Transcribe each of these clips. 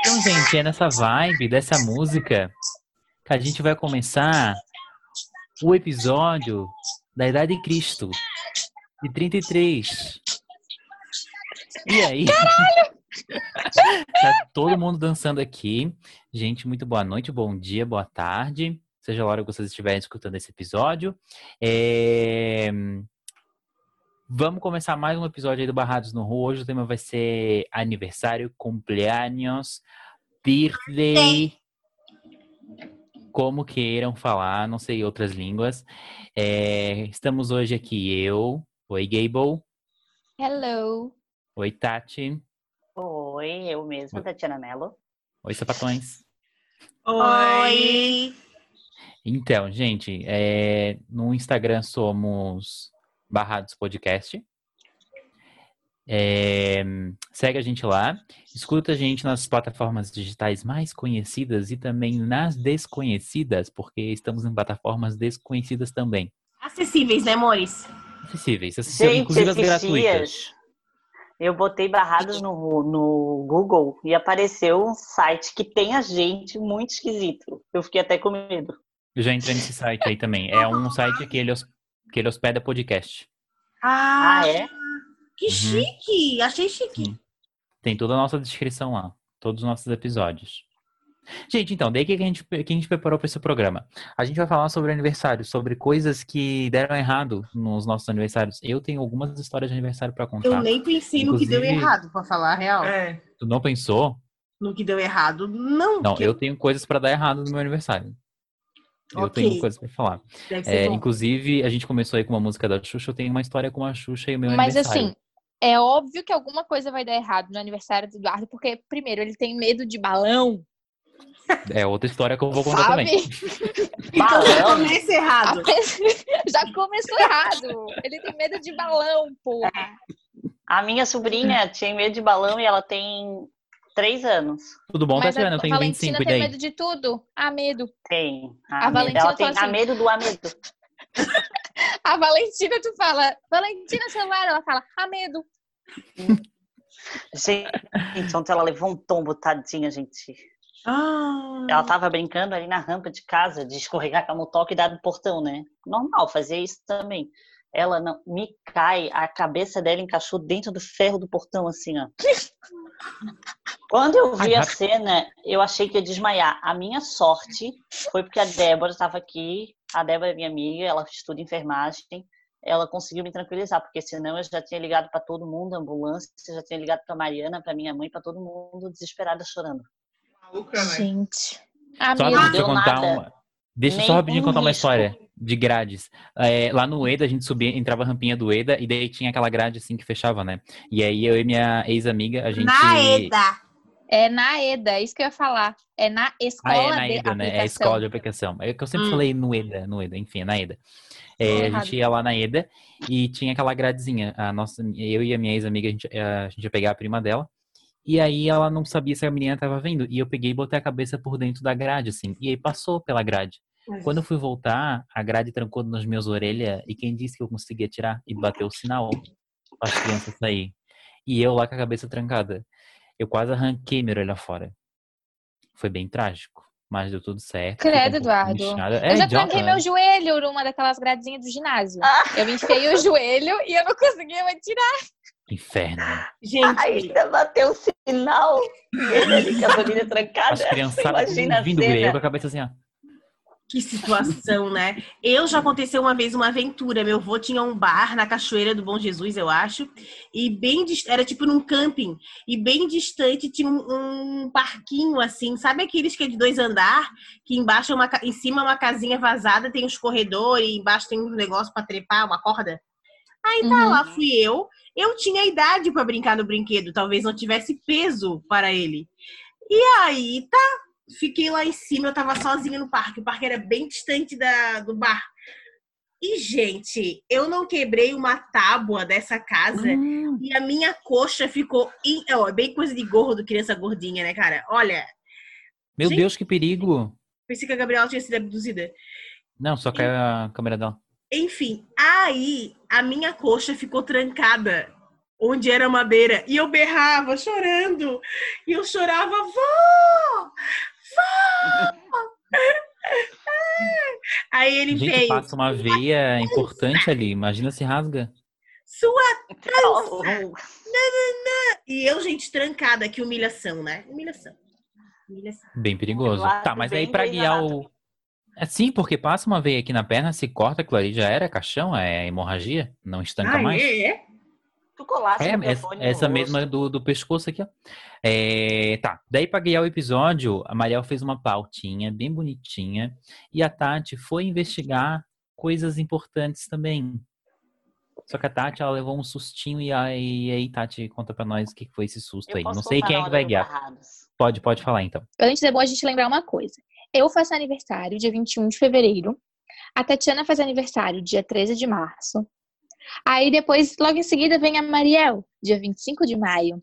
Então, gente, é nessa vibe dessa música que a gente vai começar o episódio da Idade de Cristo, de 33. E aí? tá todo mundo dançando aqui. Gente, muito boa noite, bom dia, boa tarde. Seja a hora que vocês estiverem escutando esse episódio. É... Vamos começar mais um episódio aí do Barrados no Rua. Hoje o tema vai ser aniversário, cumpleaños, birthday, como queiram falar, não sei outras línguas. É, estamos hoje aqui eu, oi Gable, Hello. oi Tati, Oi, eu mesma, Tatiana Mello. oi Sapatões. Oi. Então, gente, é, no Instagram somos Barrados Podcast. É, segue a gente lá, escuta a gente nas plataformas digitais mais conhecidas e também nas desconhecidas, porque estamos em plataformas desconhecidas também. Acessíveis, né, amores? Acessíveis, acessíveis inclusive as gratuitas. dias eu botei barrados no, Ru- no Google e apareceu um site que tem a gente muito esquisito. Eu fiquei até com medo. Eu já entrei nesse site aí também. É um site que ele, hos- que ele hospeda podcast. Ah, Ah, é? que Uhum. chique! Achei chique. Sim. Tem toda a nossa descrição lá, todos os nossos episódios. Gente, então, daí o que que a gente, que a gente preparou para esse programa? A gente vai falar sobre aniversário, sobre coisas que deram errado nos nossos aniversários. Eu tenho algumas histórias de aniversário para Eu contar. nem pensei no que deu Tá. Inclusive- errado, pra falar a real. É. Tu não pensou? No que deu errado, não. Não, porque eu tenho coisas para dar errado no meu aniversário. Eu Ok. tenho coisas para falar. Deve ser É, bom. inclusive, a gente começou aí com uma música da Xuxa. Eu tenho uma história com a Xuxa e o meu Mas aniversário. assim, é óbvio que alguma coisa vai dar errado no aniversário do Eduardo, porque, primeiro, ele tem medo de balão, É outra história que eu vou contar também. sabe? Então já Balão. começa tá errado. Já começou errado. Ele tem medo de balão, pô. A minha sobrinha tinha medo de balão e ela tem três anos. Tudo bom, Mas Tatiana? a Eu tenho Valentina 25 e tem daí. medo de tudo. Ah, medo. Tem. A medo- Valentina ela tá tem a assim. medo do a medo. A Valentina, tu fala, Valentina, celular, ela fala, ah, medo. Gente, ontem ela levou um tombo, tadinha, gente. Ah, Ela tá tava brincando ali na rampa de casa, de escorregar com a motoca e dar no portão, né? Normal, fazia isso também. Ela não me cai, a cabeça dela encaixou dentro do ferro do portão, assim, ó. Quando eu vi Ai, a rápido. cena, eu achei que ia desmaiar. A minha sorte foi porque a Débora estava aqui, a Débora é minha amiga, ela estuda enfermagem, ela conseguiu me tranquilizar, porque senão eu já tinha ligado para todo mundo, a ambulância, já tinha ligado para Mariana, para minha mãe, para todo mundo, desesperada, chorando. Maluca, né? Gente. Ah, Só medo. deixa eu Deu contar nada. uma. Deixa eu só Nem rapidinho um contar uma risco. história de grades. É, lá no EDA, a gente subia, entrava a rampinha do EDA e daí tinha aquela grade assim que fechava, né? E aí eu e minha ex-amiga, a gente. Na EDA. É na EDA, isso que eu ia falar. É na Ah, é escola na de EDA, né? É a aplicação. escola de aplicação. É que eu sempre Hum. falei no EDA, no EDA, enfim, é na EDA. É, Tá a errado. gente ia lá na EDA e tinha aquela gradezinha. A nossa, eu e a minha ex-amiga, a gente, eh, a gente ia pegar a prima dela. E aí ela não sabia se a menina tava vendo. E eu peguei e botei a cabeça por dentro da grade, assim. E aí passou pela grade. Quando eu fui voltar, a grade trancou nas minhas orelhas e quem disse que eu conseguia tirar? E bateu o sinal para as crianças sair. E eu lá com a cabeça trancada. Eu quase arranquei minha orelha fora. Foi bem trágico, mas deu tudo certo. Fiquei Credo, um pouquinho Eduardo. inchada. É Eu já idiota, tranquei né? meu joelho numa daquelas gradinhas do ginásio. Eu me enfiei o joelho e eu não conseguia me tirar. Inferno. Gente, Ainda bateu o sinal. Ele ali com a família trancada. As criançadas Imagina a vindo grego com cena. a cabeça assim, ó. que situação, né? Eu já aconteceu uma vez uma aventura. Meu avô tinha um bar na Cachoeira do Bom Jesus, eu acho. E bem dis- era tipo num camping. E bem distante tinha um, um parquinho assim. Sabe aqueles que é de dois andar? Que embaixo é uma, ca- em cima é uma casinha vazada, tem uns corredores, e embaixo tem um negócio pra trepar, uma corda. Aí tá Uhum. lá, fui eu. Eu tinha idade pra brincar no brinquedo, talvez não tivesse peso para ele. E aí, tá. Fiquei lá em cima, eu tava sozinha no parque. O parque era bem distante da, do bar. E, gente, eu não quebrei uma tábua dessa casa e a minha coxa ficou. In... ó, é bem coisa de gordo, criança gordinha, né, cara? Olha, Meu Gente. Deus, que perigo. pensei que a Gabriela tinha sido abduzida. Não, só caiu a câmera dela. Enfim, aí a minha coxa ficou trancada onde era madeira. E eu berrava, chorando. E eu chorava, vó! Vó! Aí ele Gente, veio, passa uma veia importante ali. Imagina se rasga. sua... Não, E eu, gente, trancada. Que humilhação, né? Humilhação. Humilhação. Bem perigoso. Lado Tá, mas aí bem pra guiar doidado. o. É, Sim, porque passa uma veia aqui na perna, se corta, aquilo ali já era caixão, é hemorragia, não estanca Ai, mais. é, é. Tu colaste É, essa, o microfone no essa rosto. mesma do, do pescoço aqui, ó. É, tá, daí pra guiar o episódio, a Mariel fez uma pautinha bem bonitinha e a Tati foi investigar coisas importantes também. Só que a Tati, ela levou um sustinho e aí, aí Tati, conta pra nós o que que foi esse susto Eu aí. posso Não sei contar quem é na que hora vai do guiar. Barrados. Pode, pode falar então. Pra gente, é bom a gente lembrar uma coisa. Eu faço aniversário dia 21 de fevereiro. A Tatiana faz aniversário dia 13 de março. Aí depois, logo em seguida, vem a Mariel, dia 25 de maio.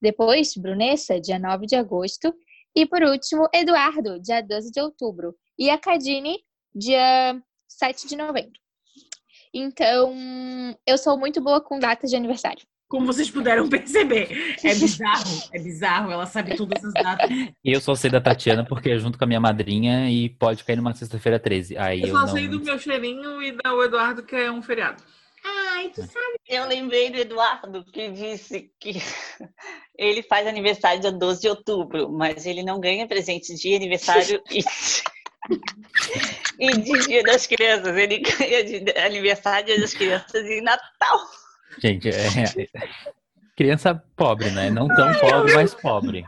Depois, Brunessa, dia 9 de agosto. E por último, Eduardo, dia 12 de outubro. E a Cadine, dia 7 de novembro. Então, eu sou muito boa com datas de aniversário. Como vocês puderam perceber. É bizarro. É bizarro. Ela sabe todas as datas. Eu só sei da Tatiana porque é junto com a minha madrinha e pode cair numa sexta-feira 13. Aí eu, Eu só não... sei do meu cheirinho e da o Eduardo, que é um feriado. Ai, É. tu sabe. Eu lembrei do Eduardo que disse que ele faz aniversário dia 12 de outubro, mas ele não ganha presente de aniversário e, e de dia das crianças. Ele ganha de aniversário dia das crianças e Natal. Gente, é... criança pobre, né? Não tão pobre, mas pobre.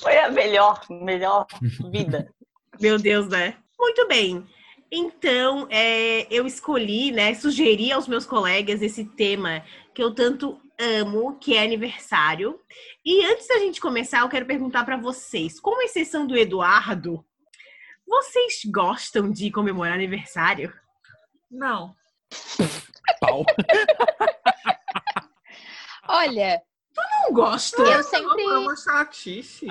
Foi a melhor, melhor vida. Meu Deus, né? Muito bem. Então, é, eu escolhi, né, sugeri aos meus colegas esse tema que eu tanto amo, que é aniversário. E antes da gente começar, eu quero perguntar para vocês, com exceção do Eduardo, vocês gostam de comemorar aniversário? Não. Pau. Olha, Não gosto. eu É sempre. uma chatice.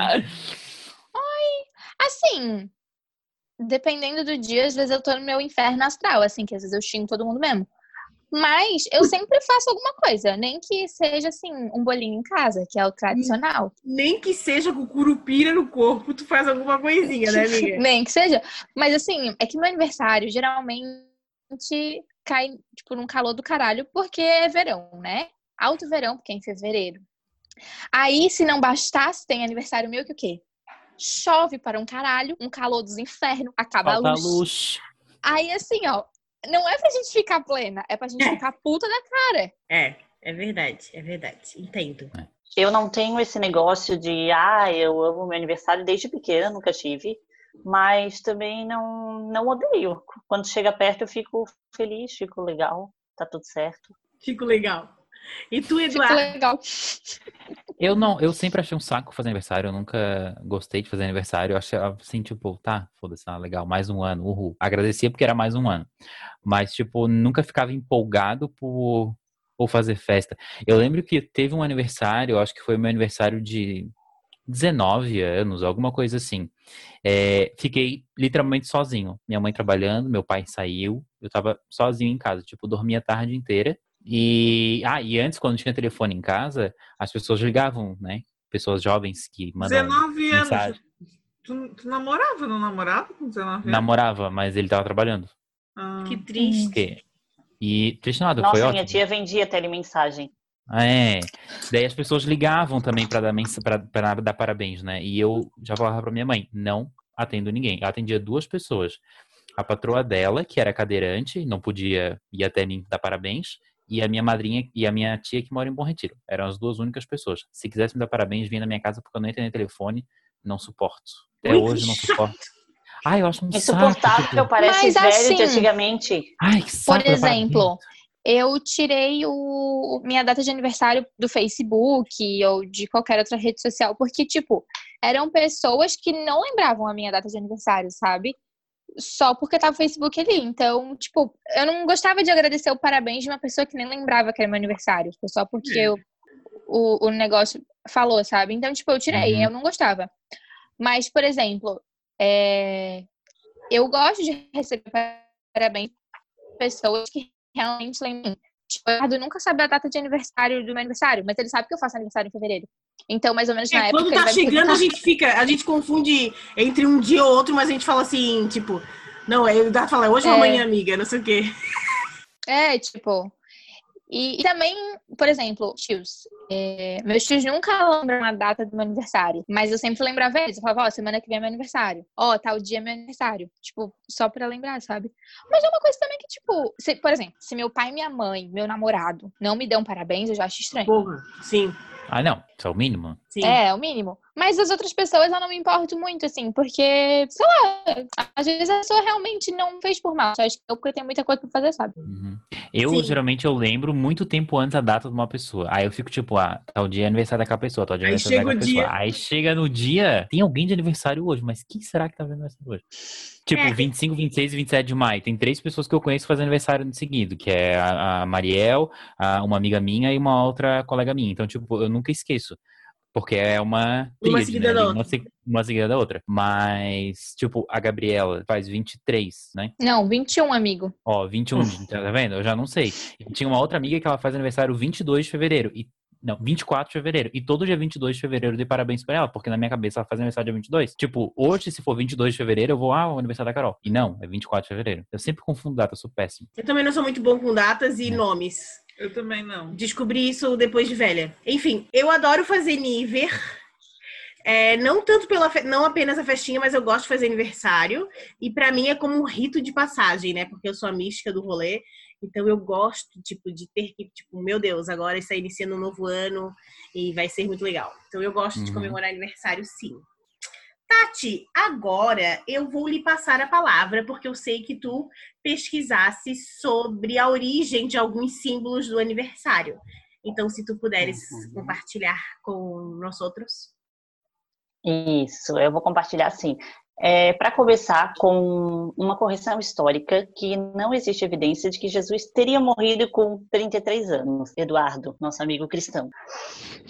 Assim, dependendo do dia, às vezes eu tô no meu inferno astral, assim, que às vezes eu xingo todo mundo mesmo. Mas eu sempre faço alguma coisa, nem que seja assim, um bolinho em casa, que é o tradicional. Nem que seja com curupira no corpo, tu faz alguma coisinha, né, amiga? Nem que seja. Mas assim, é que meu aniversário geralmente cai, tipo, num calor do caralho, porque é verão, né? Alto verão, porque é em fevereiro. Aí, se não bastasse, tem aniversário meu que o quê? Chove para um caralho, um calor dos infernos, acaba Falta a luz. luz. Aí, assim, ó, não é pra gente ficar plena, é pra gente ficar puta da cara. É, é verdade, é verdade. Entendo. Eu não tenho esse negócio de, ah, eu amo meu aniversário desde pequena, nunca tive. Mas também não, não odeio. Quando chega perto, eu fico feliz, fico legal, tá tudo certo. Fico legal. E tu, Fica Eduardo? legal. Eu não, eu sempre achei um saco fazer aniversário, eu nunca gostei de fazer aniversário. Eu achei assim, tipo, tá, foda-se, ah, legal, mais um ano, uhul. Agradecia porque era mais um ano. Mas, tipo, nunca ficava empolgado por, por fazer festa. Eu lembro que teve um aniversário, eu acho que foi meu aniversário de 19 anos, alguma coisa assim. É, fiquei literalmente sozinho. Minha mãe trabalhando, meu pai saiu, eu tava sozinho em casa, tipo, dormia a tarde inteira. E, ah, e antes, quando tinha telefone em casa, as pessoas ligavam, né? Pessoas jovens que mandavam. 19 anos. mensagem. Tu, tu namorava, não namorava com né? 19 anos? Namorava, mas ele tava trabalhando. Ah. Que triste. Porque... E triste nada, Nossa, foi minha ótimo. tia vendia telemensagem. É. Daí as pessoas ligavam também pra dar mens- pra- pra dar parabéns, né? E eu já falava pra minha mãe, não atendo ninguém. Eu atendia duas pessoas. A patroa dela, que era cadeirante, não podia ir até mim dar parabéns, e a minha madrinha e a minha tia que mora em Bom Retiro. Eram as duas únicas pessoas. Se quisesse me dar parabéns, vinha na minha casa porque eu não entendi telefone, não suporto. Até Ui, que hoje eu não chato. suporto. Ai, eu acho um saco. É Insuportável, tipo, parece Mas velho assim, de antigamente. Ai, que saco. Por dar parabéns. exemplo, eu tirei o minha data de aniversário do Facebook ou de qualquer outra rede social, porque, tipo, eram pessoas que não lembravam a minha data de aniversário, sabe? Só porque tava o Facebook ali. Então, tipo, eu não gostava de agradecer o parabéns de uma pessoa que nem lembrava que era meu aniversário. Tipo, só porque É. eu, o, o negócio falou, sabe? Então, tipo, eu tirei, Uhum. eu não gostava. Mas, por exemplo, é, eu gosto de receber parabéns de pessoas que realmente lembram. Tipo, o Eduardo nunca sabe a data de aniversário do meu aniversário, mas ele sabe que eu faço aniversário em fevereiro. Então, mais ou menos na É, época. quando ele tá vai me chegando, a perguntar- gente fica, a gente confunde entre um dia ou outro, mas a gente fala assim, tipo, não, é, dá pra falar hoje ou É. amanhã, amiga, não sei o quê. É, tipo. E, e também, por exemplo, tios. É, meus tios nunca lembram a data do meu aniversário, mas eu sempre lembrava eles. Eu falava, ó, semana que vem é meu aniversário. Ó, tal dia é meu aniversário. Tipo, só pra lembrar, sabe? Mas é uma coisa também que, tipo, se- por exemplo, se meu pai e minha mãe, meu namorado, não me dão parabéns, eu já acho estranho. Porra, sim, Ah, não. Isso é o mínimo. sim. É, é o mínimo. Mas as outras pessoas eu não me importo muito, assim, porque, sei lá, às vezes a pessoa realmente não fez por mal. Só acho que eu porque eu tenho muita coisa pra fazer, sabe? Uhum. Eu, Sim. geralmente, eu lembro muito tempo antes a data de uma pessoa. Aí eu fico tipo, ah, tal dia é aniversário daquela pessoa, tal dia é Aí aniversário chega o daquela pessoa. Aí chega no dia, tem alguém de aniversário hoje, mas quem será que tá fazendo aniversário hoje? Tipo, É. 25, 26 e 27 de maio. Tem três pessoas que eu conheço fazendo aniversário no seguido, que é a, a Mariel, a- uma amiga minha e uma outra colega minha. Então, tipo, eu nunca esqueço. Porque é uma. tríade, seguida Ali, da outra. Uma, se- uma seguida da outra. Mas, tipo, a Gabriela faz 23, né? Não, 21, amigo. Ó, 21, de- tá vendo? Eu já não sei. E tinha uma outra amiga que ela faz aniversário 22 de fevereiro. E, não, 24 de fevereiro. E todo dia 22 de fevereiro eu dei parabéns pra ela, porque na minha cabeça ela faz aniversário dia 22. Tipo, hoje, se for 22 de fevereiro, eu vou, ah, o aniversário da Carol. E não, é 24 de fevereiro. Eu sempre confundo data, eu sou péssimo. Eu também não sou muito bom com datas e nomes. Eu também não. Descobri isso depois de velha. Enfim, eu adoro fazer níver. É, não tanto pela fe- não apenas a festinha, mas eu gosto de fazer aniversário. E pra mim é como um rito de passagem, né? Porque eu sou a mística do rolê. Então eu gosto, tipo, de ter que, tipo, meu Deus, agora está iniciando um novo ano e vai ser muito legal. Então eu gosto de Uhum. comemorar aniversário, sim. Tati, agora eu vou lhe passar a palavra, porque eu sei que tu pesquisasse sobre a origem de alguns símbolos do aniversário. Então, se tu puderes Uhum. compartilhar com nós outros. Isso, eu vou compartilhar sim. Para começar com uma correção histórica, que não existe evidência de que Jesus teria morrido com 33 anos, Eduardo, nosso amigo cristão.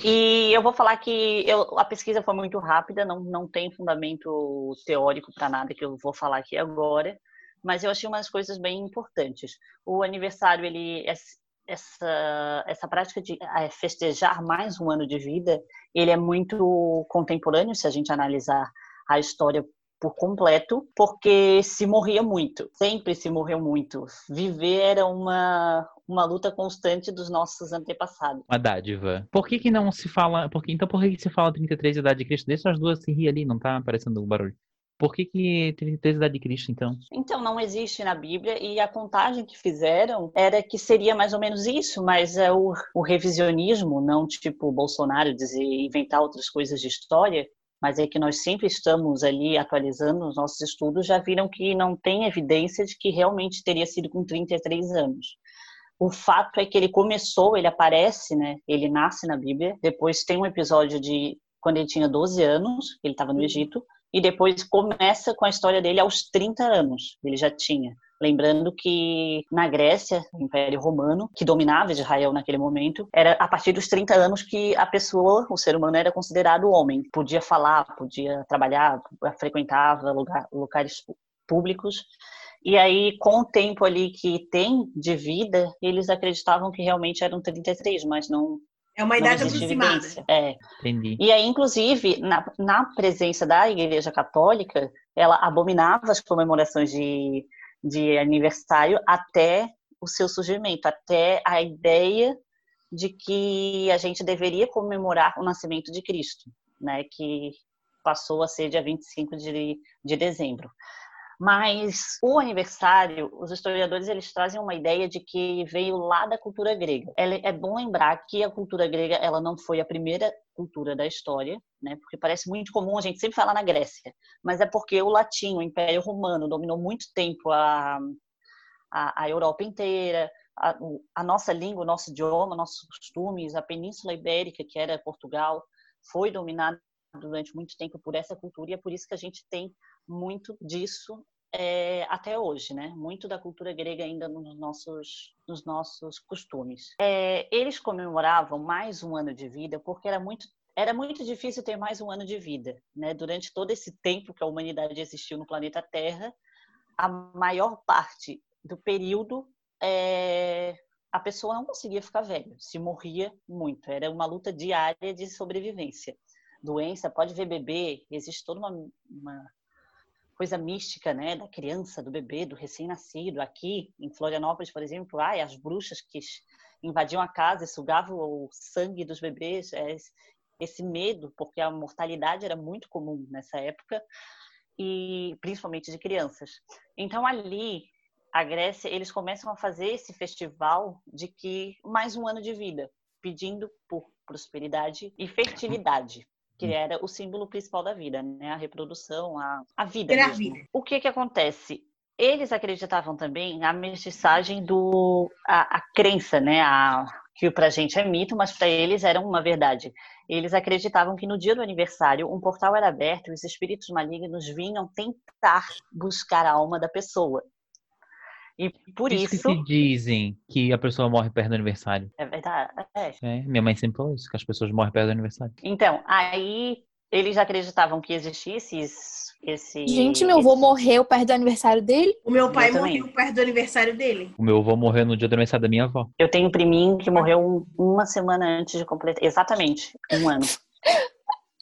E eu vou falar que eu- a pesquisa foi muito rápida, não, não tem fundamento teórico para nada que eu vou falar aqui agora, mas eu achei umas coisas bem importantes. O aniversário, ele, essa- essa, essa prática de ah, festejar mais um ano de vida, ele é muito contemporâneo, se a gente analisar a história por completo, porque se morria muito, sempre se morreu muito. Viver era uma, uma luta constante dos nossos antepassados. Uma dádiva. Por que que não se fala... Por que, então, por que que se fala 33 idade de Cristo? Deixa as duas se rir ali, não tá aparecendo um barulho. Por que que 33 idade de Cristo, então? Então, não existe na Bíblia, e a contagem que fizeram era que seria mais ou menos isso, mas é o, o revisionismo, não tipo Bolsonaro dizer inventar outras coisas de história, mas é que nós sempre estamos ali atualizando os nossos estudos, já viram que não tem evidência de que realmente teria sido com 33 anos. O fato é que ele começou, ele aparece, né? Ele nasce na Bíblia, depois tem um episódio de quando ele tinha 12 anos, ele estava no Egito, e depois começa com a história dele aos 30 anos, ele já tinha. Lembrando que na Grécia, o Império Romano, que dominava Israel naquele momento, era a partir dos 30 anos que a pessoa, o ser humano, era considerado homem. Podia falar, podia trabalhar, frequentava lugar- locais públicos. E aí, com o tempo ali que tem de vida, eles acreditavam que realmente eram 33, mas não, É uma não idade existe aproximada. evidência. É. Entendi. E aí, inclusive, na, na presença da Igreja Católica, ela abominava as comemorações de, de aniversário até o seu surgimento, até a ideia de que a gente deveria comemorar o nascimento de Cristo, né, que passou a ser dia 25 de, de dezembro. Mas o aniversário, os historiadores eles trazem uma ideia de que veio lá da cultura grega. Ela- É bom lembrar que a cultura grega ela não foi a primeira cultura da história, né? Porque parece muito comum a gente sempre falar na Grécia, mas é porque o latim, o Império Romano dominou muito tempo a a, a Europa inteira, a, o- a nossa língua, o nosso idioma, nossos costumes, a Península Ibérica que era Portugal foi dominada durante muito tempo por essa cultura e é por isso que a gente tem muito disso é, até hoje, né? Muito da cultura grega ainda nos nossos, nos nossos costumes. É, eles comemoravam mais um ano de vida porque era muito era muito difícil ter mais um ano de vida, né? Durante todo esse tempo que a humanidade existiu no planeta Terra, a maior parte do período é, a pessoa não conseguia ficar velha, se morria muito. Era uma luta diária de sobrevivência. Doença, pode ver bebê, existe toda uma, uma coisa mística, né, da criança, do bebê, do recém-nascido. Aqui em Florianópolis, por exemplo, ai, as bruxas que invadiam a casa e sugavam o sangue dos bebês, é esse medo, porque a mortalidade era muito comum nessa época e principalmente de crianças. Então ali a Grécia, eles começam a fazer esse festival de que mais um ano de vida, pedindo por prosperidade e fertilidade Hum. que era o símbolo principal da vida, né? A reprodução, a, a vida. Era a mesmo. vida. O que que acontece? Eles acreditavam também na mensagem do a, a crença, né? A, que pra gente é mito, mas para eles era uma verdade. Eles acreditavam que no dia do aniversário um portal era aberto e os espíritos malignos vinham tentar buscar a alma da pessoa. E por que isso, se dizem que a pessoa morre perto do aniversário. é verdade, é, É, minha mãe sempre falou isso, que as pessoas morrem perto do aniversário. Então, aí eles acreditavam que existisse es- esse. Gente, meu avô morreu perto do aniversário dele. O meu pai Eu também. morreu perto do aniversário dele. O meu avô morreu no dia do aniversário da minha avó. Eu tenho um priminho que morreu um- uma semana antes de completar. Exatamente, um ano.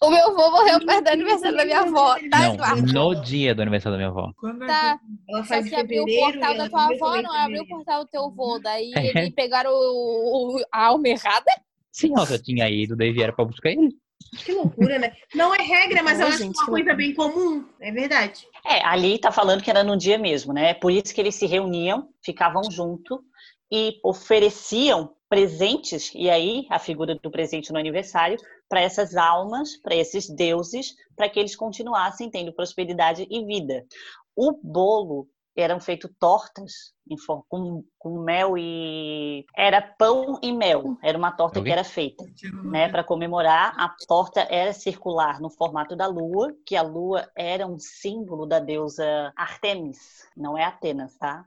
O meu avô morreu perto do aniversário da minha avó. Tá, Não, Eduardo? no dia do aniversário da minha avó. Quando é Tá. Ela Só faz que em abriu o fevereiro. portal e da ela tua morreu avó, também em não abriu o fevereiro. portal do teu avô. Daí É. ele pegaram o, o- a alma errada. Sim, ela já tinha ido, daí vieram pra buscar ele. Que loucura, né? Não é regra, mas eu Ai, acho que é gente, uma que coisa loucura. bem comum. É verdade. É, ali tá falando que era no dia mesmo, né? Por isso que eles se reuniam, ficavam junto e ofereciam presentes, e aí a figura do presente no aniversário, para essas almas, para esses deuses, para que eles continuassem tendo prosperidade e vida. O bolo eram feito tortas em for- com, com mel e era pão e mel. Era uma torta que Alguém? era feita né, para comemorar, a torta era circular no formato da lua, que a lua era um símbolo da deusa Artemis, não é Atenas, tá?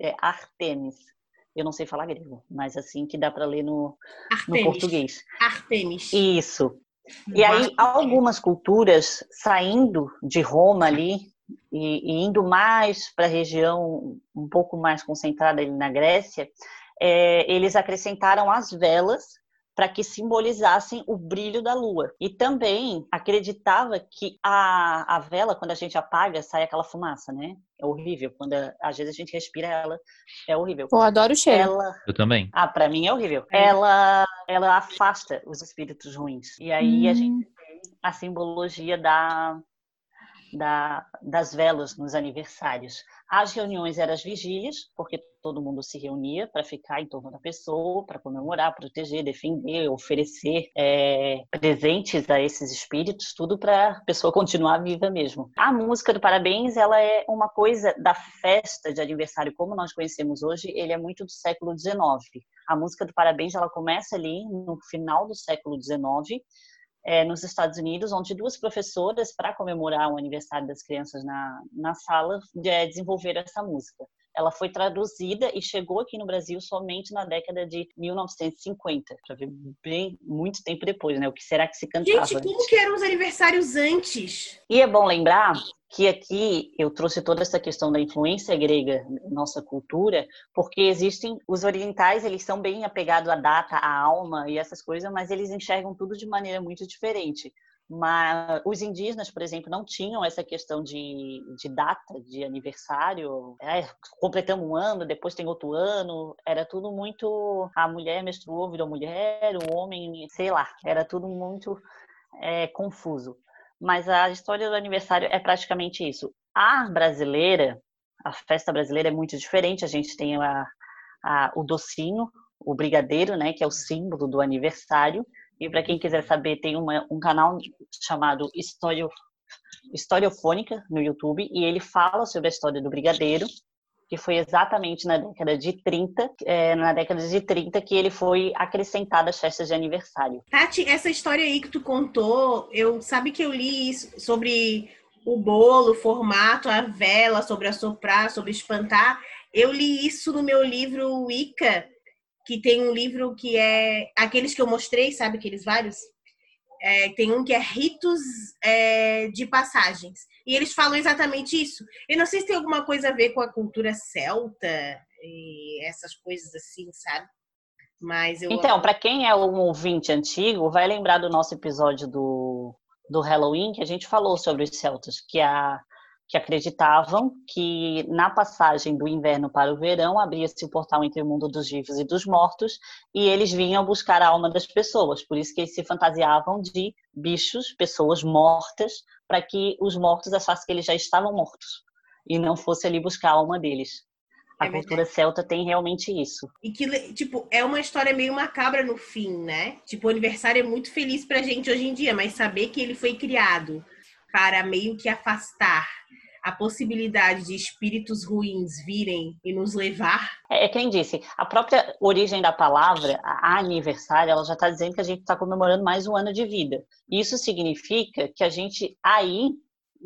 É Artemis. Eu não sei falar grego, mas assim que dá para ler no, no Artemis. português. Artemis. Isso. E aí, algumas culturas saindo de Roma ali e, e indo mais para a região um pouco mais concentrada ali na Grécia, eh, eles acrescentaram as velas para que simbolizassem o brilho da lua. E também acreditava que a, a vela, quando a gente apaga, sai aquela fumaça, né? É horrível. Quando a- às vezes a gente respira ela, é horrível. Eu adoro o cheiro. Ela Eu também. ah, pra mim é horrível. É. Ela, ela afasta os espíritos ruins. E aí a gente tem a simbologia da, da, das velas nos aniversários. As reuniões eram as vigílias, porque todo mundo se reunia para ficar em torno da pessoa, para comemorar, proteger, defender, oferecer eh, presentes a esses espíritos, tudo para a pessoa continuar viva mesmo. A música do parabéns, ela é uma coisa da festa de aniversário como nós conhecemos hoje, ele é muito do século XIX. A música do parabéns, ela começa ali no final do século XIX, eh, nos Estados Unidos, onde duas professoras, para comemorar o aniversário das crianças na, na sala, eh, desenvolveram essa música. Ela foi traduzida e chegou aqui no Brasil somente na década de 1950, para ver bem muito tempo depois, né? O que será que se cantava? Gente, como antes? que eram os aniversários antes? E é bom lembrar que aqui eu trouxe toda essa questão da influência grega na nossa cultura, porque existem os orientais, eles são bem apegados à data, à alma e essas coisas, mas eles enxergam tudo de maneira muito diferente. Mas os indígenas, por exemplo, não tinham essa questão de, de data, de aniversário. É, completamos um ano, depois tem outro ano. Era tudo muito. A mulher menstruou, virou mulher, o homem, sei lá. Era tudo muito é, confuso. Mas a história do aniversário é praticamente isso. A brasileira, a festa brasileira é muito diferente. A gente tem a, a- o docinho, o brigadeiro, né, que é o símbolo do aniversário. E para quem quiser saber, tem uma- um canal chamado Histório, Historiofônica no YouTube e ele fala sobre a história do brigadeiro, que foi exatamente na década de 30, eh, na década de 30 que ele foi acrescentado às festas de aniversário. Tati, essa história aí que tu contou, eu sabe que eu li isso sobre o bolo, o formato, a vela, sobre assoprar, sobre espantar. Eu li isso no meu livro Wicca, que tem um livro que é aqueles que eu mostrei, sabe aqueles vários? É, tem um que é ritos é, de passagens. E eles falam exatamente isso. Eu não sei se tem alguma coisa a ver com a cultura celta e essas coisas assim, sabe? Mas eu Então, para quem é um ouvinte antigo, vai lembrar do nosso episódio do, do Halloween, que a gente falou sobre os celtas, que, a, que acreditavam que na passagem do inverno para o verão abria-se o portal entre o mundo dos vivos e dos mortos, e eles vinham buscar a alma das pessoas. Por isso que eles se fantasiavam de bichos, pessoas mortas, para que os mortos achassem que eles já estavam mortos e não fosse ali buscar a alma deles. A É cultura celta tem realmente isso. E que, le- tipo, é uma história meio macabra no fim, né? Tipo, o aniversário é muito feliz pra gente hoje em dia, mas saber que ele foi criado para meio que afastar a possibilidade de espíritos ruins virem e nos levar. É é quem disse. A própria origem da palavra, a a aniversário, ela já está dizendo que a gente está comemorando mais um ano de vida. Isso significa que a gente aí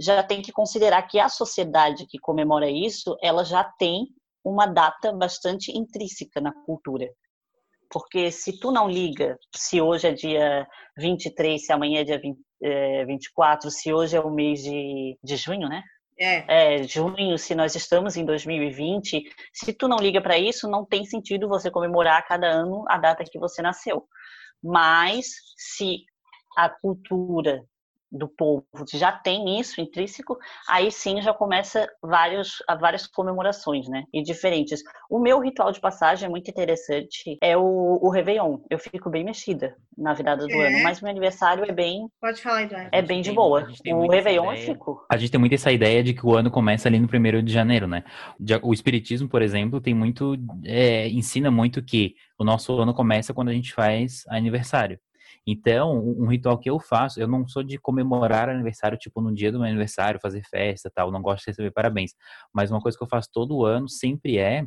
já tem que considerar que a sociedade que comemora isso, ela já tem uma data bastante intrínseca na cultura. Porque se tu não liga se hoje é dia 23, se amanhã é dia 20, eh, 24, se hoje é o mês de, de junho, né? É, é, junho, se nós estamos em 2020, se tu não liga para isso, não tem sentido você comemorar cada ano a data que você nasceu. Mas se a cultura do povo já tem isso intrínseco, aí sim já começa vários, a várias comemorações, né? E diferentes. O meu ritual de passagem é muito interessante, é o, o Réveillon. Eu fico bem mexida na virada do É? ano, mas meu aniversário é bem, pode falar, Eduardo. é gente bem de tem- a boa. gente tem O muita essa Réveillon eu ideia. fico. A gente tem muito essa ideia de que o ano começa ali no primeiro de janeiro, né? De- O espiritismo, por exemplo, tem muito, é, ensina muito que o nosso ano começa quando a gente faz aniversário. Então, um um ritual que eu faço, eu não sou de comemorar aniversário, tipo, no dia do meu aniversário, fazer festa tal, não gosto de receber parabéns. Mas uma coisa que eu faço todo ano sempre é,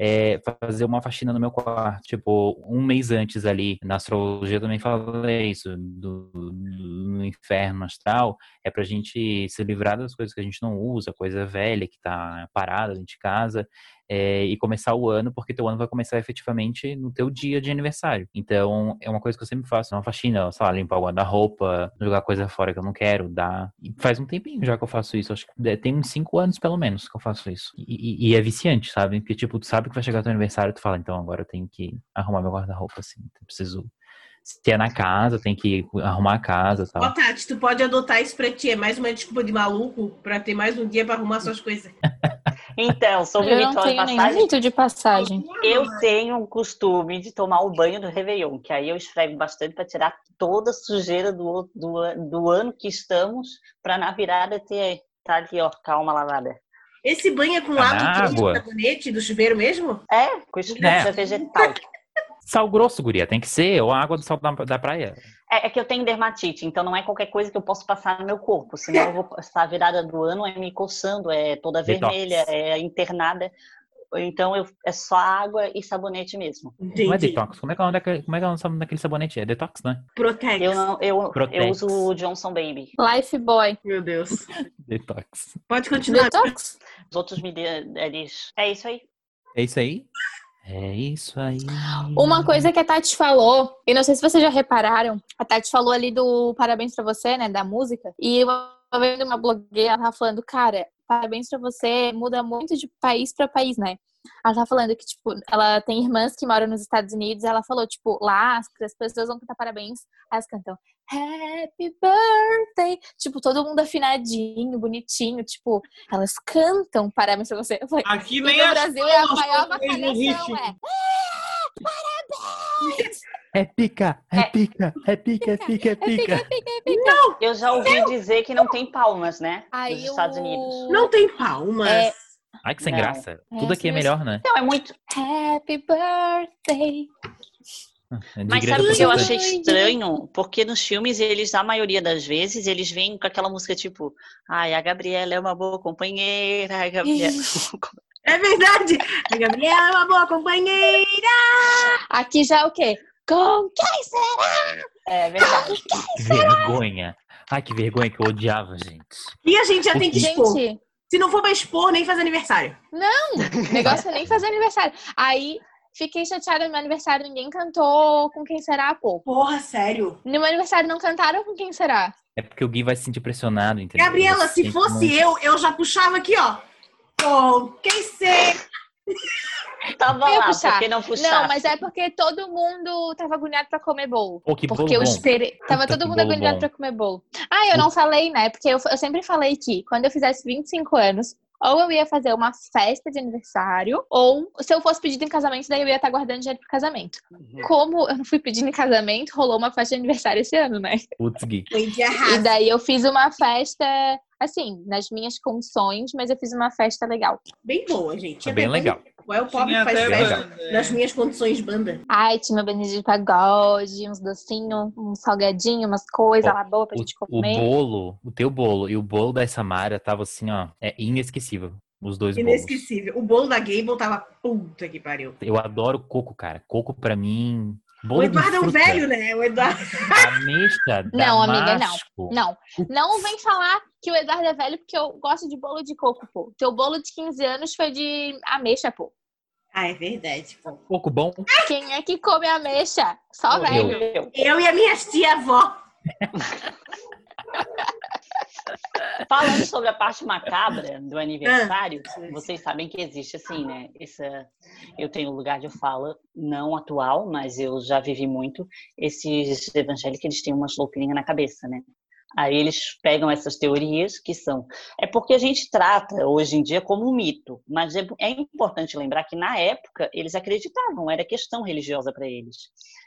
é fazer uma faxina no meu quarto. Tipo, um mês antes ali, na astrologia eu também falei isso, do, do- no inferno astral, é pra gente se livrar das coisas que a gente não usa, coisa velha que tá parada dentro de casa, é, e começar o ano, porque teu ano vai começar efetivamente no teu dia de aniversário. Então, é uma coisa que eu sempre faço, é uma faxina, sei lá, limpar o guarda-roupa, jogar coisa fora que eu não quero, dar. E faz um tempinho já que eu faço isso, acho que de- tem uns cinco anos pelo menos que eu faço isso. E, e- e é viciante, sabe? Porque, tipo, tu sabe que vai chegar teu aniversário, tu fala, então agora eu tenho que arrumar meu guarda-roupa, assim, eu preciso. Se é na casa, tem que arrumar a casa e tal. Ó, Tati, tu pode adotar isso pra ti. É mais uma desculpa de maluco pra ter mais um dia pra arrumar suas coisas. Então, sobre o Eu não ritual de tenho nenhum passagem, rito de Tá, passagem. eu tenho um costume de tomar o banho do Réveillon, que aí eu esfrego bastante para tirar toda a sujeira do, do, an- do ano que estamos, para na virada ter tá ali, ó, calma lavada. Esse banho é com Tá na água quente, água? sabonete do chuveiro mesmo? É, com escorça vegetal. Sal grosso, guria, tem que ser, ou a água do sal da, da praia. É, é que eu tenho dermatite, então não é qualquer coisa que eu posso passar no meu corpo, senão eu vou passar a virada do ano é me coçando, é toda Detox. vermelha, é internada. Então eu, é só água e sabonete mesmo. Não é Entendi. detox. Como é que é o nome daquele, como é que é o nome daquele sabonete? É detox, né? Protex. Eu, não- eu, eu Protex. uso o Johnson Baby. Life Boy. Meu Deus. Detox. Pode continuar. Detox? Os outros me dê- eles. É isso aí. É isso aí? É isso aí. Uhum. Uma coisa que a Tati falou, e não sei se vocês já repararam, a Tati falou ali do parabéns pra você, né, da música, e uma vez uma blogueira ela tava falando, cara, parabéns pra você muda muito de país pra país, né? Ela tava falando que, tipo, ela tem irmãs que moram nos Estados Unidos, ela falou, tipo, lá as as pessoas vão cantar parabéns, aí elas cantam Happy Birthday, tipo, todo mundo afinadinho, bonitinho, tipo, elas cantam parabéns pra você. Eu falei, Aqui e nem no a Brasil é a escola maior faz o mesmo bacalhação, ritmo. é. É pica, é É. pica, é pica, é pica, é pica. Eu já ouvi Então- dizer que não tem palmas, né? Aí nos Estados o- Unidos. Não tem palmas. É. Ai, que sem Não. graça. É, Tudo aqui é sim, melhor, né? Então, é muito. Happy birthday. De Mas igreja sabe o que eu protestante. achei estranho? Porque nos filmes, eles, a maioria das vezes, eles vêm com aquela música tipo, ai, a Gabriela é uma boa companheira, a Gabriela. É verdade. A Gabriela é uma boa companheira. Aqui já é o quê? Conquista. é verdade. Que vergonha. Ai, que vergonha que eu odiava, gente. E a gente já tem que expor. Gente, Se não for pra expor, nem faz aniversário. o negócio é nem fazer aniversário. Aí fiquei chateada no meu aniversário, ninguém cantou com quem será, pô. Porra, sério. No meu aniversário não cantaram com quem será. É porque o Gui vai se sentir pressionado, entendeu? Gabriela, Ele se sente fosse muito. eu, eu já puxava aqui, ó. Com quem sei. Tava Eu ia lá, puxar. porque não puxar. Não, mas é porque todo mundo tava agoniado pra comer bolo. Pô, que porque bolo eu bom. esperei. Tava Puta, que todo mundo bolo agoniado bom. pra comer bolo. Ah, eu não falei, né? Porque eu, eu sempre falei que quando eu fizesse 25 anos, ou eu ia fazer uma festa de aniversário, ou se eu fosse pedido em casamento, daí eu ia estar guardando dinheiro pro casamento. Uhum. Como eu não fui pedindo em casamento, rolou uma festa de aniversário esse ano, né? Putz, Gui. Foi de E arraso. daí eu fiz uma festa, assim, nas minhas condições, mas eu fiz uma festa legal. Bem boa, gente. Foi Tinha Tá bem vergonha legal. de- É o pobre que Tinha faz até festa banda, é. nas minhas condições, banda. Ai, tinha meu bandinho de pagode, uns docinhos, um salgadinho, umas coisas Ó, lá boa pra O, gente o comer. bolo, o teu bolo e o bolo da Samara tava assim, ó. É inesquecível. Os dois bolos. Inesquecível. O bolo da Gable tava puta que pariu. Eu adoro coco, cara. Coco pra mim. Bolo O de Eduardo é um fruta, velho, né? O Eduardo. Ameixa, Não, amiga, damasco. Não, não vem falar que o Eduardo é velho porque eu gosto de bolo de coco, pô. Teu bolo de 15 anos foi de ameixa, pô. Ah, é verdade. pô. Coco bom. Quem é que come ameixa? Só Eu- velho. eu. Eu e a minha tia-avó. Falando sobre a parte macabra Ah. do aniversário, vocês sabem que existe assim, né? Essa, eu tenho um lugar de fala não atual, mas eu já vivi muito. Esses evangélicos, eles têm umas loucurinhas na cabeça, né? Aí eles pegam essas teorias que são. É porque a gente trata hoje em dia como um mito, mas é, é importante lembrar que na época eles acreditavam, era questão religiosa para eles.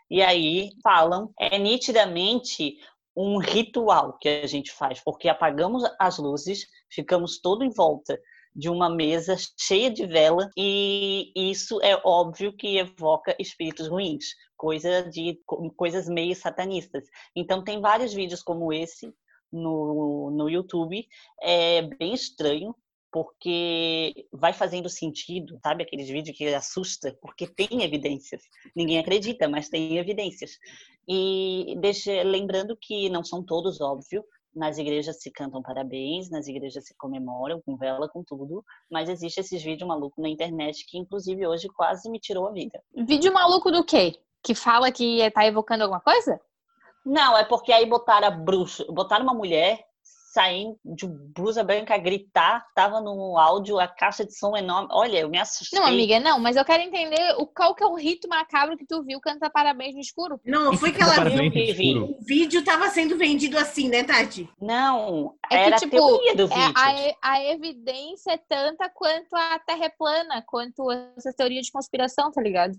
E aí falam, é nitidamente um ritual que a gente faz, porque apagamos as luzes, ficamos todo em volta de uma mesa cheia de vela e isso é óbvio que evoca espíritos ruins, coisa de co- coisas meio satanistas. Então tem vários vídeos como esse no, no YouTube, é bem estranho porque vai fazendo sentido, sabe aqueles vídeos que assusta, porque tem evidências. Ninguém acredita, mas tem evidências. E deixa, lembrando que não são todos, óbvio, nas igrejas se cantam parabéns, nas igrejas se comemoram com vela, com tudo, mas existe esses vídeos malucos na internet que, inclusive, hoje quase me tirou a vida. Vídeo maluco do quê? Que fala que tá evocando alguma coisa? Não, é porque aí botaram a bruxa, botaram uma mulher saindo de blusa branca a gritar, tava no áudio, a caixa de som enorme. Olha, eu me assustei. Não, amiga, não, mas eu quero entender o qual que é o rito macabro que tu viu cantar parabéns no escuro. Não, não foi que ela Parabéns, viu. vive. um escuro. O vídeo tava sendo vendido assim, né, Tati? Não, É que, era tipo, a teoria do É, vídeo. a, e- a evidência é tanta quanto a terra é plana, quanto essa teoria de conspiração, tá ligado?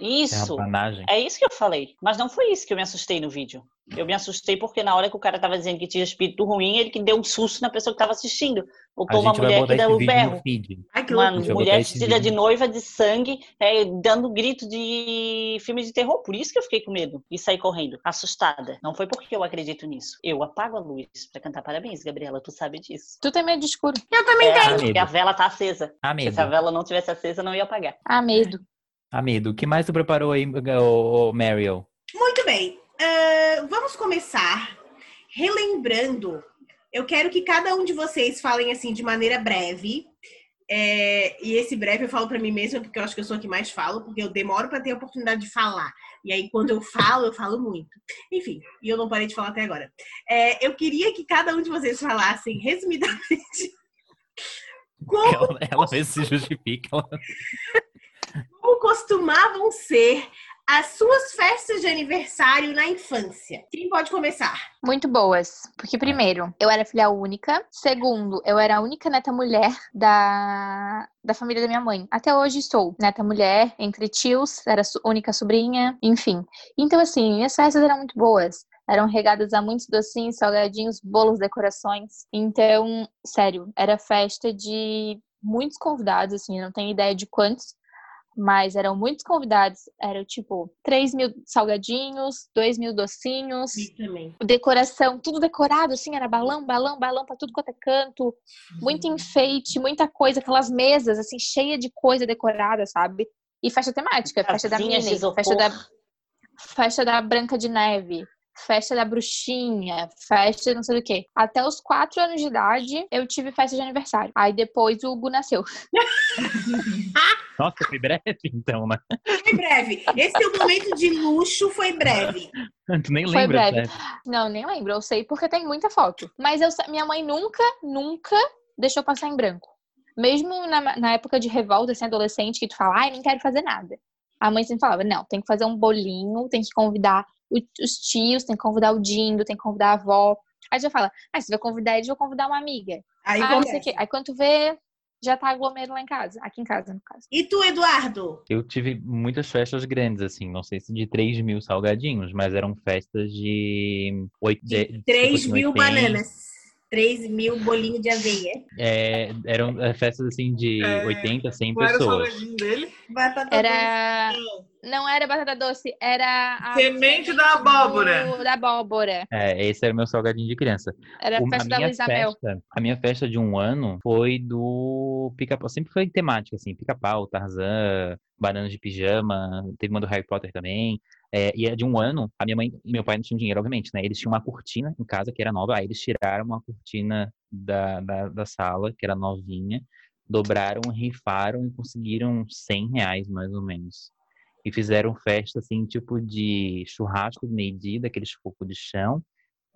É Isso. uma banagem. É isso que eu falei. Mas não foi isso que eu me assustei no vídeo. Eu me assustei porque na hora que o cara tava dizendo que tinha espírito ruim, ele que deu um susto na pessoa que tava assistindo. A Botou uma gente vai mulher botar que esse deu vídeo berro. no feed. Ai, que Uma A gente vai loucura. botar mulher esse vestida de vídeo. noiva de sangue, é, dando grito de filme de terror. Por isso que eu fiquei com medo e saí correndo, assustada. Não foi porque eu acredito nisso. Eu apago a luz pra cantar parabéns, Gabriela. Tu sabe disso. Tu tem medo de escuro. Eu também É, tenho. porque a vela tá acesa. Ah, medo. Se a vela não tivesse acesa, não ia apagar. Ah, medo. Ah, medo. O que mais tu preparou aí, ô, ô, Mariel? Muito bem. Ahn, vamos começar relembrando. Eu quero que cada um de vocês falem assim de maneira breve. É, e esse breve eu falo pra mim mesma, porque eu acho que eu sou a que mais falo, porque eu demoro pra ter a oportunidade de falar. E aí, quando eu falo, eu falo muito. Enfim, e eu não parei de falar até agora. É, eu queria que cada um de vocês falassem, resumidamente, como Ela, ela vê se justifica. Ela... Como costumavam ser as suas festas de aniversário na infância? Quem pode começar? Muito boas. Porque, primeiro, eu era filha única. Segundo, eu era a única neta mulher da, da família da minha mãe. Até hoje sou neta mulher, entre tios, era su- única sobrinha, enfim. Então, assim, minhas festas eram muito boas. Eram regadas a muitos docinhos, salgadinhos, bolos, decorações. Então, sério, era festa de muitos convidados, assim, eu não tenho ideia de quantos. Mas eram muitos convidados, eram tipo 3 mil salgadinhos, 2 mil docinhos também. decoração, tudo decorado, assim, era balão, balão, balão pra tudo quanto é canto, Uhum. muito enfeite, muita coisa, aquelas mesas, assim, cheia de coisa decorada, sabe? E festa temática, festa da Casinhas de Minnie, isopor. festa da, festa da Branca de Neve, festa da Bruxinha, festa não sei do que. Até os quatro anos de idade, eu tive festa de aniversário. Aí depois o Hugo nasceu. Nossa, foi breve então, né? Foi breve. Esse teu momento de luxo foi breve. Tu nem Foi lembra, breve. né? Não, nem lembro, eu sei porque tem muita foto. Mas eu sa- minha mãe nunca, nunca deixou passar em branco. Mesmo na, na época de revolta, assim, adolescente, que tu fala, ai, não quero fazer nada. A mãe sempre falava, não, tem que fazer um bolinho, tem que convidar o- os tios, tem que convidar o Dindo, tem que convidar a avó. Aí já fala, ah, você vai convidar eles, vou convidar uma amiga. Aí ah, não sei começa. o quê. Aí quando tu vê, já tá aglomero lá em casa. Aqui em casa, no caso. E tu, Eduardo? Eu tive muitas festas grandes, assim, não sei se de 3 mil salgadinhos, mas eram festas de. oito- de 3 tipo assim, mil 80, bananas. 3 mil bolinhos de aveia. é, eram é, festas, assim, de É, 80, 100 Qual era o pessoas. salgadinho dele? Batata Tá Era. doce. Não era batata doce, era. A Semente da abóbora. do- Da abóbora. É, esse era o meu salgadinho de criança. Era a O- festa da Luísa Mel. festa- a minha festa de um ano foi do pica-pau. Sempre foi temática, assim, pica-pau, Tarzan, bananas de pijama, teve uma do Harry Potter também. É, e é de um ano, a minha mãe e meu pai não tinham dinheiro, obviamente, né? Eles tinham uma cortina em casa que era nova, aí eles tiraram uma cortina da, da, da sala, que era novinha, dobraram, rifaram e conseguiram 100 reais, mais ou menos. E fizeram festa, assim, tipo de churrasco de medida, aqueles fogo de chão,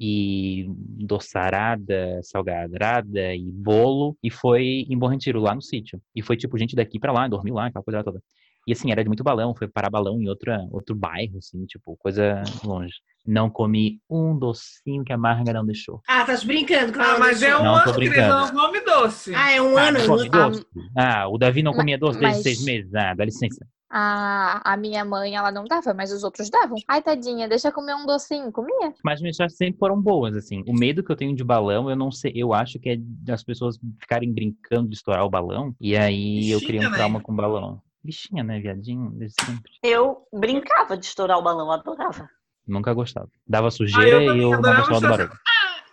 e doçarada, salgadrada e bolo. E foi em Bom Retiro, lá no sítio. E foi, tipo, gente daqui pra lá, dormiu lá, aquela coisa toda. E, assim, era de muito balão. Foi parar balão em outra, outro bairro, assim, tipo, coisa longe. Não comi um docinho que a Marga não deixou. Ah, tá brincando com Ah, ela. mas é um Não, tô ano que eles brincando. não come doce. Ah, é um Ah, ano. não é um come ano. doce? Ah, o Davi não Ma- comia doce desde seis mas- meses. Ah, dá licença. A, a minha mãe, ela não dava, mas os outros davam. Ai, tadinha, deixa eu comer um docinho. Comia. Mas minhas festas sempre foram boas, assim. O medo que eu tenho de balão, eu não sei, eu acho que é das pessoas ficarem brincando de estourar o balão. E aí eu Bichinha, criei um né? trauma com balão. Bichinha, né, viadinho? Desde sempre. Eu brincava de estourar o balão, eu adorava. Nunca gostava. Dava Ah, sujeira eu também e eu não adorava gostava do chorar. barulho.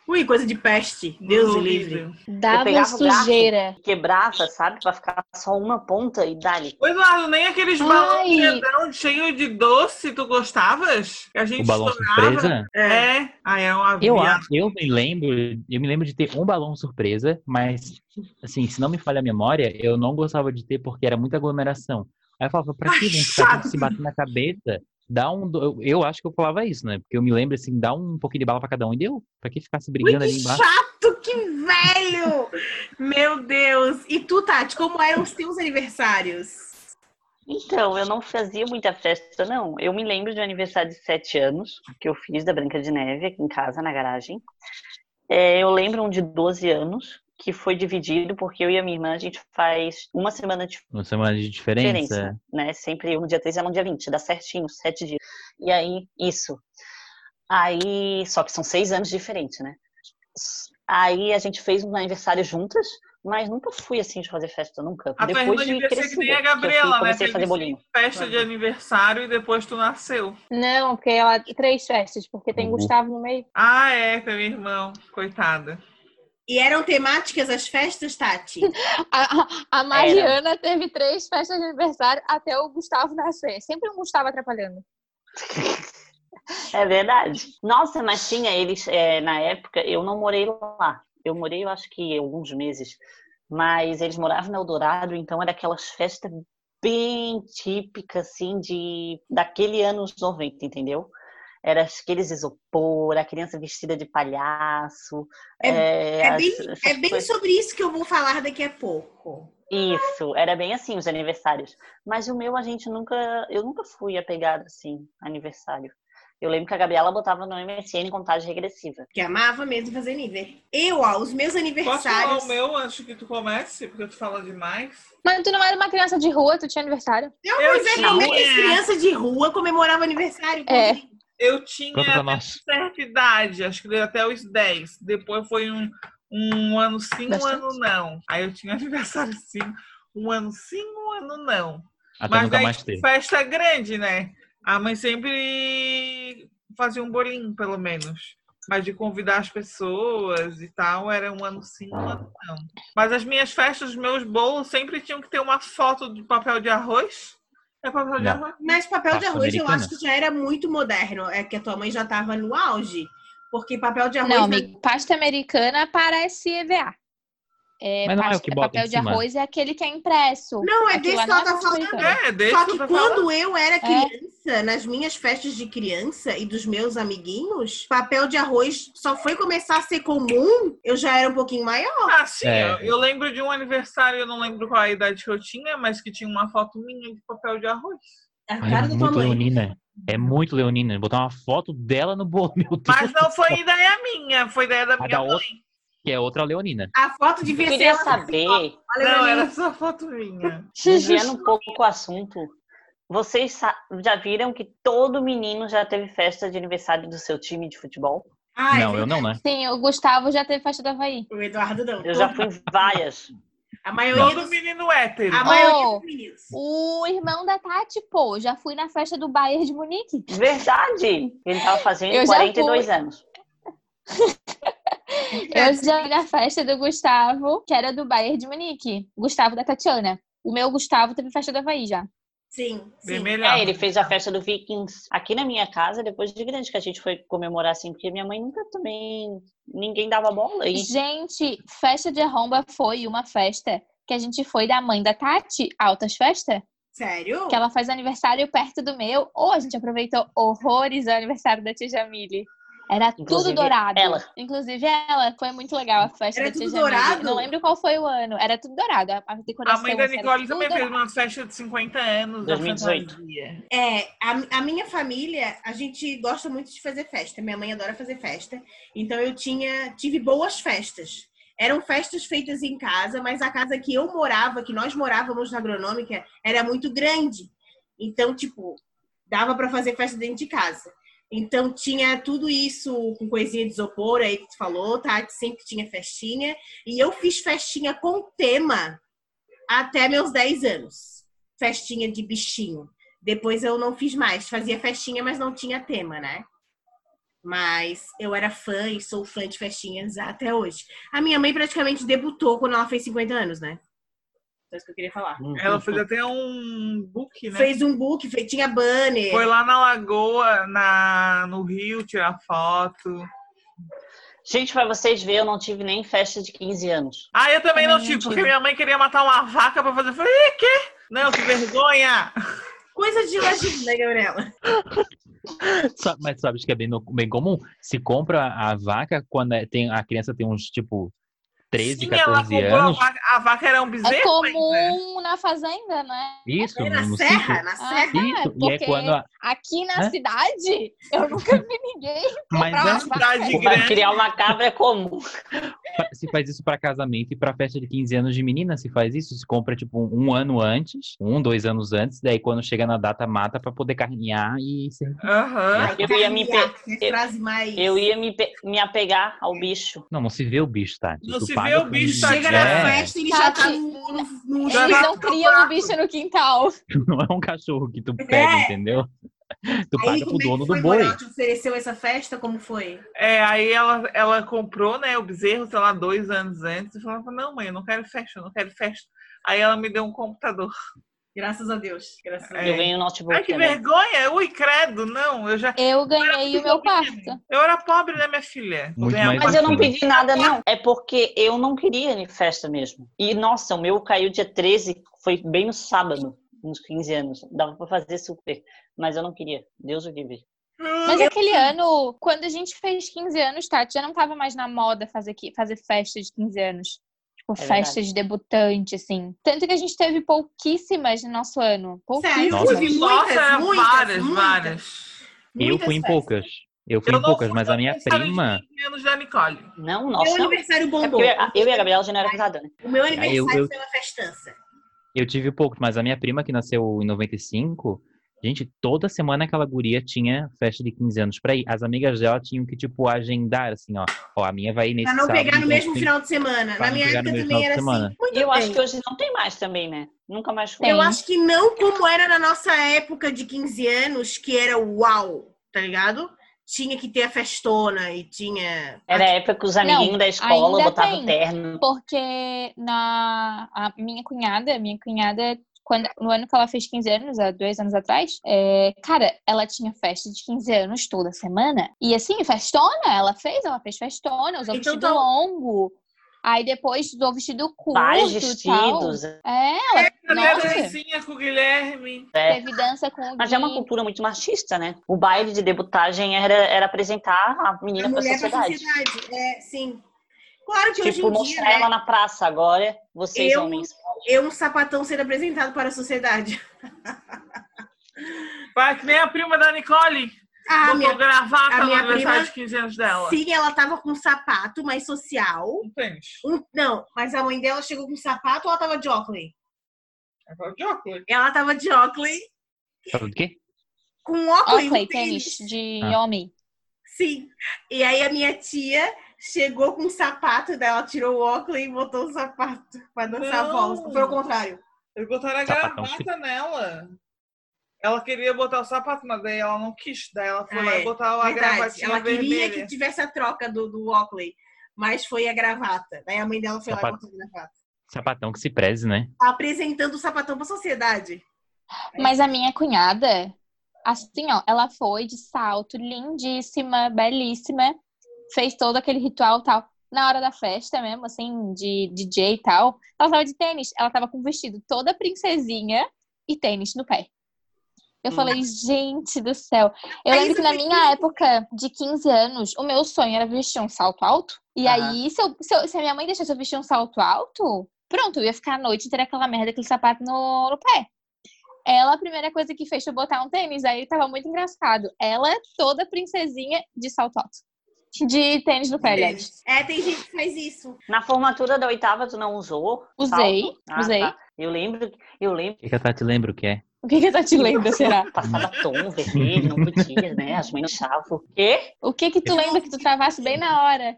Ui, coisa de peste. É Deus o livre. Dava pegava o garfo. sujeira. Quebrava, sabe? Pra ficar só uma ponta e dali. Ô, Eduardo, nem aqueles Ai. balões grandão, cheio de doce, tu gostavas? Que a gente O balão estourava. surpresa? É. Ah, é uma Eu, viagem. acho- eu me lembro, eu me lembro de ter um balão surpresa, mas assim, se não me falha a memória, eu não gostava de ter porque era muita aglomeração. Aí eu falava, pra que gente tá se bater na cabeça? Dá um. do- Eu, eu acho que eu falava isso, né? Porque eu me lembro assim, dá um pouquinho de bala pra cada um e deu. Pra que ficar se Ui, brigando que ali embaixo? chato, que velho! Meu Deus. E tu, Tati, como eram os teus aniversários? Então, eu não fazia muita festa, não. Eu me lembro de um aniversário de sete anos que eu fiz da Branca de Neve aqui em casa, na garagem. É, eu lembro um de 12 anos, que foi dividido porque eu e a minha irmã, a gente faz uma semana de Uma semana de diferença. diferença, né? Sempre um dia 3 e ela no dia 20, dá certinho, sete dias. E aí, isso. Aí, só que são seis anos diferentes, né? S- Aí a gente fez um aniversário juntas, mas nunca fui assim de fazer festa, nunca. A tua irmã devia ser um que nem a que eu fui- Gabriela, né? comecei a Teve fazer bolinho. Festa de aniversário e depois tu nasceu. Não, porque ela. Três festas, porque tem Uhum. Gustavo no meio. Ah, é, teu irmão. Coitada. E eram temáticas as festas, Tati? A, a- a Mariana teve três festas de aniversário até o Gustavo nascer. Sempre um Gustavo atrapalhando. É verdade. Nossa, mas tinha eles é, na época. Eu não morei lá. Eu morei, eu acho que alguns meses. Mas eles moravam no Eldorado, então era aquelas festas bem típicas, assim, de daquele anos 90, entendeu? Era aqueles isopor, a criança vestida de palhaço. É- é, é as- bem- essas É bem coisas. sobre isso que eu vou falar daqui a pouco. Isso, era bem assim os aniversários. Mas o meu a gente nunca, eu nunca fui apegada assim, aniversário. Eu lembro que a Gabriela botava no MSN contagem regressiva. Que amava mesmo fazer nível. Eu, ó, os meus Posso falar aniversários. o meu antes que tu comece? Porque tu fala demais. Mas tu não era uma criança de rua, tu tinha aniversário? Não, Eu mas é tinha. um. como é que as crianças de rua comemoravam aniversário. É. Eu tinha Conta pra até nós. certa idade, acho que até os 10. Depois foi um, um ano sim, um Bastante. ano não. Aí eu tinha aniversário sim, um ano sim, um ano não. Até Mas é nunca daí, mais teve. festa grande, né? A mãe sempre fazia um bolinho, pelo menos. Mas de convidar as pessoas e tal, era um ano sim, um ano não. Mas as minhas festas, os meus bolos, sempre tinham que ter uma foto de papel de arroz. É papel de Não. arroz? Mas papel de Pasta arroz eu americana. acho que já era muito moderno. É que a tua mãe já tava no auge. Porque papel de arroz. é Não, amigo. Pasta americana parece EVA. É, Mas não é o pasta- que bota papel em de cima. arroz é aquele que é impresso. Não, é Aquilo desse lá que ela não é tá falando. né? publicado. É, desde Só que eu que tô quando eu era criança, nas minhas festas de criança e dos meus amiguinhos, papel de arroz só foi começar a ser comum, eu já era um pouquinho maior. Ah, sim, É. eu- eu lembro de um aniversário, eu não lembro qual a idade que eu tinha, mas que tinha uma foto minha de papel de arroz. A Ai, cara é da tua muito mãe. leonina. É muito leonina. Botar uma foto dela no bolo, meu Deus. Mas não foi ideia minha, foi ideia da A minha da mãe. outra- Que é outra leonina. A foto Eu devia ser. queria ela assim, ó, saber, olha pra Não, mim. era só foto minha. é desviando um pouco o assunto, vocês sa- já viram que todo menino já teve festa de aniversário do seu time de futebol? Ah, é não, eu não, né? Sim, o Gustavo já teve festa do Havaí. O Eduardo não. Eu já fui em várias. A maioria Todo dos... menino hétero. A maioria Oh. dos meninos. O irmão da Tati, pô, já fui na festa do Bayern de Munique. Verdade! Ele tava Eu fazendo já 42 anos. É. Eu já fui na festa do Gustavo, que era do Bayern de Munique. Gustavo da Tatiana. O meu Gustavo teve festa do Havaí já. Sim, sim. Vermelho. É, ele fez a festa do Vikings aqui na minha casa, depois de grande, que a gente foi comemorar assim, porque minha mãe nunca também. Ninguém dava bola. E Gente, festa de arromba foi uma festa que a gente foi da mãe da Tati, altas festas, Sério? que ela faz aniversário perto do meu. Ou a gente aproveitou horrores o aniversário da tia Jamile. Era Inclusive, tudo dourado. ela. Inclusive ela, foi muito legal a festa Era da tia tudo Jamile. dourado? Não lembro qual foi o ano. Era tudo dourado. A, a decoração A mãe da assim, era Nicole tudo também fez dourado. uma festa de 50 anos. da 2018. fantasia. É, a, a minha família, a gente gosta muito de fazer festa. Minha mãe adora fazer festa. Então eu tinha, tive boas festas. Eram festas feitas em casa, mas a casa que eu morava, que nós morávamos na agronômica, era muito grande. Então, tipo, dava para fazer festa dentro de casa. Então tinha tudo isso com coisinha de isopor aí que tu falou, tá? Que Sempre tinha festinha. E eu fiz festinha com tema até meus 10 anos. Festinha de bichinho. Depois eu não fiz mais. Fazia festinha, mas não tinha tema, né? Mas eu era fã e sou fã de festinhas até hoje. A minha mãe praticamente debutou quando ela fez 50 anos, né? É isso que eu queria falar. Ela fez até um book, né? Fez um book, fe- tinha banner. Foi lá na lagoa, na, no rio, tirar foto. Gente, pra vocês verem, eu não tive nem festa de 15 anos. Ah, eu também não Também não tive, porque tive. minha mãe queria matar uma vaca pra fazer. Eu falei, "Ih, quê? Não, que vergonha! Coisa de lojinha, né, Gabriela? Sabe- Mas sabe que é bem, no- bem comum? Se compra a vaca quando é- tem, a criança tem uns, tipo, 13, Sim, ela 14 comprou a anos. vaca, a vaca era um bezerro. É ainda. comum na fazenda, né? Isso, na no serra, sítio. na Ah, serra. Isso, e é porque- quando. a- Aqui na Né? cidade, eu nunca vi ninguém Mas comprar é, uma vaca. Cidade Pra grande. criar uma cabra é comum. fa- se faz isso pra casamento e pra festa de 15 anos de menina, se faz isso, se compra tipo um ano antes, um, dois anos antes, daí quando chega na data mata pra poder carnear e ser- Né? Aham. Eu ia me carnear, que é frase mais. Eu ia me, pe- me apegar ao bicho. Não, não se vê o bicho, tá? Não Tu se paga vê o com- bicho, Tati. Chega na É, festa e ele já tá Tati, no. no, no- Já Eles dá não pra criam o bicho no quintal. Não é um cachorro que tu pega, É. entendeu? Tu Aí, paga pro como é dono que do foi boi. quando ela te ofereceu essa festa? Como foi? É, aí ela, ela comprou, né, o bezerro, sei lá, dois anos antes, e falava, não, mãe, eu não quero festa, eu não quero festa. Aí ela me deu um computador. Graças a Deus. Graças a É. Deus. Eu ganhei um notebook Ai, que também. vergonha! Ui, credo, não, eu já. Eu ganhei o meu quarto. Eu era pobre, né, minha filha? Muito Ganhava mais uma Mas eu não Bacana. pedi nada, não. É porque eu não queria ir em festa mesmo. E, nossa, o meu caiu dia 13, foi bem no sábado, uns 15 anos. Dava pra fazer super. Mas eu não queria. Deus o livre. Mas aquele ano, quando a gente fez 15 anos, Tati, já não tava mais na moda fazer, qui- fazer festa de 15 anos. Tipo, É verdade. festa de debutante, assim. Tanto que a gente teve pouquíssimas no nosso ano. Sério, eu Nossa. Pouquíssimas. tive Nossa, muitas, era muitas, várias, muitas. várias. Eu Muitas fui em festas. poucas. Eu fui Eu em não poucas, fui mas no a minha aniversário de prima. 15 anos da Nicole. Não, Meu nossa, não. aniversário É bombou. porque eu e a Gabriela já não era casada, né? O meu eu- aniversário eu- foi uma festança. Eu tive poucos, mas a minha prima, que nasceu em 95, gente, toda semana aquela guria tinha festa de 15 anos pra ir. As amigas dela tinham que, tipo, agendar, assim, ó. Ó, a minha vai nesse Pra não sábado, pegar no então mesmo tem- final de semana. pra Na não minha pegar no época mesmo também final era de semana. assim. Muito E eu acho bem. que hoje não tem mais também, né? Nunca mais foi. Tem. Eu acho que não como era na nossa época de 15 anos, que era uau, tá ligado? Tinha que ter a festona e tinha. Era a época que os amiguinhos da escola ainda tem. botavam terno. Porque na a minha cunhada, minha cunhada, quando, no ano que ela fez 15 anos, há dois anos atrás, é, cara, ela tinha festa de 15 anos toda semana. E assim, festona, ela fez, ela fez festona, usou Então, vestido tá- longo. Aí depois usou vestido curto Vários e tal. vestidos. É, ela, Cadê a nossa, dancinha com o Guilherme? É. teve dança com o Mas é uma Gui. cultura muito machista, né? O baile de debutagem era, era apresentar a menina A para a mulher pra sociedade. sociedade. É, sim. Claro que hoje Tipo, em dia, mostrar né, ela na praça agora, vocês Eu- homens. eu um sapatão sendo apresentado para a sociedade. Vai que nem a prima da Nicole. Ah, Botou minha... a gravata no minha aniversário prima- de 15 anos dela. Sim, ela tava com um sapato mais social. Um tênis. Um- Não, mas a mãe dela chegou com um sapato ou ela tava de óculos? Agora de óculos. Ela tava de óculos, Sabe o quê? com um óculos. Oakley, tênis de Ah. homem. Sim. E aí a minha tia chegou com o sapato dela, tirou o óculos e botou o sapato pra dançar a Não. volta. Foi o contrário. Eles botaram a Sapatão gravata nela. Ela queria botar o sapato, mas daí ela não quis. Daí ela foi Ah, lá é. e botou a Verdade. gravatinha Ela queria que vermelha. tivesse a troca do, do óculos, mas foi a gravata. Daí a mãe dela foi lá e Sapato. botou a gravata. Tá Sapatão que se preze, né? Apresentando o sapatão pra sociedade. Mas a minha cunhada, assim, ó, ela foi de salto, lindíssima, belíssima, fez todo aquele ritual e tal. Na hora da festa mesmo, assim, de DJ e tal, ela tava de tênis. Ela tava com um vestido toda princesinha e tênis no pé. Eu Hum. falei, gente do céu. Eu Mas lembro que isso na foi minha época de 15 anos, o meu sonho era vestir um salto alto. E Aham. aí, se, eu- se eu- se a minha mãe deixasse eu vestir um salto alto, pronto, eu ia ficar a noite ter aquela merda, aquele sapato no, no pé. Ela, a primeira coisa que fez foi botar um tênis, aí tava muito engraçado. Ela, é toda princesinha de salto alto. De tênis no pé, aliás. É, tem gente que faz isso. Na formatura da oitava, tu não usou? Usei, Salto? Ah, usei. tá. Eu lembro, eu lembro O que, que a Tati lembra o que é? O que que tá te lembra, será? que passava tom vermelho, não podia, né? As mães achavam. Quê? O que que tu lembra que tu travasse bem na hora?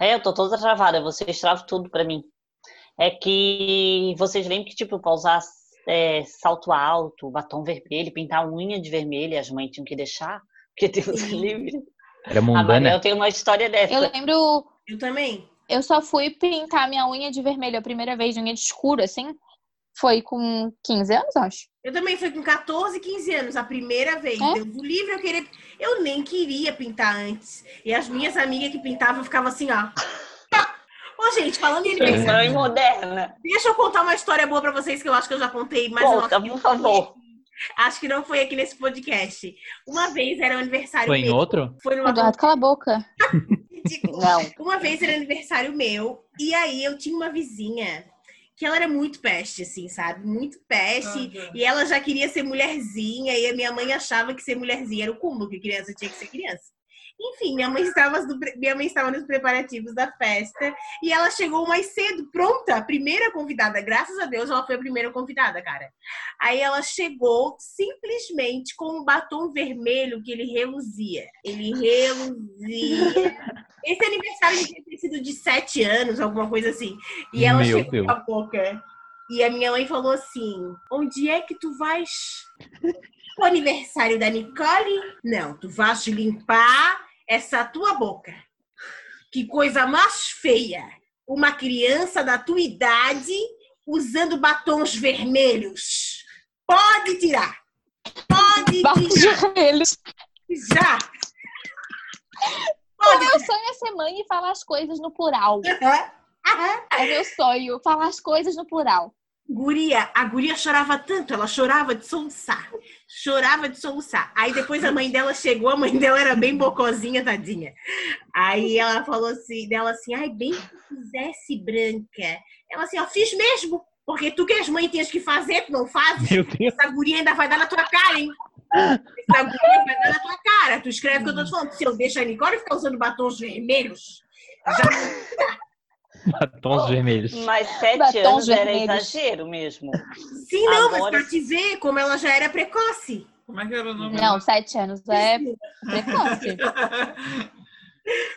É, eu tô toda travada, vocês travam tudo pra mim. É que vocês lembram que, tipo, pra usar é, salto alto, batom vermelho, pintar unha de vermelho, as mães tinham que deixar? Porque Deus Sim. livre. Era A Mariel mundana? tem uma história dessa. Eu lembro Eu também. Eu só fui pintar minha unha de vermelho a primeira vez, unha de escuro, assim. Foi com 15 anos, eu acho. Eu também fui com 14, 15 anos, a primeira vez. É? Deus do livro, eu queria. Eu nem queria pintar antes. E as minhas amigas que pintavam ficavam assim, ó. Ô, gente, falando em Sim. aniversário, Mãe moderna. deixa eu contar uma história boa pra vocês que eu acho que eu já contei, mas eu Conta, acho, por favor. acho que não foi aqui nesse podcast. Uma vez era o aniversário Foi em meu. outro? Foi numa Eduardo, cala a boca. ridícula. Não. Uma vez era aniversário meu, e aí eu tinha uma vizinha que ela era muito peste, assim, sabe? Muito peste. Aham. E ela já queria ser mulherzinha, e a minha mãe achava que ser mulherzinha era o cúmulo, que criança tinha que ser criança. Enfim, minha mãe, estava no pre- minha mãe estava nos preparativos da festa e ela chegou mais cedo, pronta, a primeira convidada. Graças a Deus, ela foi a primeira convidada, cara. Aí ela chegou simplesmente com um batom vermelho que ele reluzia. Ele reluzia. Esse aniversário devia ter sido de sete anos, alguma coisa assim. E ela Meu chegou Deus. com a boca. E a minha mãe falou assim: Onde é que tu vais? O aniversário da Nicole? Não, tu vais limpar essa tua boca. Que coisa mais feia! Uma criança da tua idade usando batons vermelhos. Pode tirar! Pode Bate os tirar! joelhos. Já! O meu sonho é ser mãe e falar as coisas no plural. Aham, aham. É o meu sonho, falar as coisas no plural. Guria, a guria chorava tanto, ela chorava de soluçar. Chorava de soluçar. Aí depois a mãe dela chegou, a mãe dela era bem bocozinha, tadinha. Aí ela falou assim, dela assim, ai, bem que fizesse branca. Ela assim, ó, fiz mesmo, porque tu que és mãe tens que fazer, tu não fazes. Meu Deus. Essa guria ainda vai dar na tua cara, hein? Essa guria vai dar na tua cara. Tu escreve o que eu tô te falando. Se eu deixo a Nicole ficar usando batons vermelhos, Batons vermelhos. Mas sete Batons anos era vermelhos. exagero mesmo. sim, não, mas Agora- pra te ver como ela já era precoce. Como é que era o nome? Não, sete anos é precoce.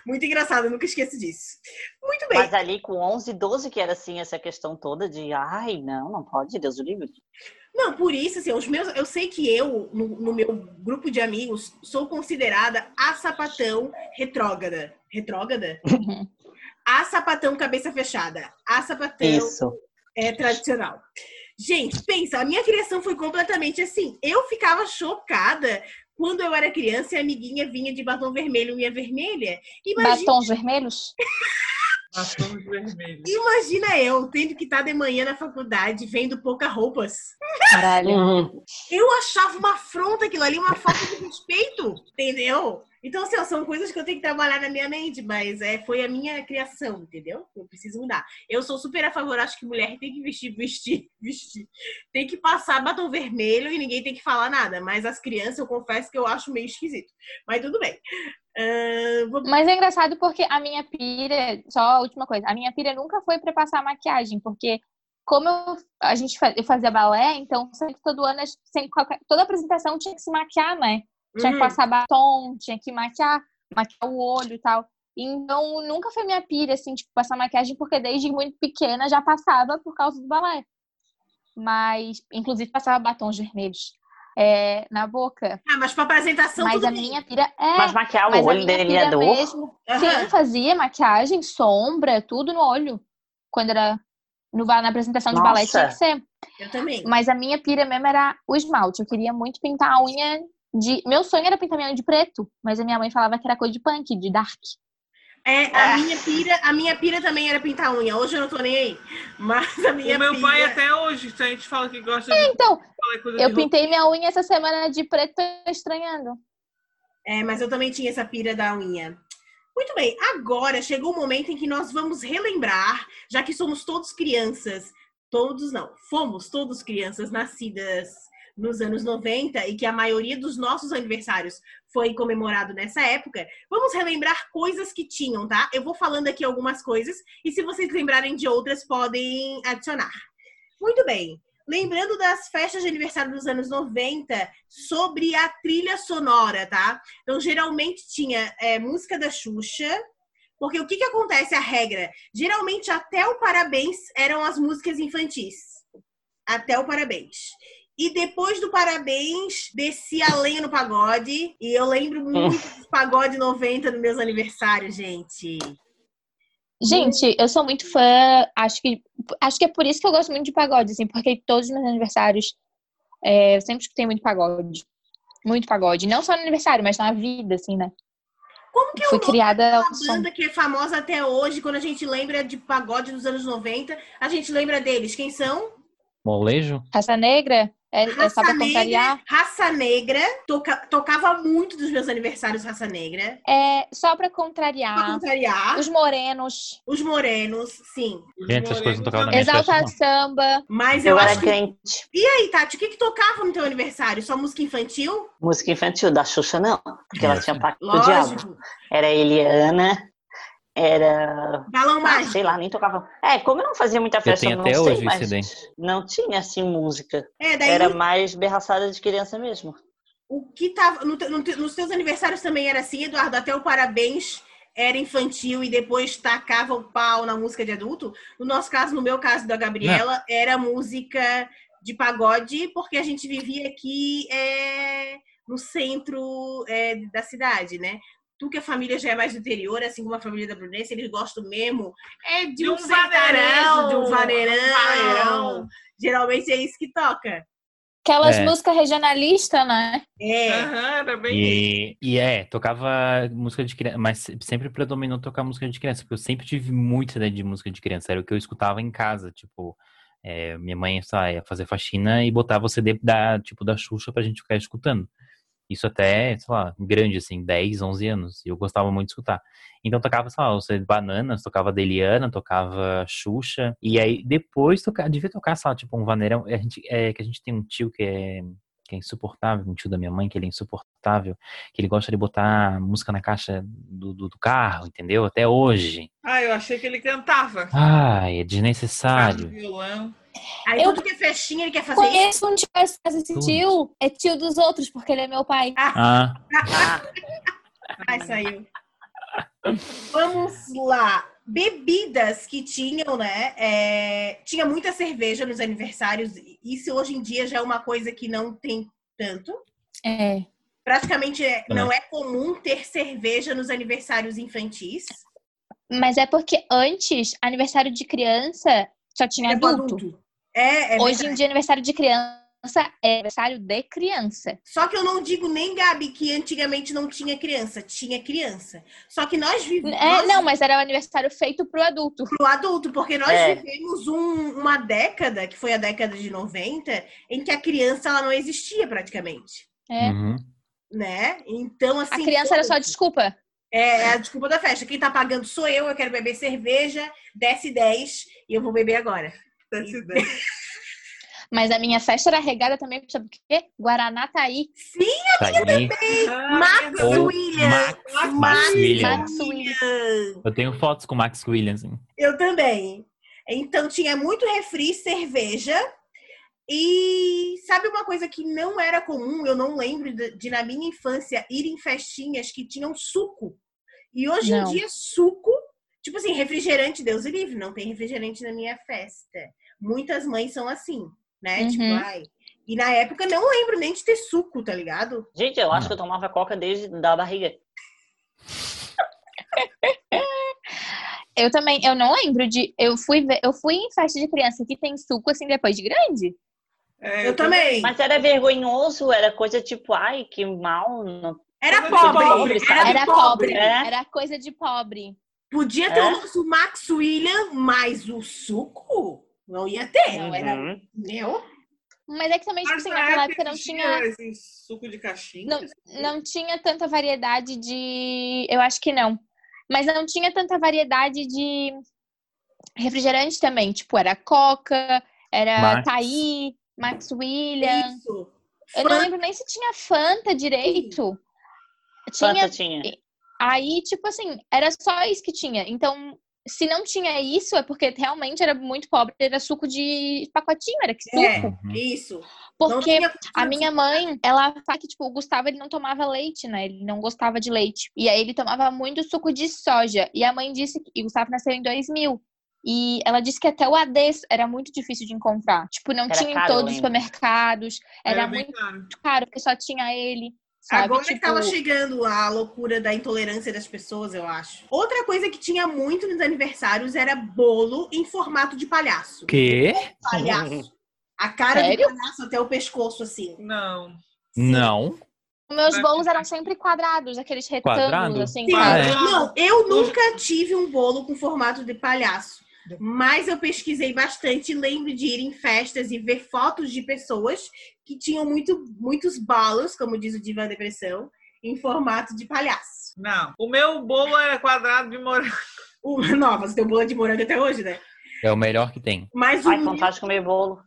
Muito engraçado, eu nunca esqueço disso. Muito bem. Mas ali com 11, 12 que era assim essa questão toda de ai, não, não pode, Deus o livre. Não, por isso, assim, os meus, eu sei que eu, no, no meu grupo de amigos, sou considerada a sapatão retrógrada. Retrógrada? Uhum. A sapatão cabeça fechada. A sapatão Isso. é tradicional. Gente, pensa, a minha criação foi completamente assim. Eu ficava chocada quando eu era criança e a amiguinha vinha de batom vermelho, unha vermelha. Imagina, Batons vermelhos? Passamos vermelho. Imagina eu tendo que estar de manhã na faculdade vendo pouca roupas. Caralho. Uhum. Eu achava uma afronta aquilo ali, uma falta de respeito, entendeu? Então, assim, ó, são coisas que eu tenho que trabalhar na minha mente, mas é, foi a minha criação, entendeu? Eu preciso mudar. Eu sou super a favor, acho que mulher tem que vestir, vestir, vestir. Tem que passar batom vermelho e ninguém tem que falar nada. Mas as crianças, eu confesso que eu acho meio esquisito. Mas tudo bem. Ahn, vou- Mas é engraçado porque a minha pira, só a última coisa, a minha pira nunca foi pra passar maquiagem, porque como eu, a gente fa- eu fazia balé, então sempre todo ano, a gente- sempre qualquer- toda apresentação tinha que se maquiar, né? Tinha que Uhum. passar batom, tinha que maquiar, maquiar o olho e tal. Então nunca foi minha pira, assim, tipo, passar maquiagem, porque desde muito pequena já passava por causa do balé. Mas, inclusive, passava batons vermelhos é, na boca. Ah, mas pra apresentação Mas tudo a bem. minha pira é. Mas maquiar Tá o Mas a olho é minha filha delineador. mesmo, Sim, Aham. fazia maquiagem, sombra, tudo no olho. Quando era no, ba- na apresentação de Nossa. balé tinha que ser. Eu também. Mas a minha pira mesmo era o esmalte. Eu queria muito pintar a unha de. Meu sonho era pintar minha unha de preto, mas a minha mãe falava que era cor de punk, de dark. É, a, Ah. minha pira, a minha pira também era pintar unha. Hoje eu não tô nem aí. Mas a minha É, O meu pira... pai até hoje, se a gente fala que gosta de Então, falar coisa eu de pintei minha unha essa semana de preto, tô estranhando. É, mas eu também tinha essa pira da unha. Muito bem, agora chegou o momento em que nós vamos relembrar, já que somos todos crianças, todos não, fomos todos crianças nascidas nos anos 90 e que a maioria dos nossos aniversários foi comemorado nessa época, vamos relembrar coisas que tinham, tá? Eu vou falando aqui algumas coisas e se vocês lembrarem de outras, podem adicionar. Muito bem. Lembrando das festas de aniversário dos anos 90, sobre a trilha sonora, tá? Então, geralmente tinha é, música da Xuxa, porque o que, que acontece a regra? Geralmente, até o parabéns eram as músicas infantis. Até o parabéns. E depois do parabéns, descia a lenha no pagode. E eu lembro muito dos pagode 90 dos meus aniversários, gente. Gente, eu sou muito fã, acho que acho que é por isso que eu gosto muito de pagode, assim, porque todos os meus aniversários é, eu sempre escutei muito pagode. Muito pagode. Não só no aniversário, mas na vida, assim, né? Como que é o Fui nome criada ao Uma som. banda que é famosa até hoje, quando a gente lembra de pagode dos anos 90, a gente lembra deles. Quem são? Molejo? Raça Negra? É, é só pra contrariar? Negra, Raça Negra, toca- tocava muito dos meus aniversários Raça Negra. É só pra Pra contrariar. contrariar, Os Morenos. os morenos, sim. Os Gente, essas coisas não morenos tocavam na É minha festa, Exalta não. Samba. Mas eu, Eu acho era que... crente. E aí, Tati, o que que tocava no teu aniversário? Só música infantil? Música infantil, da Xuxa não. Porque ela Nossa. tinha pacto do diabo. Lógico. Era Eliana, era Balão Ah, mágico. sei lá, nem tocava. É, como eu não fazia muita festa, tenho não até sei, hoje mas esse daí. não tinha assim música. É, daí Era no- mais berraçada de criança mesmo. o que tava... no te- no te- nos teus aniversários também era assim, Eduardo? Até o parabéns era infantil e depois tacava o pau na música de adulto? No nosso caso, no meu caso, da Gabriela, era música de pagode, porque a gente vivia aqui é, no centro é, da cidade, né? Tu que a família já é mais do interior, assim como a família da Brunense, eles gostam mesmo é de De um, um sertanejo, de um vaneirão, vaneirão. vaneirão. Geralmente é isso que toca. Aquelas É. músicas regionalistas, né? É. Aham, era bem. E, e é, tocava música de criança, mas se- sempre predominou tocar música de criança, porque eu sempre tive muito CD de música de criança, era o que eu escutava em casa, tipo, é, minha mãe sei lá, ia fazer faxina e botava o CD da, tipo, da Xuxa pra gente ficar escutando. Isso até, sei lá, grande, assim, 10, 11 anos, e eu gostava muito de escutar. Então tocava, sei lá, o CD Bananas, tocava Deliana, tocava Xuxa, e aí depois toca, devia tocar, sei lá, tipo, um vaneirão, a gente, é, que a gente tem um tio que é que é insuportável, um tio da minha mãe, que ele é insuportável, que ele gosta de botar música na caixa do, do, do carro, entendeu? Até hoje. Ah, eu achei que ele cantava. Ai, é Tocava desnecessário. violão. Aí Eu- tudo que é festinha, ele quer fazer isso. Conheço um tio, mas esse tio é tio dos outros, porque ele é meu pai. Ah, Ah, Ai, saiu. Vamos lá. Bebidas que tinham, né? É, Tinha muita cerveja nos aniversários. Isso hoje em dia já é uma coisa que não tem tanto. É. Praticamente é- Não. não é comum ter cerveja nos aniversários infantis. Mas é porque antes, aniversário de criança só tinha Tipo adulto. É, é Hoje em dia, aniversário de criança é aniversário de criança. Só que eu não digo nem, Gabi, que antigamente não tinha criança. Tinha criança. Só que nós vivemos É, não, mas era um aniversário feito pro adulto. pro adulto, porque nós É. vivemos um- uma década, que foi a década de 90, em que a criança ela não existia praticamente. É. Uhum. Né? Então, assim. A criança era só desculpa. É, é a desculpa da festa. Quem tá pagando sou eu, eu quero beber cerveja, desce 10 e eu vou beber agora. Dessa ideia. Mas a minha festa era regada também, sabe o quê? Guaraná Taí. Sim, Tá aí. Ah, Max Ou William! Max- Max Max William. Max Williams. Eu tenho fotos com o Max Williams. hein? Eu também. Então tinha muito refri, cerveja. E sabe uma coisa que não era comum? Eu não lembro de, de, na minha infância ir em festinhas que tinham suco. E hoje Não. em dia, suco, tipo assim, refrigerante, Deus o livre, não tem refrigerante na minha festa. Muitas mães são assim, né? Tipo, Uhum. ai. E na época não lembro nem de ter suco, tá ligado? Gente, eu acho Não. que eu tomava coca desde da barriga. Eu também, eu não lembro de. Eu fui, ver- eu fui em festa de criança que tem suco assim depois de grande. é, Eu, também. Mas era vergonhoso, era coisa tipo, ai, que mal. Não... Era Eu sou pobre. pobre, era sabe? Era pobre. pobre, né? era coisa de pobre. Podia ter É? o nosso Max William, mas o suco não ia ter. Não, Não era Uhum. meu. Mas é que também, tipo Mas assim, na naquela época não existia tinha. esse assim, suco de caixinha. Não, é não tinha tanta variedade de. Eu acho que não. Mas não tinha tanta variedade de refrigerante também. Tipo, era Coca, era Max. Thaí, Max William. Isso. Eu não lembro nem se tinha Fanta direito. Tinha. Fanta tinha. Aí, tipo assim, era só isso que tinha. Então, se não tinha isso, é porque realmente era muito pobre, era suco de pacotinho, era que suco. É, Uhum. isso. Não Porque tinha- a minha mãe, ela fala que, tipo, o Gustavo, ele não tomava leite, né? Ele não gostava de leite. E aí ele tomava muito suco de soja. E a mãe disse que... E o Gustavo nasceu em 2000. E ela disse que até o ADES era muito difícil de encontrar. Tipo, não Era tinha em caro, eu todos os lembro. supermercados. Era, Era bem muito caro. caro, porque só tinha ele. Sabe? Agora que tipo, tava chegando a loucura da intolerância das pessoas, eu acho. Outra coisa que tinha muito nos aniversários era bolo em formato de palhaço. Quê? Palhaço. A cara Sério? do palhaço até o pescoço, assim. Não. Não. meus bolos eram sempre quadrados, aqueles retângulos, Quadrado? assim, Sim, Ah, sabe? é. Não, eu nunca tive um bolo com formato de palhaço. Mas eu pesquisei bastante e lembro de ir em festas e ver fotos de pessoas que tinham muito, muitos balos, como diz o Diva Depressão, em formato de palhaço. Não. O meu bolo era quadrado de morango. O, não, você tem um bolo de morango até hoje, né? É o melhor que tem. Mas o, Ai, vontade de comer bolo.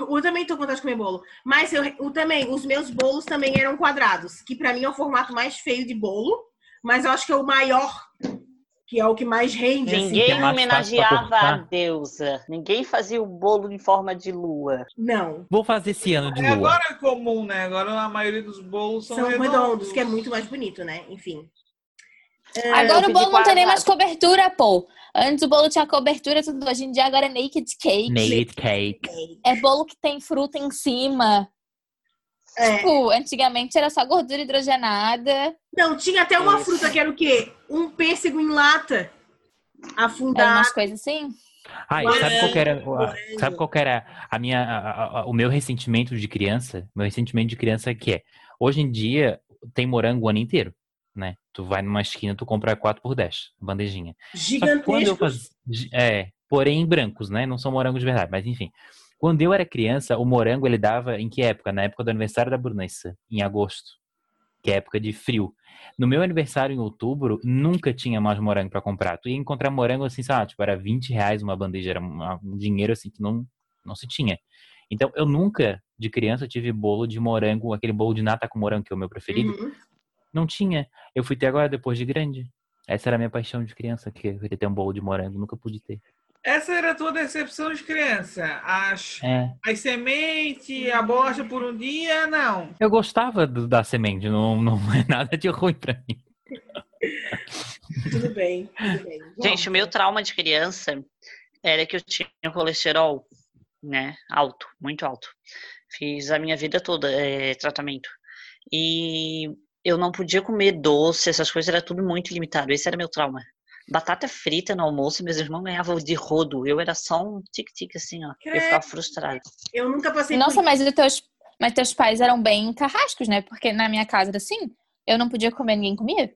eu também tô com vontade de comer bolo. Mas eu, eu também, os meus bolos também eram quadrados, que pra mim é o formato mais feio de bolo, mas eu acho que é o maior, que é o que mais rende. assim. que é Ninguém mais fácil pra homenageava a cortar. deusa. Ninguém fazia o bolo em forma de lua. Não. Vou fazer esse ano de É, lua. agora é comum, né? Agora a maioria dos bolos são, são redondos, que é muito mais bonito, né? Enfim. Agora É, eu o bolo pedi não tem nem quadrado. mais cobertura, pô. Antes o bolo tinha cobertura, tudo. Hoje em dia agora é naked cake. Naked Cake. É bolo que tem fruta em cima. É. Tipo, antigamente era só gordura hidrogenada. Não, tinha até uma Isso. fruta que era o quê? Um pêssego em lata. Era Afundado. umas coisas assim. Ai, Morango, sabe qual que era, morango. sabe qual que era a minha, a- a- a- o meu ressentimento de criança? Meu ressentimento de criança é que é, hoje em dia tem morango o ano inteiro, né? Tu vai numa esquina, tu compra 4 por 10, bandejinha. Só que quando eu Gigantesco. fazia, é, porém brancos, né? Não são morangos de verdade, mas enfim. Quando eu era criança, o morango ele dava em que época? Na época do aniversário da Brunessa, em agosto, que é época de frio. No meu aniversário em outubro, nunca tinha mais morango pra comprar. Tu ia encontrar morango assim, sei lá, tipo, era 20 reais uma bandeja, era uma- um dinheiro assim que não, não se tinha. Então, eu nunca, de criança, tive bolo de morango, aquele bolo de nata com morango, que é o meu preferido. Uhum. Não tinha. Eu fui ter agora, depois de grande. Essa era a minha paixão de criança, que eu queria ter um bolo de morango, nunca pude ter. Essa era a tua decepção de criança. As, É. as sementes, a bolacha por um dia, não. Eu gostava do- da semente, não, não é nada de ruim pra mim. Tudo bem, tudo bem. Vamos. Gente, o meu trauma de criança era que eu tinha colesterol, né? Alto, muito alto. Fiz a minha vida toda eh, tratamento. E eu não podia comer doce, essas coisas era tudo muito limitado. Esse era meu trauma. Batata frita no almoço, meus irmãos ganhavam de rodo. Eu era só um tic-tic, assim, ó. Eu ficava frustrada. Eu nunca passei Nossa, por mas os teus, Mas teus pais eram bem carrascos, né? Porque na minha casa era assim, eu não podia comer, ninguém comia.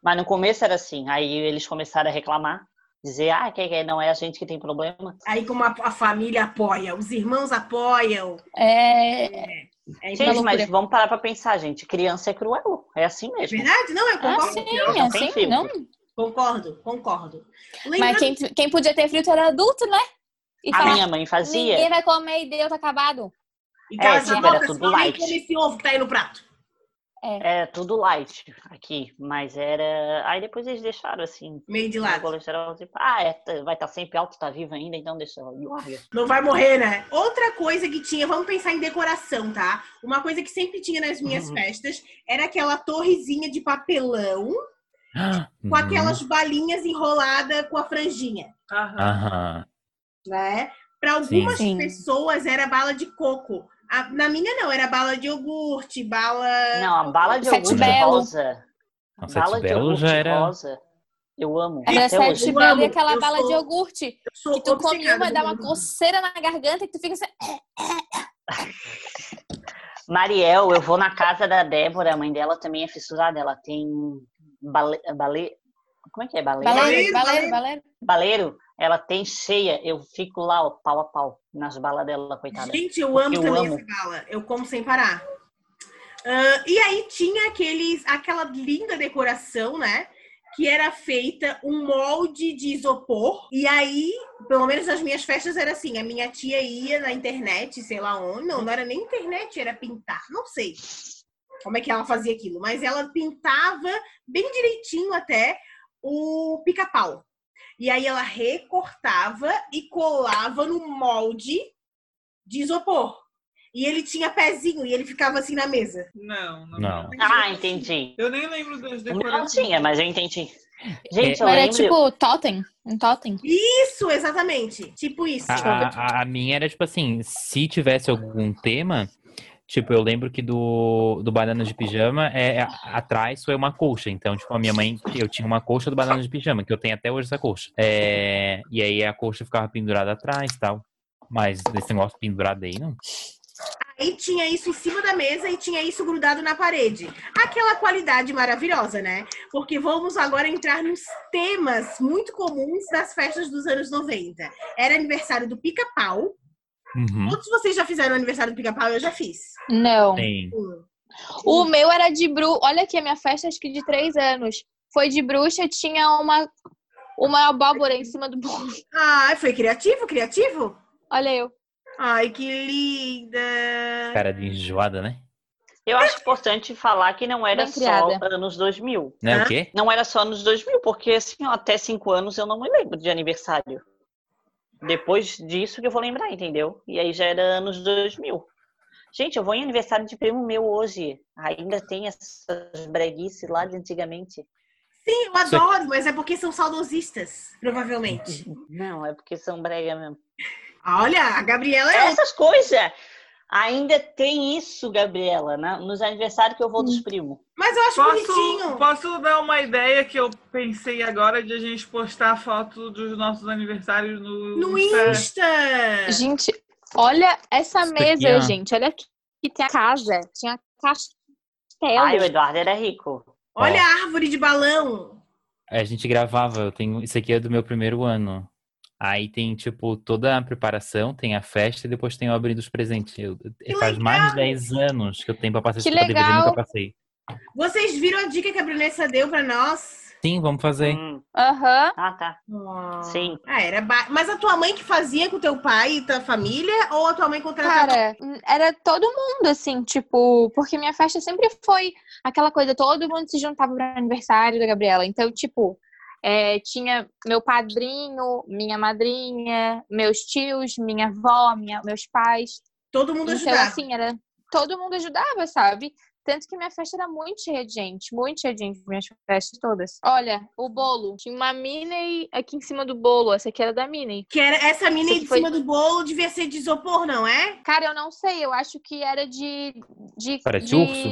Mas no começo era assim. Aí eles começaram a reclamar, dizer, ah, que, que não é a gente que tem problema. Aí como a, a família apoia, os irmãos apoiam. É, É Uma Gente, impressionante. loucura. mas vamos parar pra pensar, gente. Criança é cruel. É assim mesmo. verdade? Não, eu ah, concordo. sim, não tem assim, filtro. não. Concordo, concordo. Mas Lembrando quem, quem podia ter frito era adulto, né? E A falar, minha mãe ninguém fazia. vai comer e Deus acabado. E É, casa tipo, volta, era tudo senão nem light. come esse ovo que tá aí no prato. É tudo light aqui. Mas era. Aí depois eles deixaram assim. Meio de O lado. colesterol, tipo, ah, é, tá- vai estar sempre alto, tá vivo ainda, então deixa ela. larga. Não vai morrer, né? Outra coisa que tinha, vamos pensar em decoração, tá? Uma coisa que sempre tinha nas minhas Uhum. festas era aquela torrezinha de papelão com Uhum. Hum, aquelas balinhas enroladas com a franjinha, Ah. Aham. Aham. né? Para algumas Sim. Sim. pessoas era bala de coco. A- na minha não, era bala de iogurte, bala. Não, a bala de Sete iogurte Belo. rosa. Nossa, bala Sete Belo já era. rosa. Eu amo. Era até sete hoje. Eu belo e amo, aquela eu bala sou- de iogurte. Eu sou Que tu come obcecada uma, com dá uma isso. coceira na garganta que tu fica assim. Mariel, eu vou na casa da Débora, a mãe dela também é fissurada. Ela tem bale... bale... Como é que é? Baleiro? Baleiro, Baleiro, baleiro, baleiro. baleiro. Baleiro, ela tem cheia. Eu fico lá, ó, pau a pau, nas balas dela, coitada. Gente, eu amo Eu também amo. essa bala. Eu como sem parar. Ah, e aí tinha aqueles, aquela linda decoração, né? Que era feita um molde de isopor. E aí, pelo menos nas minhas festas era assim. A minha tia ia na internet, sei lá onde. Não, não era nem internet, era pintar. Não sei como é que ela fazia aquilo. Mas ela pintava bem direitinho até o pica-pau. E aí ela recortava e colava no molde de isopor. E ele tinha pezinho e ele ficava assim na mesa. Não, não. Não. Ah, entendi. Eu nem lembro das Não decorações. tinha, mas é eu entendi. Gente, eu É, Mas era lembro. tipo totem. Um totem. Isso, exatamente. Tipo isso. A, Ah, a- a- a minha era tipo assim, se tivesse algum tema, tipo, eu lembro que do, do banana de pijama é, é- atrás foi uma colcha. Então, tipo, a minha mãe, eu tinha uma colcha do banana de pijama, que eu tenho até hoje essa colcha. É, e aí a colcha ficava pendurada atrás e tal. Mas esse negócio pendurado aí, não. Aí tinha isso em cima da mesa e tinha isso grudado na parede. Aquela qualidade maravilhosa, né? Porque vamos agora entrar nos temas muito comuns das festas dos anos 90. Era aniversário do pica-pau. Uhum. Todos vocês já fizeram aniversário do pica-pau? Eu já fiz. Não. Tem. Uhum. O meu era de bruxa. Olha aqui, a minha festa acho que de três anos. Foi de bruxa, tinha uma, uma abóbora em cima do bolo. Ai, foi criativo, criativo. Olha eu. Ai, que linda. Cara de enjoada, né? Eu acho importante falar que não era Bem só criada. anos 2000. Né? Hã? O quê? Não era só anos 2000, porque assim, ó, até cinco anos eu não me lembro de aniversário. Depois disso que eu vou lembrar, entendeu? E aí já era anos 2000. Gente, eu vou em aniversário de primo meu hoje. Ainda tem essas breguices lá de antigamente. Sim, eu Isso adoro, mas é porque são saudosistas, provavelmente. Não, é porque são brega mesmo. Olha, a Gabriela é. Essas coisas! Ainda tem isso, Gabriela, na- nos aniversários que eu vou Hum. dos primos. Mas eu acho Posso, bonitinho. posso dar uma ideia que eu pensei agora de a gente postar foto dos nossos aniversários no, No Insta? Insta. Gente, olha essa É. Isso mesa, aqui, ó. gente. Olha aqui. Que tem a casa. Tinha castelo. É Ai, o Eduardo era rico. Olha a árvore de balão. A gente gravava, eu tenho. Isso aqui é do meu primeiro ano. Aí tem, tipo, toda a preparação, tem a festa e depois tem o abrindo dos presentes. Eu- Que faz legal! mais de 10 anos que eu tenho pra passar Que esse DVD e nunca legal! passei. Vocês viram a dica que a Brunessa deu pra nós? Sim, vamos fazer. Hum, Aham. Ah, tá. Sim. Ah, era ba- Mas a tua mãe que fazia com teu pai e tua família? Ou a tua mãe contratava? Cara, era todo mundo, assim, tipo, porque minha festa sempre foi aquela coisa, todo mundo se juntava para aniversário da Gabriela. Então, tipo, é, tinha meu padrinho, minha madrinha, meus tios, minha avó, minha, meus pais. Todo mundo Então, ajudava. assim, era. Todo mundo ajudava, sabe? Tanto que minha festa era muito cheia de gente, muito cheia de gente, minhas festas todas. Olha, o bolo. Tinha uma Minnie aqui em cima do bolo. Essa aqui era da Minnie. Que era essa mina Isso aí que de foi- cima do bolo devia ser de isopor, não é? Cara, eu não sei, eu acho que era de. de Cara, de de urso?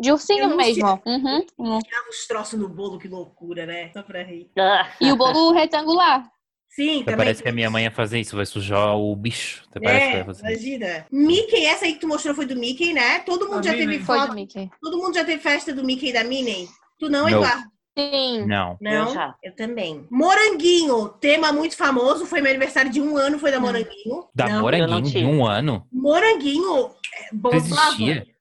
De Eu ursinho não mesmo. Uhum. Dava os troços no bolo, que loucura, né? Só pra rir. Ah, É. E o bolo retangular. Sim, Até também. parece que a minha mãe ia fazer isso, vai sujar o bicho. Até parece que É, vai fazer isso. imagina. Mickey, essa aí que tu mostrou foi do Mickey, né? Todo mundo A já Minnie. teve Foi foto. do Mickey. Todo mundo já teve festa do Mickey e da Minnie? Tu não, Não. Eduardo? Sim. Não. Não, Eu já. também. Moranguinho, tema muito famoso. Foi meu aniversário de um ano, foi Hum. da Moranguinho. Da Não. moranguinho eu não de tive. um ano? Moranguinho, é, bom Não flavor. existia.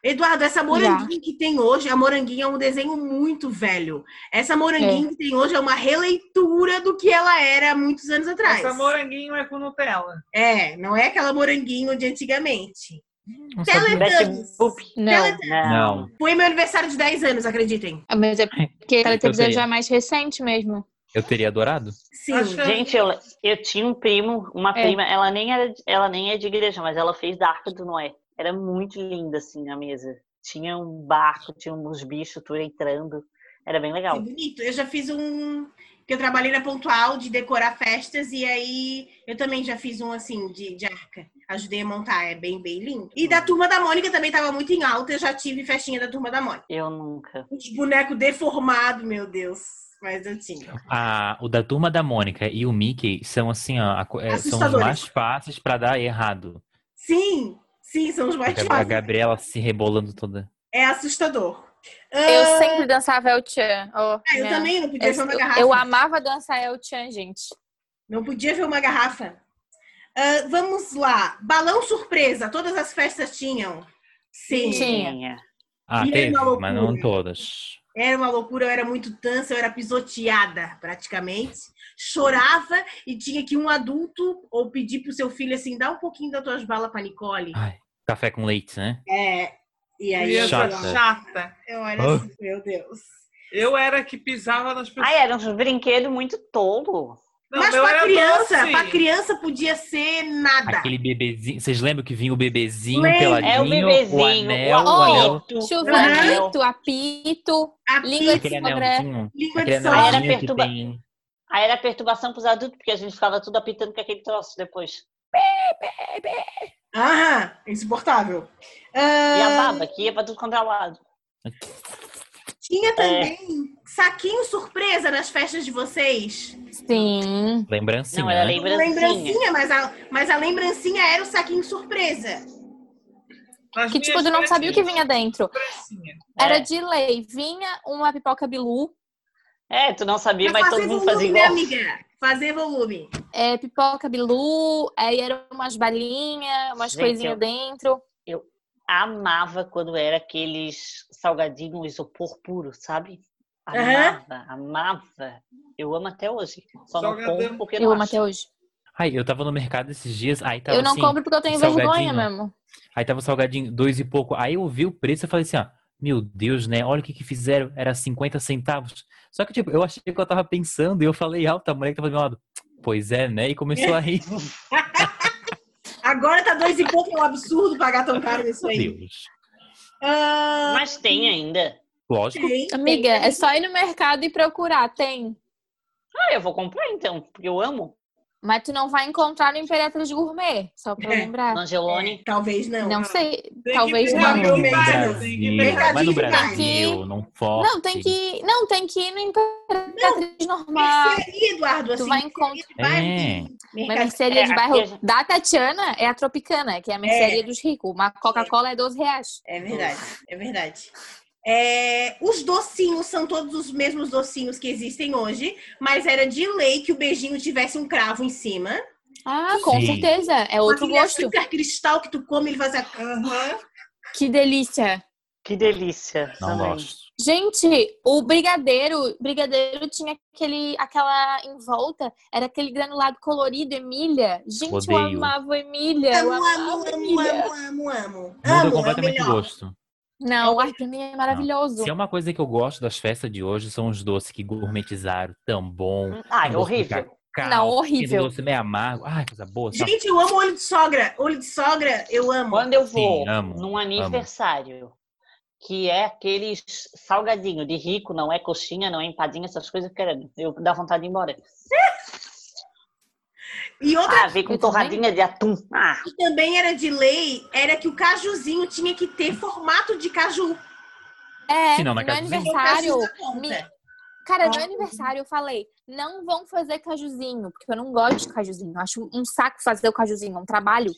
Eduardo, essa moranguinho que tem hoje, a moranguinha é um desenho muito velho. Essa moranguinha que tem hoje é uma releitura do que ela era há muitos anos atrás. Essa moranguinho é com Nutella. É, não é aquela moranguinho de antigamente. Não sabia. Teletubbies. Betty Não. Não. Foi meu aniversário de 10 anos, acreditem. Mas é porque a televisão sei. já é mais recente mesmo. Eu teria adorado. Sim. Acho que- Gente, eu, eu tinha um primo, uma É. prima, ela nem, era, de- ela nem é de igreja, mas ela fez da Arca do Noé. Era muito linda, assim, a mesa. Tinha um barco, tinha uns bichos tudo entrando. Era bem Que legal. É bonito. Eu já fiz um. Que eu trabalhei na Pontual de decorar festas, e aí eu também já fiz um assim de, de arca. Ajudei a montar, é bem, bem lindo. E da turma da Mônica também tava muito em alta, eu já tive festinha da turma da Mônica. Eu nunca. Os bonecos deformados, meu Deus. Mas assim, eu tinha. A- o da turma da Mônica e o Mickey são assim, ó, a co- é, são os Assustadores. mais fáceis pra dar errado. Sim, sim, são os A, mais Gab- a fáceis. Gabriela se rebolando toda. É assustador. Eu sempre dançava El Chan. ó, Ah, eu né? também não podia ver uma Eu, garrafa. eu amava dançar El Chan, gente. Não podia ver uma garrafa. Ah, vamos lá. Balão surpresa. Todas as festas tinham. Sim. Tinha. Ah, E é teve, uma loucura. mas não todas. Era uma loucura, eu era muito tansa, eu era pisoteada praticamente. Chorava e tinha que um adulto ou pedir pro seu filho assim, dá um pouquinho das tuas balas pra Nicole. Ai, café com leite, né? É. E aí eu, Criança Chata. chorava. chata. eu era assim, meu Deus. Eu era que pisava nas pessoas. Ai, era um brinquedo muito tolo. Não, Mas eu pra era assim, criança, doce. pra criança podia ser nada. Aquele bebezinho. Vocês lembram que vinha o bebezinho Lembro. peladinho? É o bebezinho. O anel, o o anel. Uhum. apito. Chuvamento, apito. A Língua pizza, de Aquele sogra. anelzinho. língua Aquele de sogra. era anelzinho que perturba- tem. Aí era perturbação pros adultos, porque a gente ficava tudo apitando com aquele troço depois. Aham, insuportável. E a Ah, baba, que ia pra tudo quanto é lado. tinha também saquinho surpresa nas festas de vocês. Sim. Lembrancinha, Não, era né? lembrancinha. Lembrancinha, mas a, mas a lembrancinha era o saquinho surpresa. Nas Que tipo, minhas assim, tu não sabia o que festas, vinha dentro. lembrancinha. Era É. de lei. Vinha uma pipoca bilu, É, tu não sabia, Pra mas fazer todo mundo volume, fazia né, igual. amiga? Fazer volume. é, pipoca bilu, aí eram umas balinhas, umas Gente, coisinhas eu- dentro. amava quando era aqueles salgadinhos isopor puro, sabe? Aham. Amava, amava. Eu amo até hoje. Só não Salgadão. como porque Eu não amo acho. até hoje. Ai, eu tava no mercado esses dias, aí tava eu não assim, compro porque eu tenho vergonha salgadinho. mesmo. aí tava o salgadinho dois e pouco. Aí eu vi o preço e falei assim, ó, meu Deus, né? Olha o que que fizeram, era 50 centavos. Só que, tipo, eu achei que eu tava pensando e eu falei alto, a mulher que tava do meu lado, pois é, né? E começou a rir. Agora tá dois e pouco, é um absurdo pagar tão caro nisso Meu aí. Deus. Ah, Mas tem ainda. Lógico. tem, Amiga, é só ir no mercado e procurar. Tem. Ah, eu vou comprar então, porque eu amo. Mas tu não vai encontrar no Imperatriz Gourmet, só pra eu É. lembrar. é. Angelone. talvez não. Não sei, Tem talvez que pegar não. meu- assim, No Brasil, mercado, mercadinho mas no de Brasil, né? Brasil. não forte. Não, tem que ir. Não, tem que ir no Imperatriz normal. Mercearia, Eduardo, assim. Tu vai É. encontrar. Uma Mercado. mercearia É, de bairro aqui a gente- da Tatiana é a Tropicana, que é a mercearia dos ricos. Uma Coca-Cola é 12 reais. É verdade, é verdade. É, os docinhos são todos os mesmos docinhos que existem hoje, mas era de lei que o beijinho tivesse um cravo em cima. Ah, com Sim. certeza. É outro Aquele gosto. açúcar cristal que tu come, ele faz a... Que delícia. Que delícia. Não também. gosto. Gente, o brigadeiro, brigadeiro tinha aquele, aquela em volta, era aquele granulado colorido, Emília. Gente, eu Odeio. amava Emília. É, Eu Amo, amava amo, amo, Emília. amo, amo, amo. Muda Amo, é o completamente o melhor. gosto. Não, ai, pra mim é maravilhoso. Se é uma coisa que eu gosto das festas de hoje, são os doces que gourmetizaram. Tão bom. Ah, Tem doce é de horrível. cacau, Não, tem horrível. doce meio amargo. Ai, coisa boa. sabe? Gente, eu amo olho de sogra. Olho de sogra, eu amo. Quando eu vou Sim, amo, num aniversário, que é aqueles salgadinho de rico, não é coxinha, não é empadinha, essas coisas, querendo. Eu dá vontade de ir embora. E outra Ah, vem com Eu também. torradinha de atum. Ah, que também era de lei, era que o cajuzinho tinha que ter formato de caju. É, Se não, no na meu casa dos É o caju aniversário, da conta. me- Cara, no aniversário eu falei, não vão fazer cajuzinho, porque eu não gosto de cajuzinho. Eu acho um saco fazer o cajuzinho, é um trabalho.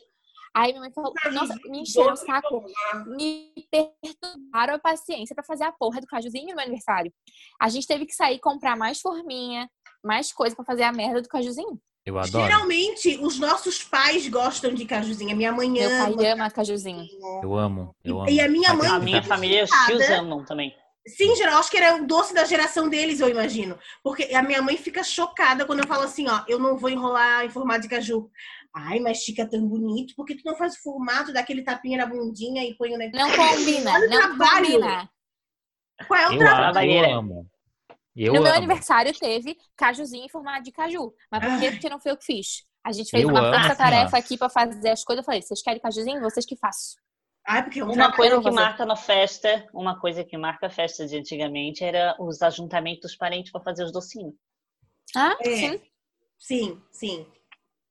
Aí minha mãe falou, nossa, me encheram o saco, me perturbaram a paciência pra fazer a porra do cajuzinho no meu aniversário. A gente teve que sair comprar mais forminha, mais coisa pra fazer a merda do cajuzinho. Eu adoro. Geralmente, os nossos pais gostam de cajuzinha. Minha mãe Meu ama. pai ama cajuzinho. Eu amo. Eu amo. E é a minha mãe- A minha família, os tios amam também. Sim, geral, acho que era o doce da geração deles, eu imagino. Porque a minha mãe fica chocada quando eu falo assim, ó, eu não vou enrolar em formato de caju. Ai, mas fica tão bonito, por que tu não faz o formato daquele tapinha na bundinha e põe o negócio? Não combina, Olha o não trabalho. combina. Qual é o Eu, trabalho? amo, trabalheira. eu amo. Eu no meu amo. aniversário teve cajuzinho em formato de caju. Mas por quê? Porque não foi eu que fiz. A gente fez Eu uma amo, força-tarefa senhora. aqui pra fazer as coisas. Eu falei, vocês querem cajuzinho? Vocês que façam. Ai, porque é um Uma trabalho. coisa eu que vou fazer. marca na festa, uma coisa que marca a festa de antigamente era os ajuntamentos dos parentes para fazer os docinhos. Ah, É. sim. Sim, sim.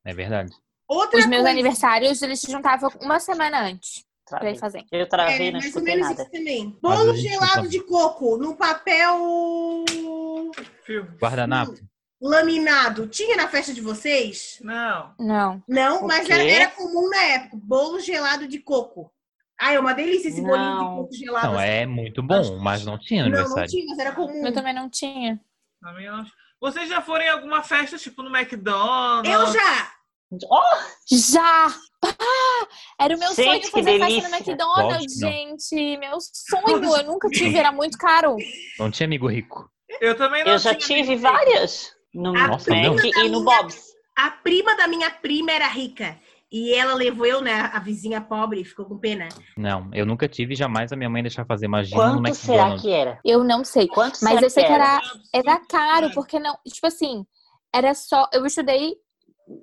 É verdade. Outra Os meus coisa- aniversários, eles se juntavam uma semana antes pra Travei. ir fazer. Eu É, travei, não mais ou né? escutei menos nada. isso também. Mas Bolo a gente gelado escuta. de coco no papel Filme. Guardanapo. laminado. Tinha na festa de vocês? Não. Não. Não, O mas era, quê? era comum na época. Bolo gelado de coco. Ai, é uma delícia esse bolinho de Não. coco gelado. Não, assim. é muito bom, mas não tinha não, não aniversário. tinha, mas era comum. Eu também não tinha. Na minha não. Vocês já foram em alguma festa, tipo no McDonald's? Eu já! Oh, Já! Ah, era o meu Gente, sonho que fazer festa no delícia. McDonald's, Lógico que não. gente. Meu sonho. Eu nunca tive, era muito caro. Não tinha amigo rico. Eu também não eu já tinha tive amigo. várias. No A Mac Nossa, não. e no Bob's. A prima da minha prima era rica. E ela levou eu, né? A vizinha pobre ficou com pena. Não, eu nunca tive jamais a minha mãe deixar fazer magia no Quanto será McDonald's. que era? Eu não sei. Quanto Mas será eu sei que era, era Claro. caro, porque não. Tipo assim, era só. Eu estudei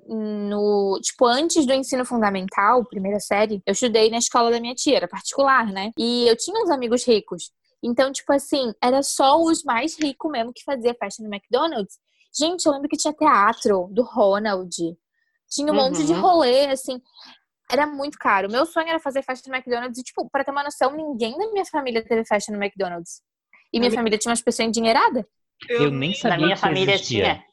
no. Tipo, antes do ensino fundamental, primeira série, eu estudei na escola da minha tia, era particular, né? E eu tinha uns amigos ricos. Então, tipo assim, era só os mais ricos mesmo que fazia festa no McDonald's. Gente, eu lembro que tinha teatro do Ronald. Tinha um monte de Uhum. rolê, assim. Era muito caro. Meu sonho era fazer festa no McDonald's. E, tipo, pra ter uma noção, ninguém da minha família teve festa no McDonald's. E minha família tinha umas pessoas endinheiradas. Eu nem sabia Na minha que família existia. tinha.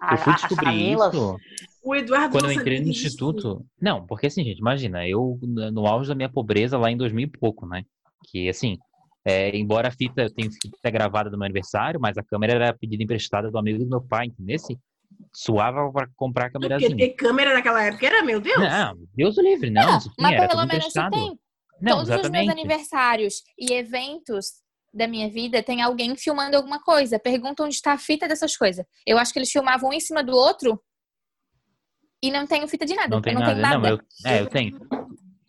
A, Eu fui a- a descobrir Camila isso O Eduardo quando não eu entrei sabia no disso. instituto. Não, porque assim, gente, imagina, eu n- no auge da minha pobreza lá em 2000 e pouco, né? Que assim, é, embora a fita, eu tenho fita gravada do meu aniversário, mas a câmera era pedida emprestada do amigo do meu pai, nesse suava pra comprar a Não, Porque câmerazinha. ter câmera naquela época era, meu Deus. assim. Não, Deus o livre, não. isso tinha, Mas era pelo tudo menos se emprestado. tem. Não, Todos os exatamente. meus aniversários e eventos da minha vida tem alguém filmando alguma coisa. Pergunta onde está a fita dessas coisas. Eu acho que eles filmavam um em cima do outro e não tenho fita de nada. Não tem eu não nada. tenho nada. Não, eu, é, eu tenho.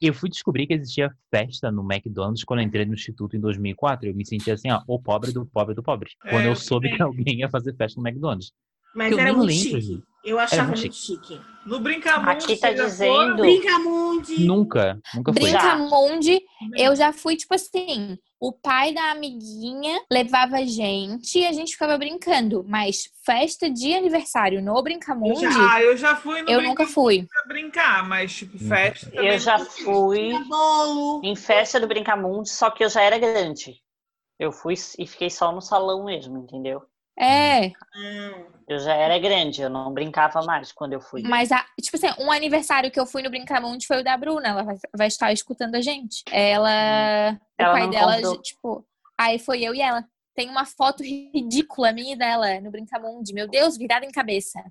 E eu fui descobrir que existia festa no McDonald's quando eu entrei no instituto em 2004. Eu me senti assim, ó, o pobre do pobre do pobre. É, Quando eu eu soube também. que alguém ia fazer festa no McDonald's. Mas Que eu era nem muito lembro, chique. gente. Eu achava muito muito chique. No Brincamundo. Aqui tá vocês já dizendo- foram? Brincamundi. Nunca, nunca foi. Já. Brinca Mundi, eu já fui tipo assim. O pai da amiguinha levava a gente e a gente ficava brincando. Mas festa de aniversário no Eu Brincamundi, já- Ah, eu já fui no eu Brincamundo nunca fui. pra brincar, mas tipo, festa também. Eu já não fui. fui Tinha bolo. em festa do Brincamundo, só que eu já era grande. Eu fui e fiquei só no salão mesmo, entendeu? É. Hum. Eu já era grande, eu não brincava mais quando eu fui. Mas, a, tipo assim, um aniversário que eu fui no Brincamonte foi o da Bruna. Ela vai, vai estar escutando a gente. Ela. Ela o pai não dela, convidou. tipo. Aí foi eu e ela. Tem uma foto ridícula minha e dela no Brincamonte. Meu Deus, virada em cabeça.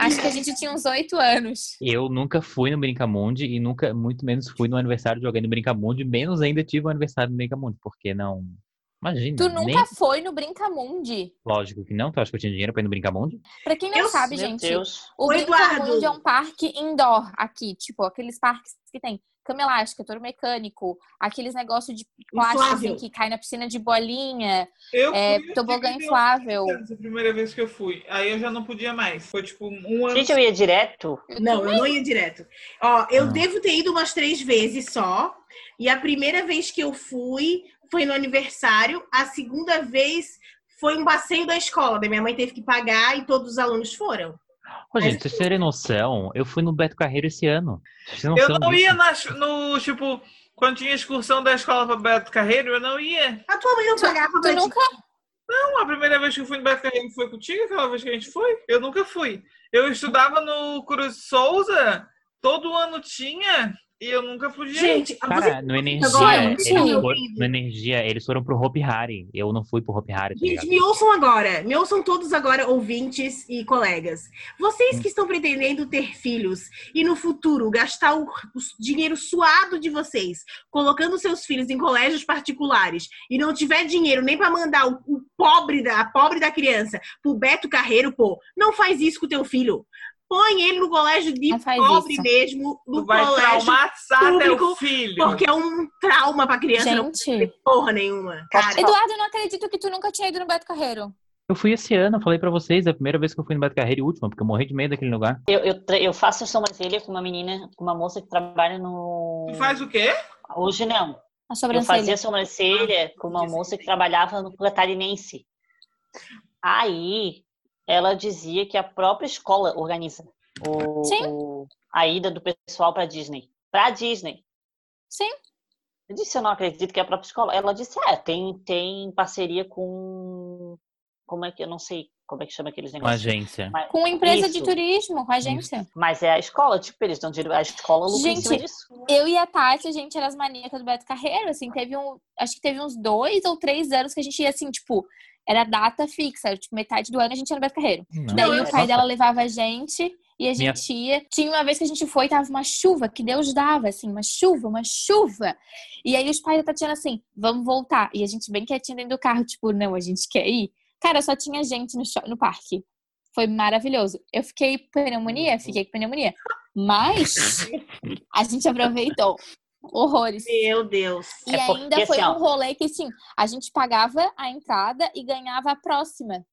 Acho que a gente tinha uns oito anos. Eu nunca fui no Brincamundi e nunca, muito menos fui no aniversário de alguém no Brincamundi, menos ainda tive um aniversário no Brincamundi, porque não. Imagina, Tu nem nunca foi no Brincamundi. lógico que não, tu acha que eu tinha dinheiro pra ir no Brincamundi? Pra quem não Eu- sabe, Meu gente, Deus. O Ô, Brincamundo Eduardo. é um parque indoor aqui, tipo, aqueles parques que tem cama elástica, touro mecânico, aqueles negócios de plástico assim, Inflável. que cai na piscina de bolinha, Eu é, fui, eu tobogã tive inflável. Essa primeira vez que eu fui. Aí eu já não podia mais. Foi tipo um ano. Gente, eu ia direto. Não, eu não ia direto. Ó, eu Não. devo ter ido umas três vezes só. E a primeira vez que eu fui foi no aniversário. A segunda vez foi um passeio da escola. Da minha mãe teve que pagar e todos os alunos foram. Ô, gente, vocês terem noção, eu fui no Beto Carreiro esse ano. Vocês têm Eu noção não disso? ia nas, no, tipo, quando tinha excursão da escola para Beto Carreiro, eu não ia. A tua mãe não pagava Tu pra ti. nunca, Não, a primeira vez que eu fui no Beto Carreiro foi contigo, aquela vez que a gente foi? Eu nunca fui. Eu estudava no Cruz Souza, todo ano tinha, e eu nunca podia ir. Gente, você, Cara, no Energia, agora, eles sim. foram, no Energia, eles foram pro Hope Harry. Eu não fui pro Hope Harry, tá gente, ligado? me ouçam agora. Me ouçam todos agora, ouvintes e colegas. Vocês que estão pretendendo ter filhos e no futuro gastar o, o dinheiro suado de vocês colocando seus filhos em colégios particulares e não tiver dinheiro nem para mandar o, o pobre da, a pobre da criança pro Beto Carreiro, pô, não faz isso com o teu filho. Põe ele no colégio de Não faz pobre isso. mesmo, Tu no vai colégio, traumatizar teu público, filho. porque é um trauma pra criança, não Gente. porra nenhuma. Posso falar? Eduardo, eu não acredito que tu nunca tinha ido no Beto Carreiro. Eu fui esse ano, eu falei pra vocês, é a primeira vez que eu fui no Beto Carreiro e última, porque eu morri de medo daquele lugar. Eu, eu, tra- eu faço sobrancelha com uma menina, com uma moça que trabalha no. Tu faz o quê? Hoje não. A Eu sobrancelha. fazia sobrancelha com uma moça que trabalhava no Catarinense. Aí ela dizia que a própria escola organiza o- Sim. o- a ida do pessoal para Disney. Para Disney. Sim. Eu disse, eu não acredito que é a própria escola. Ela disse, é, tem, tem parceria com. Como é que eu não sei como é que chama aqueles Uma negócios? agência. Mas, Com empresa de Isso. turismo, com agência. mas é a escola, tipo, eles dão dinheiro. A escola lucra em Gente, cima disso. Eu e a Tati, a gente era as maníacas do Beto Carreiro, assim, teve um. Acho que teve uns dois ou três anos que a gente ia assim, tipo, era data fixa, era, tipo, metade do ano a gente ia no Beto Carreiro. Não, Daí eu- o pai nossa, dela levava a gente e a Minha- gente ia. Tinha uma vez que a gente foi, tava uma chuva, que Deus dava, assim, uma chuva, uma chuva. E aí os pais da Tatiana assim, vamos voltar. E a gente bem quietinha dentro do carro, tipo, não, a gente quer ir. Cara, só tinha gente no, cho- no parque. Foi maravilhoso. Eu fiquei com pneumonia, fiquei com pneumonia. Mas a gente aproveitou. Horrores. Meu Deus. E É porque, ainda foi assim, ó. um rolê que, assim, a gente pagava a entrada e ganhava a próxima.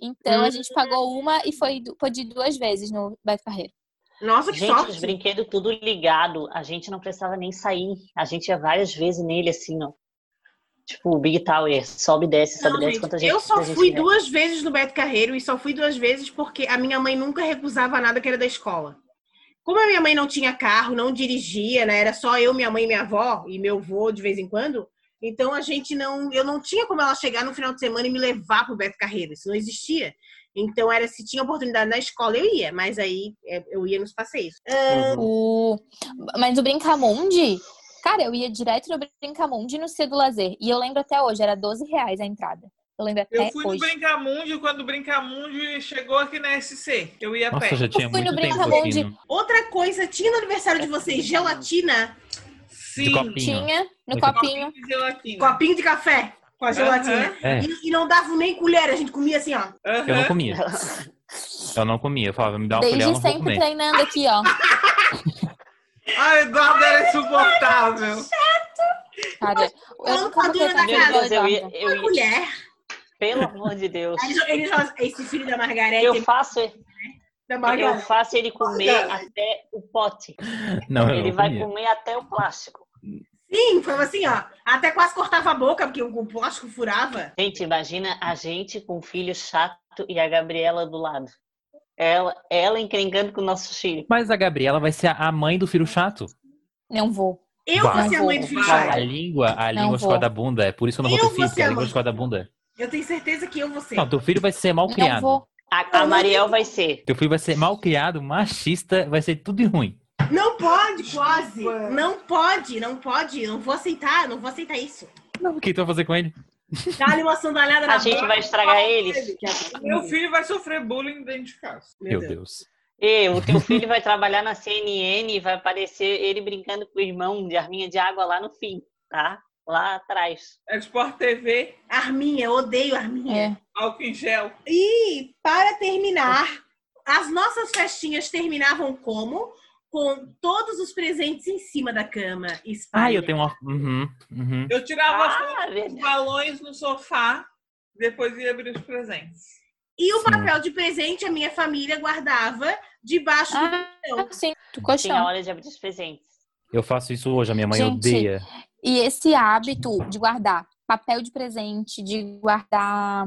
Então a gente pagou uma e foi du- pôde ir duas vezes no Beto Carreiro. Nossa, que Gente, os sorte. brinquedos tudo ligado. A gente não precisava nem sair. A gente ia várias vezes nele, assim, ó. Tipo, o Big Tower. Sobe e desce, sobe e Não, desce. Quanta gente, gente, eu só quanta gente fui tiver. duas vezes no Beto Carreiro e só fui duas vezes porque a minha mãe nunca recusava nada que era da escola. Como a minha mãe não tinha carro, não dirigia, né? Era só eu, minha mãe e minha avó e meu avô de vez em quando. Então a gente não, eu não tinha como ela chegar no final de semana e me levar pro Beto Carreiro, isso não existia. Então era se tinha oportunidade na escola eu ia, mas aí é, eu ia nos passeios. Ah, Uhum. O... Mas o Brincamundi, cara, eu ia direto no Brincamundi no Cia do Lazer. E eu lembro até hoje, era 12 reais a entrada. Eu lembro até Eu É, fui no hoje. Brincamundi quando o Brincamundi chegou aqui na SC. Eu ia a Nossa, pé. eu já tinha Eu fui no muito tempo Brincamonde. assim, Outra coisa, tinha no aniversário de vocês gelatina, de Sim, copinho. Tinha no Muito copinho. de gelatina. copinho de café com a gelatina. É, E, e não dava nem colher, a gente comia assim, ó. Aham. eu não comia. Eu não comia. Eu falava, me dá uma colher, eu Desde não vou sempre comer. treinando aqui, ó. Ai, Eduardo era insuportável. Cara, eu Não, nunca vou Padura da treinar Meu Deus, eu ia, Tá Eduardo. eu ia- mulher. Pelo amor de Deus. Aí jo- ele joga- esse filho da é Margarete, Eu faço, é, da eu Margarete. faço ele comer até o pote. Não, Ah, eu Ele não vai comia. comer até o plástico. Sim, foi assim, ó. Até quase cortava a boca, porque o o plástico furava. Gente, imagina a gente com um filho chato e a Gabriela do lado. Ela, ela encrencando com o nosso filho. Mas a Gabriela vai ser a mãe do filho chato. Não vou. Eu Vai. vou ser a mãe do filho Vai. A chato. língua, a Não língua vou. escola da bunda. É por isso que eu não vou Eu ter vou filho, ser porque a a língua mãe. escola da bunda. Eu tenho certeza que eu vou ser. Não, teu filho vai ser mal Não criado. vou. A, a Mariel vai ser. Teu filho vai ser mal criado, machista, vai ser tudo de ruim. Não pode, quase. Não pode, não pode. Não vou aceitar, não vou aceitar isso. Não, o que tu vai fazer com ele? Dá-lhe uma sandalhada na A gente boca. vai estragar eles. é Meu filho vai sofrer bullying dentro de casa. Meu, Meu Deus. Deus. E o teu filho vai trabalhar na CNN e vai aparecer ele brincando com o irmão de arminha de água lá no fim, tá? Lá atrás. É Sport TV, Arminha, eu odeio Arminha. É. álcool em gel. E para terminar, as nossas festinhas terminavam como? Com todos os presentes em cima da cama. Ah, eu espalha. tenho uma. Uhum, uhum. Eu tirava foto Ah, dos verdade. balões no sofá, depois ia abrir os presentes. E o Sim. papel de presente a minha família guardava debaixo do Ah, colchão. sim, do Tinha colchão. hora de abrir os presentes. Eu faço isso hoje, a minha mãe Gente, odeia. E esse hábito de guardar papel de presente, de guardar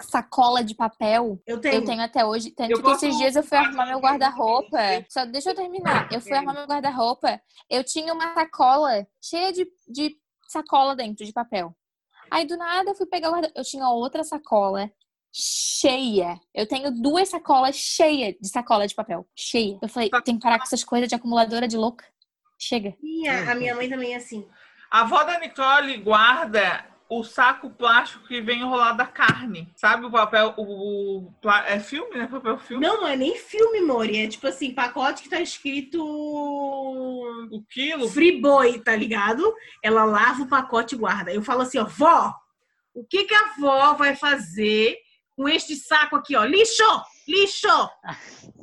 sacola de papel, Eu tenho. eu tenho até hoje. Tanto Eu que gosto esses dias eu fui muito arrumar meu de guardar guarda-roupa. Só deixa eu terminar. Eu fui Sim. arrumar meu guarda-roupa. Eu tinha uma sacola cheia de, de sacola dentro de papel. Aí do nada eu fui pegar o guarda-roupa. Eu tinha outra sacola cheia. Eu tenho duas sacolas cheias de sacola de papel. Cheia. Eu falei, tem que parar com essas coisas de acumuladora de louca. Chega. Minha, Ah, a minha mãe também é assim. A avó da Nicole guarda o saco plástico que vem enrolado da carne. Sabe o papel. O, o pla- é filme, né? Papel filme. Não, não é nem filme, Mori. É tipo assim, pacote que tá escrito. O quilo. Free boy, tá ligado? Ela lava o pacote e guarda. Eu falo assim, ó, vó, o que que a vó vai fazer com este saco aqui, ó? Lixo! Lixo!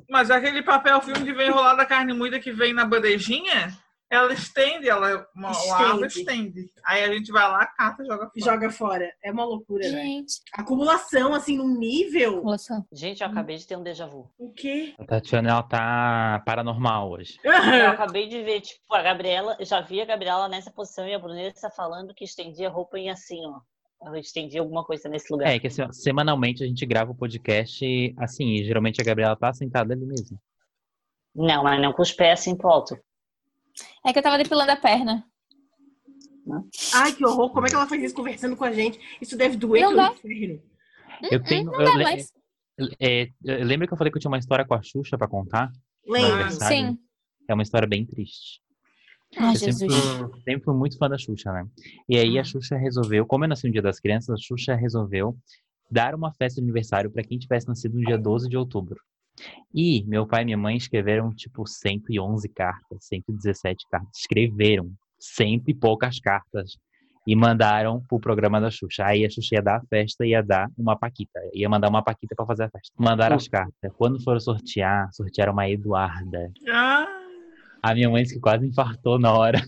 Mas aquele papel filme que vem enrolado da carne moída que vem na bandejinha, ela estende, ela uma- lava e estende. Aí a gente vai lá, cata e joga fora. Joga fora. É uma loucura, né? Gente. Acumulação, assim, num nível. Acumulação. Gente, eu acabei de ter um déjà vu. O quê? A Tatiana, ela tá paranormal hoje. É. Eu acabei de ver, tipo, a Gabriela, eu já vi a Gabriela nessa posição e a Brunessa falando que estendia roupa em assim, ó. Ela estendia alguma coisa nesse lugar. É, que assim, ó, semanalmente a gente grava o podcast e, assim, e geralmente a Gabriela tá sentada ali mesmo. Não, mas não com os pés assim pro alto. É que eu tava depilando a perna. Ai, que horror. Como é que ela faz isso conversando com a gente? Isso deve doer Não que dá. o inferno. Eu tenho. Hum, Não eu dá le- mais. é, eu- lembra que eu falei que eu tinha uma história com a Xuxa pra contar? Lembra? Ah. sabe? Sim. É uma história bem triste. Ai, eu sempre Jesus. Ah. fui, sempre fui muito fã da Xuxa, né? E aí a Xuxa resolveu, como eu nasci no Dia das Crianças, a Xuxa resolveu dar uma festa de aniversário pra quem tivesse nascido no dia 12 de outubro. E meu pai e minha mãe escreveram, tipo, 111 cartas, 117 cartas. Escreveram cento e poucas cartas e mandaram pro programa da Xuxa. Aí a Xuxa ia dar a festa e ia dar uma paquita. Ia mandar uma paquita pra fazer a festa. Mandaram as cartas. Quando foram sortear, sortearam uma Eduarda. Ah, A minha mãe disse que quase infartou na hora.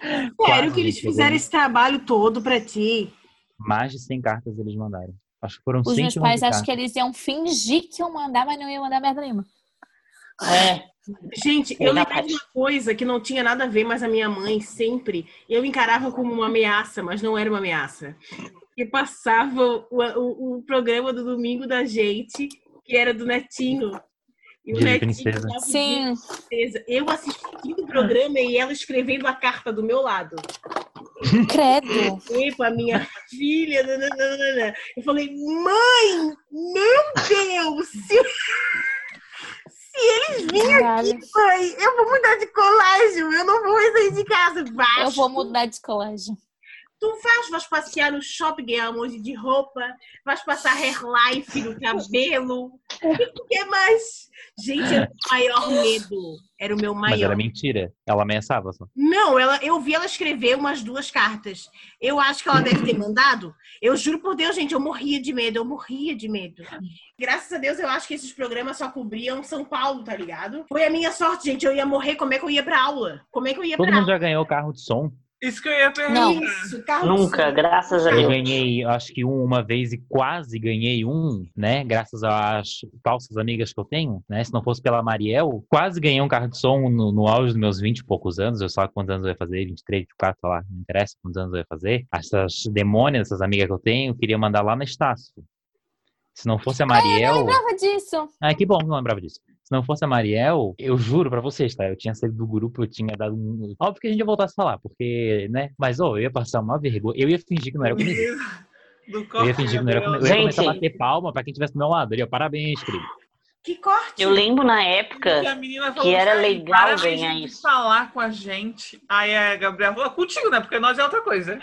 Sério Quase, né? que eles gente, eu fizeram vou- esse trabalho todo pra ti? Mais de 100 cartas eles mandaram. Acho que foram Os 111 meus pais cartas. acham que é eles iam fingir que iam mandar, mas não iam mandar merda nenhuma. É, Gente, É eu lembrei capaz. de uma coisa que não tinha nada a ver, mas a minha mãe sempre. Eu encarava como uma ameaça, mas não era uma ameaça. E passava o, o- o programa do domingo da gente, que era do Netinho. E Dia de Princesa. dava o Dia de Sim. Princesa. Eu Ah. assistindo o programa e ela escrevendo a carta do meu lado. Credo. Epa, minha filha. nananana. Eu falei, mãe, meu Deus! Se, se eles virem Caralho. Mãe, eu vou mudar de colégio, eu não vou mais sair de casa. Vai. Eu vou mudar de colégio. Tu vais, vais passear no shopping, ganhar um monte de roupa, vais passar hairlife no cabelo. O que mais? Gente, era o maior medo. Era o meu Mas era maior. mentira. Ela ameaçava só. Não, ela, eu vi ela escrever umas duas cartas. Eu acho que ela deve ter mandado. Eu juro por Deus, gente, eu morria de medo, eu morria de medo. Graças a Deus, eu acho que esses programas só cobriam São Paulo, tá ligado? Foi a minha sorte, gente. Eu ia morrer, como é que eu ia pra aula? Como é que eu ia Todo pra mundo já ganhou carro de som. isso que eu ia perguntar. Não. Isso, carro de nunca, som. graças a Eu Deus. ganhei, acho que um uma vez e quase ganhei um, né? Graças às falsas amigas que eu tenho, né? Se não fosse pela Mariel, quase ganhei um carro de som no, no auge dos meus 20 e poucos anos. Eu sei lá quantos anos eu ia fazer, 23, 24, sei lá, não interessa quantos anos eu ia fazer. Essas demônias, essas amigas que eu tenho, eu queria mandar lá na Estácio. Se não fosse a Mariel. Prova disso. Ah, que bom, não lembrava disso. Se não fosse a Mariel, eu juro pra vocês, tá? Eu tinha saído do grupo, eu tinha dado um. Óbvio que a gente ia voltar a se falar, porque, né? Mas, ô, eu ia passar uma vergonha. Eu ia fingir que não era comigo. Do Eu corte ia fingir que não era comigo. Eu ia Gente. começar a bater palma pra quem estivesse do meu lado. Eu ia, parabéns, querido. Que corte! Eu lembro na Que época, a menina falou que era "Gente, legal parabéns ganhar de isso." falar com a gente. Aí a Gabriela falou, contigo, né? Porque nós é outra coisa.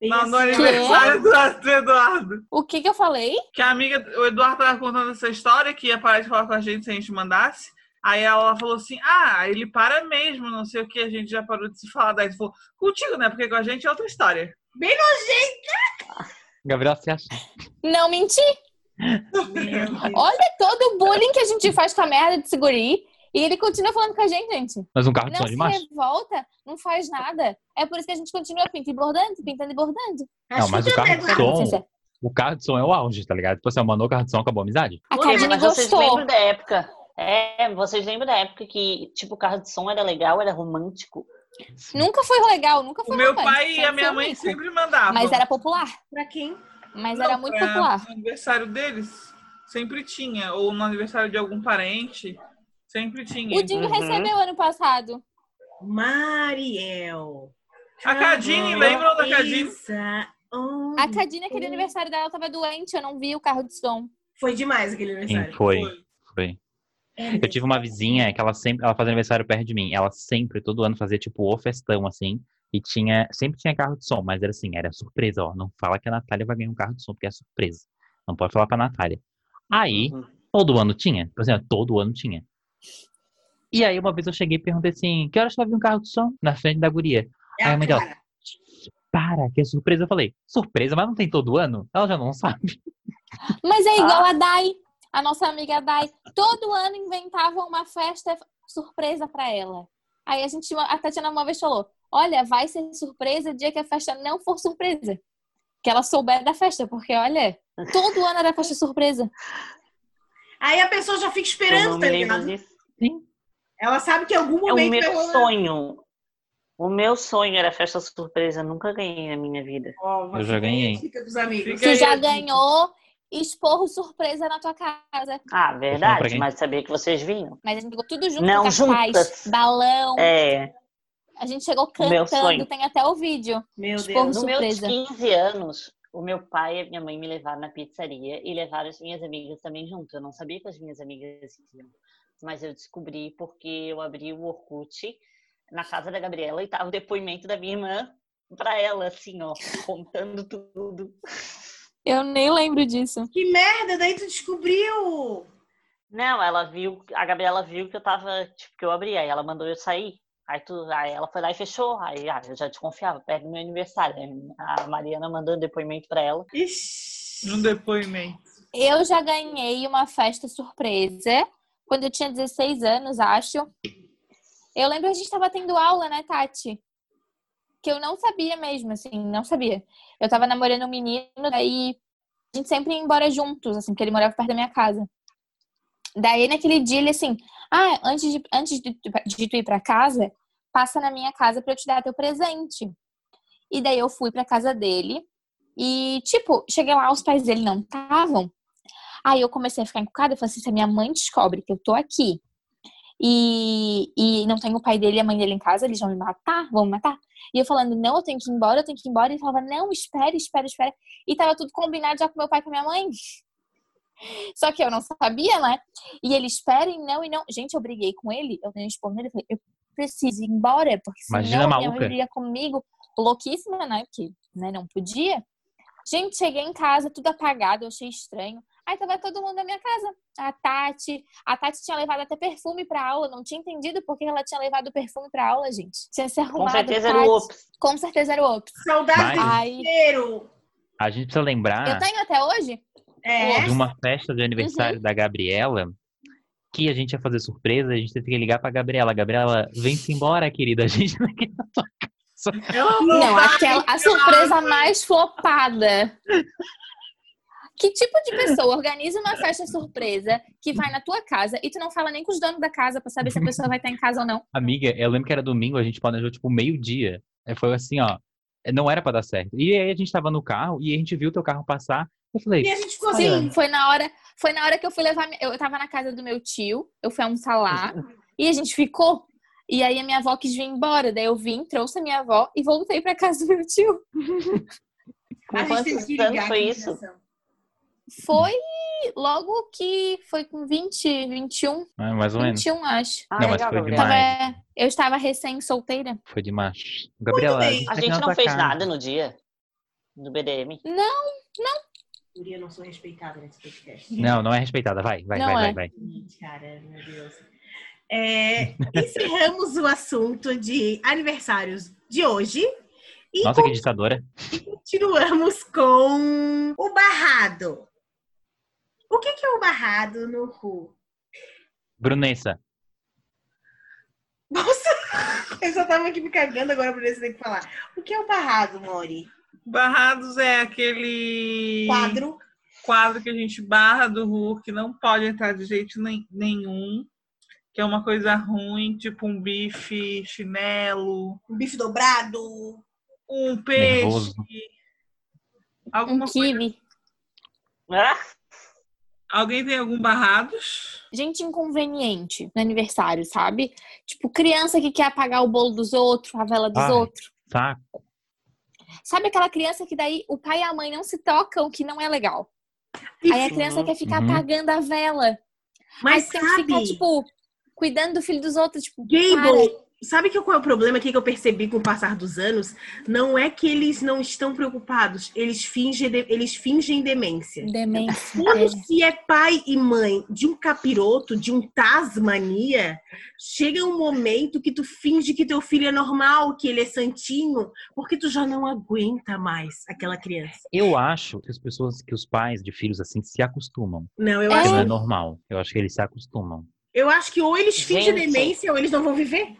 Não, é no aniversário do, do Eduardo. O que que eu falei? Que a amiga, o Eduardo tava contando essa história, que ia parar de falar com a gente se a gente mandasse. Aí ela falou assim: Ah, ele para mesmo, não sei o que, a gente já parou de se falar. Daí ele falou: Contigo, né? Porque com a gente é outra história. Gabriel se acha. Não menti. Olha todo o bullying que a gente faz com a merda de seguri. E ele continua falando com a gente, gente. Mas um carro de Não som é se demais? revolta, não faz nada. É por isso que a gente continua pintando e bordando, pintando e bordando. Não, mas o carro de Cara, som. sincero. O carro de som é o auge, tá ligado? Tipo assim, eu mandou o carro de som, acabou a amizade. A Olha, Karine mas vocês gostou. lembram da época. É, vocês lembram da época que, tipo, o carro de som era legal, era romântico. Nunca foi legal, nunca foi O meu romântico, pai e a sempre minha foi mãe rico. sempre mandavam. Mas era popular. Pra quem? Mas Não, é. era muito pra- popular. No aniversário deles, sempre tinha. Ou no aniversário de algum parente, sempre tinha. O Dinho Uhum. recebeu ano passado. Mariel. A Cadine, lembram da Cadine? Isa, oh, Uhum. A Cadine, aquele aniversário dela, tava doente, eu não vi o carro de som. Foi demais aquele Sim, aniversário. É foi. Foi. Eu tive uma vizinha que ela sempre, ela fazia aniversário perto de mim. Ela sempre, todo ano, fazia tipo o festão, assim. E tinha, sempre tinha carro de som, mas era assim, era surpresa, ó. Não fala que a Natália vai ganhar um carro de som, porque é surpresa. Não pode falar pra Natália. Aí, Uhum. todo ano tinha. Por exemplo, todo ano tinha. E aí, uma vez eu cheguei e perguntei assim, que horas você vai vir um carro de som? Na frente da guria. Aí a mãe dela, para, que é surpresa. Eu falei, surpresa, mas não tem todo ano? Ela já não sabe. Mas Ah. é igual a Dai, a nossa amiga Dai. Todo ano inventava uma festa surpresa pra ela. Aí a gente, a Tatiana uma vez falou: Olha, vai ser surpresa o dia que a festa não for surpresa. Que ela souber da festa, porque olha, todo ano era festa surpresa. Aí a pessoa já fica Eu esperando, não tá me lembro ligado? disso. Ela sabe que em algum É o momento vai meu rolar. sonho. O meu sonho era festa surpresa. Nunca ganhei na minha vida. Ó, você Eu já ganhei. Fica pros amigos. Fica- Tu já Ganhei. ganhou esporro surpresa na tua casa. Ah, pra verdade. quem? Mas sabia que vocês vinham. Mas a gente pegou tudo junto, Não, cartaz, juntas. balão. É. A gente chegou Meu sonho. cantando, tem até o vídeo. Meu Expor- Deus. No meu Surpresa. 15 anos, o meu pai e a minha mãe me levaram na pizzaria e levaram as minhas amigas também junto. Eu não sabia que as minhas amigas iam. Mas eu descobri porque eu abri o Orkut na casa da Gabriela e tava o depoimento da minha irmã pra ela, assim, ó, contando tudo. Eu nem lembro disso. Que merda, daí tu descobriu. Não, ela viu, a Gabriela viu que eu tava, tipo, que eu abri, aí ela mandou eu sair. Aí, tu, aí ela foi lá e fechou. Aí ah, eu já desconfiava, perto do meu aniversário. Aí A Mariana mandou um depoimento pra ela. Ixi. Um depoimento. Eu já ganhei uma festa surpresa quando eu tinha 16 anos, acho. Eu lembro que a gente estava tendo aula, né, Tati? Que eu não sabia mesmo, assim, não sabia. Eu tava namorando um menino, daí a gente sempre ia embora juntos, assim, porque ele morava perto da minha casa. Daí naquele dia ele assim, ah, antes de, antes de, tu- de tu ir pra casa, passa na minha casa pra eu te dar teu presente. E daí eu fui pra casa dele e, tipo, cheguei lá, os pais dele não estavam. Aí eu comecei a ficar encucada, eu falei assim, se a minha mãe descobre que eu tô aqui e, e não tenho o pai dele e a mãe dele em casa, eles vão me matar, vão me matar. E eu falando, não, eu tenho que ir embora, eu tenho que ir embora. E ele falava, não, espera, espera, espera. E tava tudo combinado já com meu pai e com minha mãe. Só que eu não sabia, né? E ele espera e não, e não. Gente, eu briguei com ele, eu dei um esporro nele, eu falei, eu preciso ir embora, porque senão Imagina a a minha mãe maluca. briga comigo. Louquíssima, né? Porque né, não podia. Gente, cheguei em casa, tudo apagado, eu achei estranho. Aí tava todo mundo na minha casa. A Tati, a Tati tinha levado até perfume pra aula, eu não tinha entendido por que ela tinha levado perfume pra aula, gente. Tinha se Com arrumado. certeza era o Tati. Ops. Com certeza era o Ops. Saudade Mas- Aí, inteiro. A gente precisa lembrar... eu tenho até hoje? É. de uma festa de aniversário da Gabriela que a gente ia fazer surpresa, a gente teve que ligar pra Gabriela. Gabriela, vem-se embora, querida. A gente não quer Não, aquela, a surpresa mais flopada. Que tipo de pessoa organiza uma festa surpresa que vai na tua casa e tu não fala nem com os donos da casa pra saber se a pessoa vai estar em casa ou não? Amiga, eu lembro que era domingo, a gente planejou tipo meio-dia. Aí Foi assim, ó. Não era pra dar certo. E aí a gente tava no carro e a gente viu teu carro passar. Eu falei, E a gente ficou assim. Sim, foi na hora, foi na hora que eu fui levar. minha- Eu tava na casa do meu tio, eu fui almoçar lá Uhum. e a gente ficou. E aí a minha avó quis vir embora. Daí eu vim, trouxe a minha avó e voltei pra casa do meu tio. A gente Quantos teve que anos ligar. foi aqui, né? isso? ligação. Foi logo que foi com 20, 21, "Ah, mais ou menos. 21, acho. Ah, Não, mas legal, foi Gabriela. demais. Tava- eu estava recém-solteira. Foi demais. Gabriela, bem. tá A aqui gente na não tua fez casa. nada né? no dia do BDM. Não, Guria, não sou respeitada nesse podcast. Não, não é respeitada. Vai, vai, Não vai, é. vai, vai. Gente, cara, meu Deus. É, encerramos o assunto de aniversários de hoje e Nossa, que ditadora. continuamos com o barrado. O que, que é o barrado no Ru? Brunessa. Nossa, eu só tava aqui me cagando agora por isso que eu tenho que falar. O que é o barrado, Mori? Barrados é aquele Quadro. quadro que a gente barra do Hulk, não pode entrar de jeito nem- nenhum, que é uma coisa ruim, tipo um bife, chinelo, Um bife dobrado. um peixe, Nervoso. um alguma coisa. kiwi. Ah, Alguém tem algum barrados? Gente inconveniente no aniversário, sabe? Tipo, criança que quer apagar o bolo dos outros, a vela dos Ai. outros. saco. Sabe aquela criança que daí o pai e a mãe não se tocam, que não é legal. Aí a criança quer ficar Uhum. apagando a vela. Mas Aí tem que ficar, sabe, tipo, cuidando do filho dos outros. Tipo, Gable, sabe que qual é o problema que que eu percebi com o passar dos anos? Não é que eles não estão preocupados, eles fingem, de- eles fingem demência. demência. Quando se é pai e mãe de um capiroto, de um Tasmania, chega um momento que tu finge que teu filho é normal, que ele é santinho, porque tu já não aguenta mais aquela criança. Eu acho que as pessoas, que os pais de filhos assim se acostumam. Não, eu, É. Que não é acho, normal. Eu acho que eles se acostumam. eu acho que ou eles fingem Gente. demência ou eles não vão viver.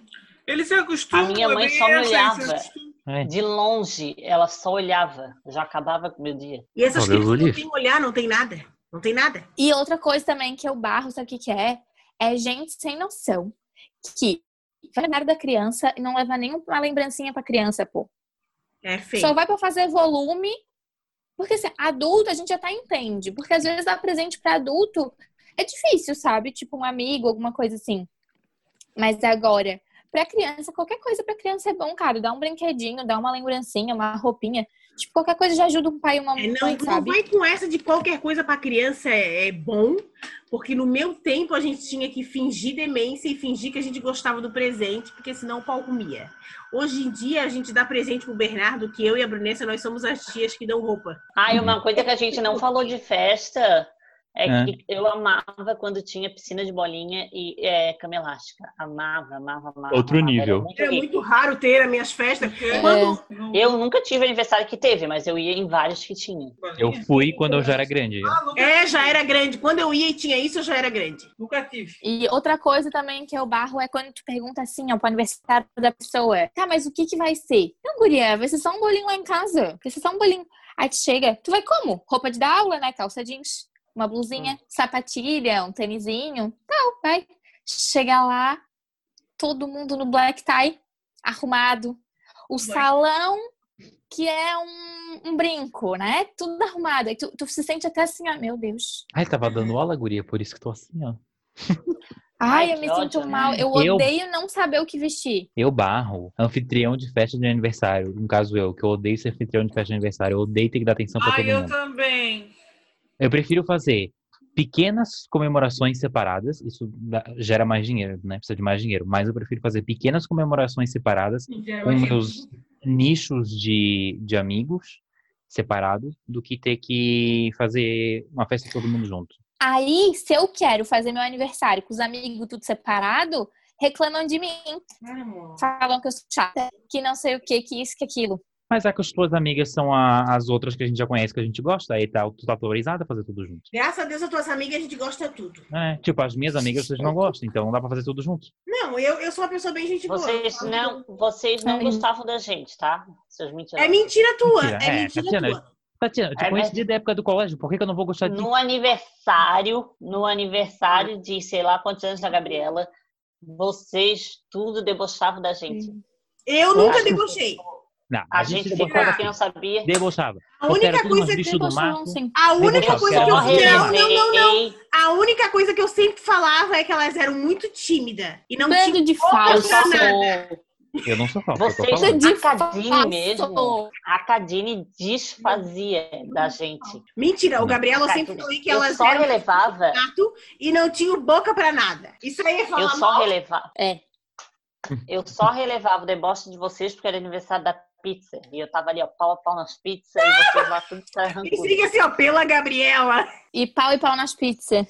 Ele se acostuma. A minha mãe ele só me acha, ele se olhava. acostuma. É. De longe, ela só olhava. Já acabava com o meu dia. E essas Oh, Deus crianças o não livre. têm olhar, não tem nada. Não tem nada. E outra coisa também que eu barro, sabe o que, que é? É gente sem noção que vai na área da criança e não leva nenhuma lembrancinha pra criança, pô. É feio. Só vai pra fazer volume. Porque assim, adulto a gente até entende. Porque às vezes dar presente pra adulto é difícil, sabe? Tipo um amigo, alguma coisa assim. Mas agora, pra criança, qualquer coisa pra criança é bom, cara. Dá um brinquedinho, dá uma lembrancinha, uma roupinha. Tipo, qualquer coisa já ajuda um pai e uma É, mãe, não, não sabe? vai com essa de qualquer coisa pra criança é, é bom, porque no meu tempo a gente tinha que fingir demência e fingir que a gente gostava do presente, porque senão o pau comia. Hoje em dia a gente dá presente pro Bernardo, que eu e a Brunessa nós somos as tias que dão roupa. Ah, e Uhum. uma coisa que a gente não falou de festa é, É. que eu amava quando tinha piscina de bolinha e é, cama elástica. Amava, amava, amava. Outro amava. Era nível. muito Era gay. muito raro ter as minhas festas. É. Quando- Eu nunca tive aniversário que teve, mas eu ia em vários que tinha. Eu fui quando eu já era grande. Ah, nunca, É, já era grande. Quando eu ia e tinha isso, eu já era grande. nunca tive. E outra coisa também que eu barro é quando tu pergunta assim, ó, pro aniversário da pessoa. Tá, mas o que que vai ser? Não, guria, vai ser só um bolinho lá em casa. Vai ser só um bolinho. Aí tu chega, tu vai como? Roupa de dar aula, né? Calça jeans, uma blusinha, sapatilha, um tênisinho. Tal, vai. Chega lá, todo mundo no black tie, arrumado. O salão, que é um, um brinco, né? Tudo arrumado. Aí tu, tu se sente até assim, ó, meu Deus. Ai, tava dando aula, guria, por isso que tô assim, ó. Ai, Ai, eu me que sinto ódio, né? mal. Eu Eu- odeio não saber o que vestir. Eu barro anfitrião de festa de aniversário. No caso eu, que eu odeio ser anfitrião de festa de aniversário. Eu odeio ter que dar atenção pra Ah, Tá todo eu mundo. também. Eu prefiro fazer pequenas comemorações separadas. Isso dá- gera mais dinheiro, né? Precisa de mais dinheiro. Mas eu prefiro fazer pequenas comemorações separadas com meus nichos de, de amigos separados do que ter que fazer uma festa todo mundo junto. Aí, se eu quero fazer meu aniversário com os amigos tudo separado, reclamam de mim. Falam que eu sou chata, que não sei o que, que isso, que aquilo. Mas é que as tuas amigas são a- as outras que a gente já conhece, que a gente gosta, aí tá, tu tá autorizada a fazer tudo junto. Graças a Deus, as tuas amigas, a gente gosta tudo. É, tipo, as minhas amigas vocês não gostam, então não dá pra fazer tudo junto. Não, eu, eu sou uma pessoa bem gente boa. Vocês não, vocês não Ai. gostavam da gente, tá? Seus mentirosos. É mentira tua. Mentira, É é, mentira Tatiana, tua. Tatiana, eu te É, conheço mas- desde a época do colégio, por que, que eu não vou gostar de ti? No aniversário, no aniversário de sei lá quantos anos da Gabriela, vocês tudo debochavam da gente. Eu Claro. nunca debochei. Não, A, gente debochava ficava assim, que não sabia. debochava. A Porque era única tudo umas coisa bicho do Gostavam, mato. sim. A única Debochava, coisa que eu Só Porque era né? não, não, não, não. revezei. A única coisa que eu sempre falava é que elas eram muito tímidas e não tinham Bando de Eu falso. só Eu não sou falso, eu tô falando. Vocês Bando de A Cadine falso. mesmo. A Cadine desfazia da gente. mentira. O Gabriel eu Cara, sempre falei que Tá, eu elas só eram relevava. gato e não tinham boca pra nada. Isso aí é falar Eu mal. só relevava. É. Eu só relevava o deboche de vocês porque era aniversário da pizza. E eu tava ali, ó, pau a pau nas pizzas e vocês lá tudo E tranquilo. siga assim, ó, pela Gabriela. E pau e pau nas pizzas.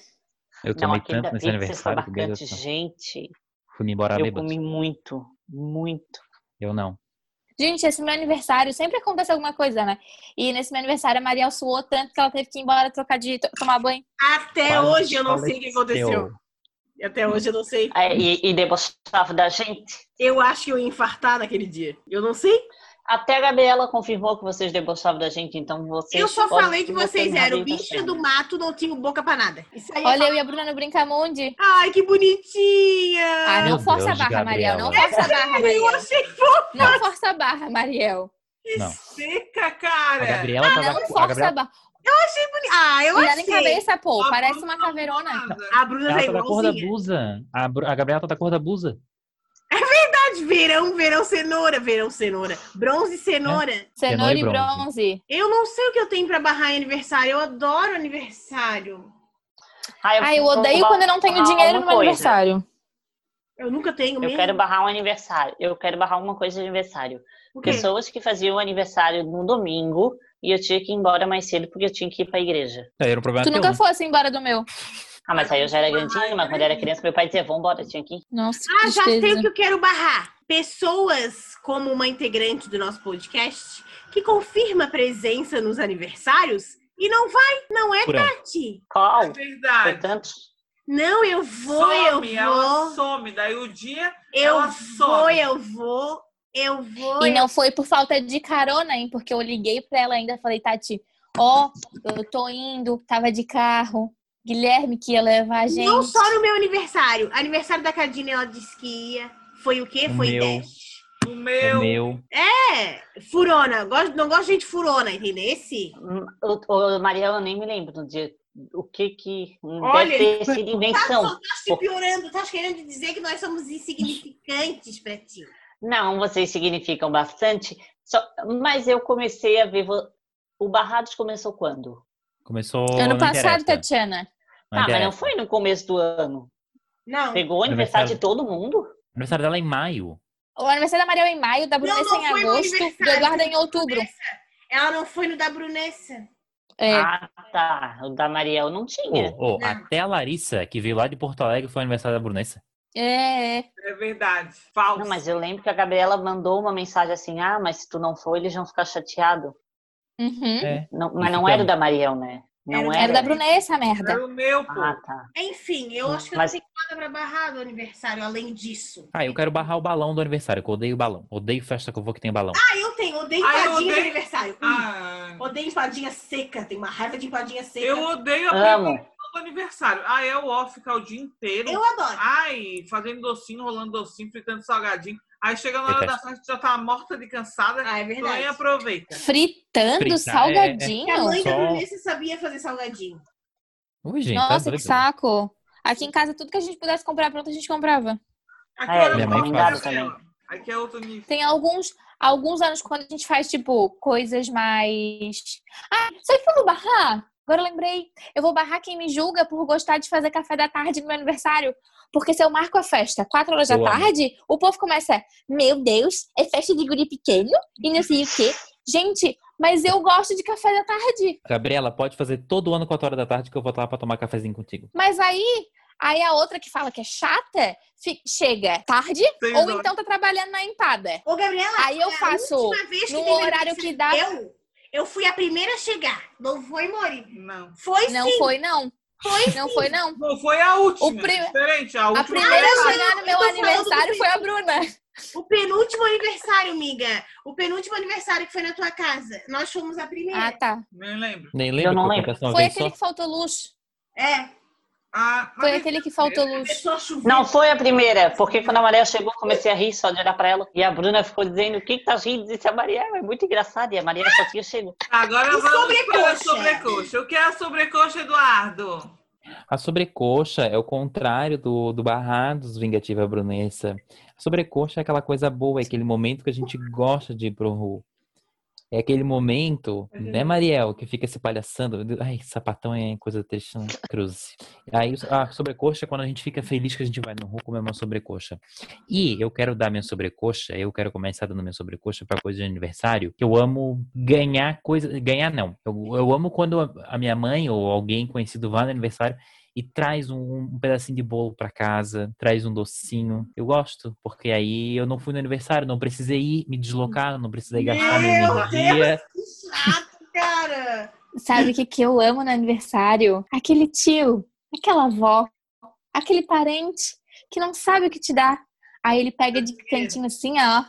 Eu Não, tá tomei aquele da tanto nesse pizza foi aniversário, que meu Deus marcante. do céu. Gente, fui-me embora eu bêbado. comi muito, muito. Eu não. Gente, esse meu aniversário sempre acontece alguma coisa, né? E nesse meu aniversário a Mariel suou tanto que ela teve que ir embora trocar de to- tomar banho. Até Quase hoje eu não sei o que aconteceu. faleceu. Até hoje eu não sei. É, E, e debochava da gente. Eu acho que eu ia infartar naquele dia. Eu não sei. Até a Gabriela confirmou que vocês debochavam da gente, então vocês. Eu só podem- falei que vocês não eram riem da bicha cena. do mato, não tinham boca pra nada. Isso aí é Olha, falar- eu e a Bruna no Brincamundi. Ai, que bonitinha! Ah, Meu não força Deus, a barra, Mariel. Não Gabriela. força a barra, Eu Mariel. achei Não força a barra, Mariel. Que Não. seca, A cara. Gabriela tava. Ah, Não a força a Gabriela, barra. bonita. Ah, eu Cuidado em achei. cabeça, pô. Ah, Parece uma caveirona. Nada. A Bruna ela tá tá da cor da igualzinha. blusa. A, Bru- a Gabriela tá da cor da blusa. Deus, verão, verão, cenoura, verão, cenoura, bronze, cenoura. Cenoura Cenoura e e bronze. Eu não sei o que eu tenho pra barrar em aniversário. Eu adoro aniversário. Ai, Ai, eu Ah, vou odeio barrar quando eu não tenho alguma dinheiro no meu coisa. aniversário. Eu nunca tenho Eu mesmo. quero barrar um aniversário. Eu quero barrar uma coisa de aniversário. O quê? Pessoas que faziam aniversário no domingo e eu tinha que ir embora mais cedo porque eu tinha que ir pra igreja. Aí era um problema Tu teu, nunca né? fosse embora do meu. Ah, mas aí eu já era grandinha, mas quando eu era criança, meu pai dizia, vambora, eu tinha que ir. Nossa, que Ah, já sei o tristeza. que eu quero barrar. Pessoas como uma integrante do nosso podcast que confirma presença nos aniversários e não vai, não é, Furão. Tati? É Qual? Foi verdade. tanto. Não, eu vou, eu some, ela vou, some. Daí o dia eu ela vou, some. eu vou, eu vou. E eu- não foi por falta de carona, hein? Porque eu liguei pra ela ainda falei, Tati, ó, eu tô indo, tava de carro. Guilherme que ia levar a gente. Não só no meu aniversário. Aniversário da Cadine, ela disse que ia. Foi o quê? O Foi meu. 10. O O meu. É meu. É, furona. Gosto, não gosto de gente furona, entendeu? Esse? Hum, o- o- Mariela, eu nem me lembro do dia. O que que. hum, Olha, deve ter sido Tá, invenção. só tá se piorando. Tá querendo dizer que nós somos insignificantes pra ti. Não, vocês significam bastante. Só... Mas eu comecei a ver. vo- O Barrados começou quando? Começou. Ano não passado, interessa, Tatiana. não ah, mas interessa. não foi no começo do ano. Não. Pegou o aniversário de todo mundo? Aniversário dela é em maio. O aniversário da Mariel é em maio, da Brunessa não em foi meu agosto, do aniversário. Eduardo em outubro. Ela não foi no da Brunessa. É, Ah, tá. O da Mariel não tinha. Ô, ô, até a Larissa, que veio lá de Porto Alegre, foi aniversário da Brunessa. é, é. É verdade. Falso. Não, mas é eu lembro que a Gabriela mandou uma mensagem assim: ah, mas se tu não for, eles vão ficar chateados. Uhum. É. Não- E mas não ficamos. era o da Mariel, né? Não Era era. Era da Brunessa, a merda. Era o meu, pô. Ah, tá. Enfim, eu acho que Mas- eu não tenho nada pra barrar do aniversário, além disso. Ah, eu quero barrar o balão do aniversário, que eu odeio balão. Odeio festa que eu vou que tem balão. Ah, eu tenho. Odeio Ah, eu empadinha de odeio- aniversário. Hum. Ah, Odeio empadinha seca. Tenho uma raiva de empadinha seca. eu odeio a Amo. preparação do aniversário. Ah, é o ó, ficar o dia inteiro. Eu adoro. Ai, fazendo docinho, rolando docinho, fritando salgadinho. Aí chega na hora da Detesto. festa, já tá morta de cansada. Ah, é Tu nem verdade. aproveita. Fritando Fritar, é- Que a salgadinho? mãe da Só- Brunessa sabia fazer salgadinho. Ui, gente, tá Nossa, doido. que saco. Aqui em casa, tudo que a gente pudesse comprar pronto, a gente comprava. Aqui É, era minha um mãe outro faz. nível. Aqui é outro nível. Tem alguns, alguns anos quando a gente faz, tipo, coisas mais. Ah, sabe o que eu vou barrar? Agora eu lembrei. Eu vou barrar quem me julga por gostar de fazer café da tarde no meu aniversário. Porque se eu marco a festa quatro horas da Eu amo. tarde, o povo começa, meu Deus, é festa de guri pequeno e não sei o quê. Gente, mas eu gosto de café da tarde. Gabriela, pode fazer todo ano 4 horas da tarde que eu vou estar lá pra tomar cafezinho contigo. Mas aí, aí a outra que fala que é chata, fi- chega tarde Seis ou horas. então tá trabalhando na empada. Ô, Gabriela, Aí eu a faço última vez é, que num teve horário que dá. aniversário meu, Eu fui a primeira a chegar. Não foi, Mori? Não. Foi Não sim. foi, não. Não foi, não. Não foi a última. O prim- Diferente. A última A primeira foi a a- chegar no meu eu tô falando aniversário do foi a Bruna. O penúltimo aniversário, amiga. O penúltimo aniversário que foi na tua casa. Nós fomos a primeira. Ah, tá. Nem lembro. Nem lembro não que lembro. aconteceu uma Foi vez aquele só. que faltou luz. É. Ah, mas Foi aquele que faltou luz. Começou a chover. Não foi a primeira, porque quando a Mariel chegou, eu comecei a rir só de olhar pra ela. E a Bruna ficou dizendo: o que, que tá rindo? Disse a Mariel, é muito engraçado. E a Mariel só tinha chegado. Agora E vamos para a sobrecoxa? sobrecoxa. O que é a sobrecoxa, Eduardo? A sobrecoxa é o contrário do, do barrados Vingativa Brunessa. A sobrecoxa é aquela coisa boa, é aquele momento que a gente gosta de ir pro ru. É aquele momento, né, Mariel, que fica se palhaçando. Ai, sapatão é coisa triste, não, cruze. Aí a sobrecoxa é quando a gente fica feliz que a gente vai no ru comer uma sobrecoxa. E eu quero dar minha sobrecoxa, eu quero começar dando minha sobrecoxa para coisa de aniversário. que Eu amo ganhar coisa, ganhar não. Eu, eu amo quando a- a minha mãe ou alguém conhecido vai no aniversário e traz um, um pedacinho de bolo pra casa, traz um docinho. Eu gosto, porque aí eu não fui no aniversário, não precisei ir me deslocar, não precisei gastar minha Meu energia. Que chato, cara. Sabe o que, que eu amo no aniversário? Aquele tio, aquela avó, aquele parente que não sabe o que te dá. Aí ele pega de cantinho assim, ó.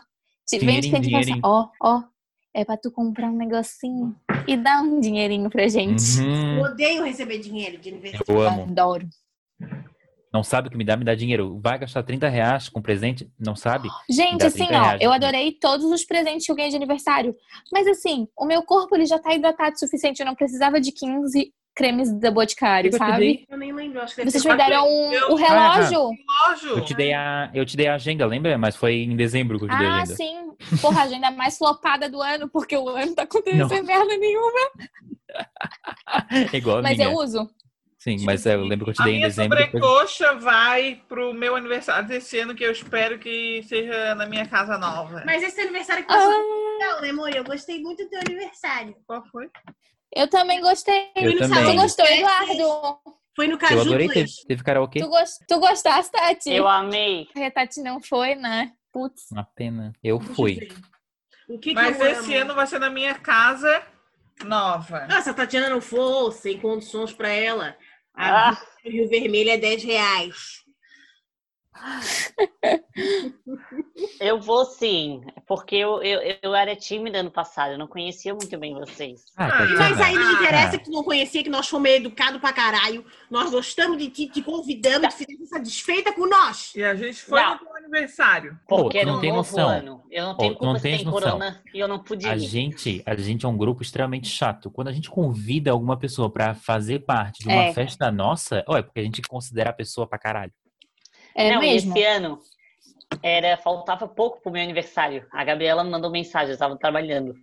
Te vem de Dinheirinho, cantinho assim, dinheirinho. ó, ó. É pra tu comprar um negocinho e dar um dinheirinho pra gente. Eu Uhum, odeio receber dinheiro de aniversário. eu amo. Adoro. Não sabe o que me dá, me dá dinheiro. Vai gastar 30 reais com presente? Não sabe? Gente, Dá assim, 30 ó, reais, eu né? adorei todos os presentes que eu ganhei de aniversário. Mas assim, o meu corpo ele já tá hidratado o suficiente, eu não precisava de 15 cremes da Boticário, Eu te sabe? dei- Eu nem lembro, acho que deve Vocês ser me deram Eu- o relógio. Eu te Relógio! dei a, eu te dei a agenda, lembra? Mas foi em dezembro que eu te dei a Ah, agenda. sim. Porra, a agenda mais flopada do ano, porque o ano tá acontecendo Não. merda nenhuma. É Igual a Mas minha. eu uso. Sim, mas é, eu lembro que eu te A dei em minha dezembro. depois- sobrecoxa vai pro meu aniversário desse ano, que eu espero que seja na minha casa nova. Mas esse aniversário que Ah. passou foi legal, né, amor? Eu gostei muito do teu aniversário. Qual foi? Eu também gostei. Eu Ele Tu Também. gostou, Sim. Eduardo? Foi no Eu Caju adorei, dois. teve, teve karaokê. Tu, gos- tu gostaste, Tati? Eu amei. A Tati não foi, né? Putz. Uma pena. Eu Deixa eu fui. ver. O que Mas que eu esse amo? ano vai ser na minha casa nova. Nossa, Ah, a Tatiana não for, sem condições pra ela. Ah, A ah. Rio Vermelho é 10 reais. eu vou sim, porque eu, eu, eu era tímida ano passado, eu não conhecia muito bem vocês. Ah, Ah, Tatiana. Mas aí não Ah. interessa É. que tu não conhecia, que nós fomos educados pra caralho. Nós gostamos de ti, te convidamos, Tá. tu fizesse essa desfeita com nós. E a gente foi Não. no teu aniversário. Pô, Porque tu era não um tem novo noção. ano. Eu não Pô, tenho tu culpa não se tens tem noção. corona e eu não podia A ir. gente, a gente é um grupo extremamente chato. Quando a gente convida alguma pessoa pra fazer parte de uma É. festa nossa, ó, é porque a gente considera a pessoa pra caralho. É não, e mesmo? esse ano era, faltava pouco pro meu aniversário. A Gabriela me mandou mensagem, eu estava trabalhando.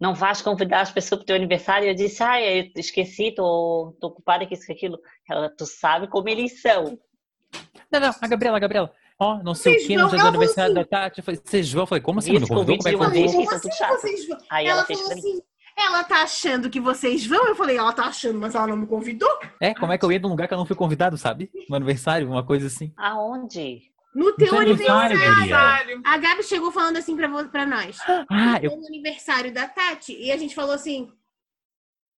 Não vais convidar as pessoas pro teu aniversário? Eu disse, ah, eu esqueci, tô, tô ocupada com isso, com aquilo. Ela, tu sabe como eles são. Não, não, a Gabriela, a Gabriela. Ó, não sei Vocês o que, no vão, dia do eu aniversário vou da Tati. Eu falei, Vocês vão? Eu falei, como assim? Esse Não convidou? Como é que convite de convidou? vocês Como são assim tudo chato. vocês vão? Aí ela, Ela fez falou pra mim. assim, ela tá achando que vocês vão? Eu falei, ela tá achando, mas ela não me convidou. É, como é que eu ia num lugar que eu não fui convidado, sabe? No aniversário, uma coisa assim. Aonde? No teu Então é Teu aniversário. aniversário, Gabriel. Aniversário. A Gabi chegou falando assim pra, vo- pra nós. Ah, eu Foi no aniversário da Tati. E a gente falou assim: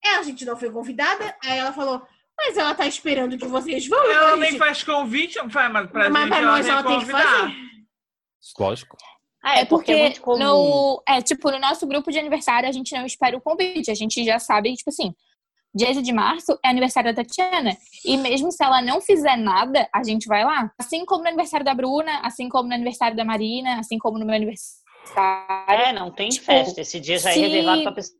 É, a gente não foi convidada. Aí ela falou: Mas ela tá esperando que vocês vão. Eu Ela falei, nem faz convite, não faz, mas pra Mas gente pra ela nós tem ela que tem que convidar. Lógico. Ah, É porque, é muito comum. no, é, tipo, no nosso grupo de aniversário a gente não espera o convite, a gente já sabe, tipo assim, dia 8 de março é aniversário da Tatiana, e mesmo se ela não fizer nada, a gente vai lá. Assim como no aniversário da Bruna, assim como no aniversário da Marina, assim como no meu aniversário. É, não tem Tipo, festa. Esse dia já se- é reservado pra pessoa.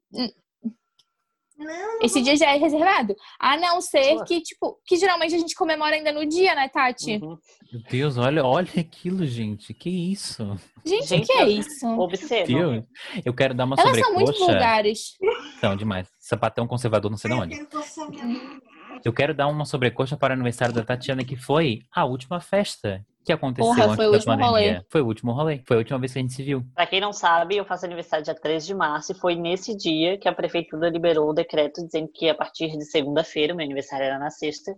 Não, Esse dia já é reservado. A não ser Sua. que, tipo, que geralmente a gente comemora ainda no dia, né, Tati? Uhum. Meu Deus, olha, olha aquilo, gente. Que isso? Gente, o Gente, que é isso? Observa. Deus. Eu quero dar uma Elas são muito sobrecoxa. vulgares. São demais. Sapatão conservador, não sei de eu onde. quero passar minha- Eu quero dar uma sobrecoxa para o aniversário da Tatiana, que foi a última festa que aconteceu Porra, antes foi o da último pandemia. rolê. Foi o último rolê. Foi a última vez que a gente se viu. Pra quem não sabe, eu faço aniversário dia 3 de março e foi nesse dia que a prefeitura liberou o decreto dizendo que a partir de segunda-feira, meu aniversário era na sexta,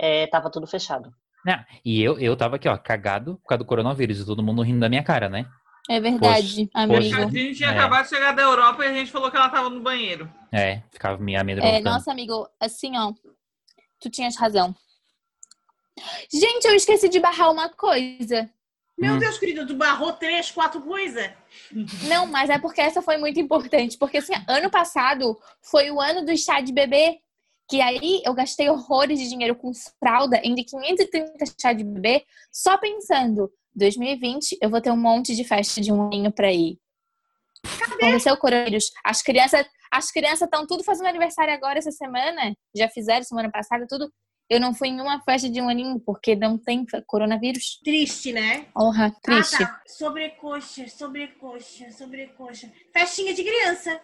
eh, tava tudo fechado. Ah, e eu, eu tava aqui, ó, cagado por causa do coronavírus. E todo mundo rindo da minha cara, né? É verdade, amigo. poxa. A gente tinha É. acabado de chegar da Europa e a gente falou que ela tava no banheiro. É, ficava me amedrontando. É, nossa, amigo, assim, ó. Tu tinhas razão. Gente, eu esqueci de barrar uma coisa. Meu Hum. Deus, querido, tu barrou três, quatro coisas? Não, mas é porque essa foi muito importante. Porque, assim, ano passado foi o ano do chá de bebê. Que aí eu gastei horrores de dinheiro com fralda, em de 530 chá de bebê, só pensando: 2020 eu vou ter um monte de festa de um aninho pra ir. Aconteceu o coronavírus. As crianças as crianças estão tudo fazendo aniversário agora essa semana. Já fizeram semana passada, tudo. Eu não fui em uma festa de um aninho, porque não tem fa- coronavírus. Triste, né? Honra, triste. Ah, tá. Sobrecoxa, sobrecoxa, sobrecoxa. Festinha de criança.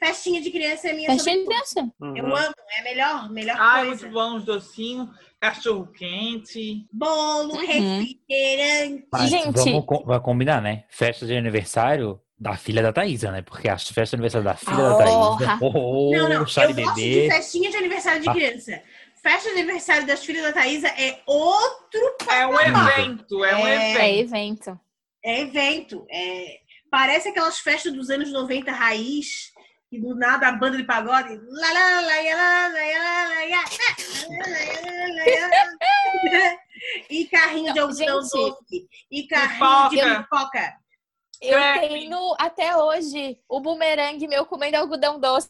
Festinha de criança é minha Festinha de sobrecoxa. criança. Eu amo, é a melhor, melhor Ai, coisa. muito bom os docinhos, cachorro quente. Bolo, Uhum. refrigerante. Mas Gente- vamos co- vai combinar, né? Festa de aniversário da filha da Thaísa, né? Porque a festa de aniversário da filha da Porra. Thaísa. Oh, Não, não. chá de Eu gosto de bebê. festinha de aniversário de Ah. criança. Festa de aniversário das filhas da Thaísa é outro É um evento, é um É. É evento. evento. é evento. É... Parece aquelas festas dos anos 90 raiz, e do nada a banda de pagode. lá, lá, lá, lá, lá, lá, lá, lá, lá, lá, lá, lá. E carrinho de Não, algodão gente. doce. E carrinho de Pipoca. pipoca. Eu É. tenho até hoje o bumerangue meu comendo algodão doce.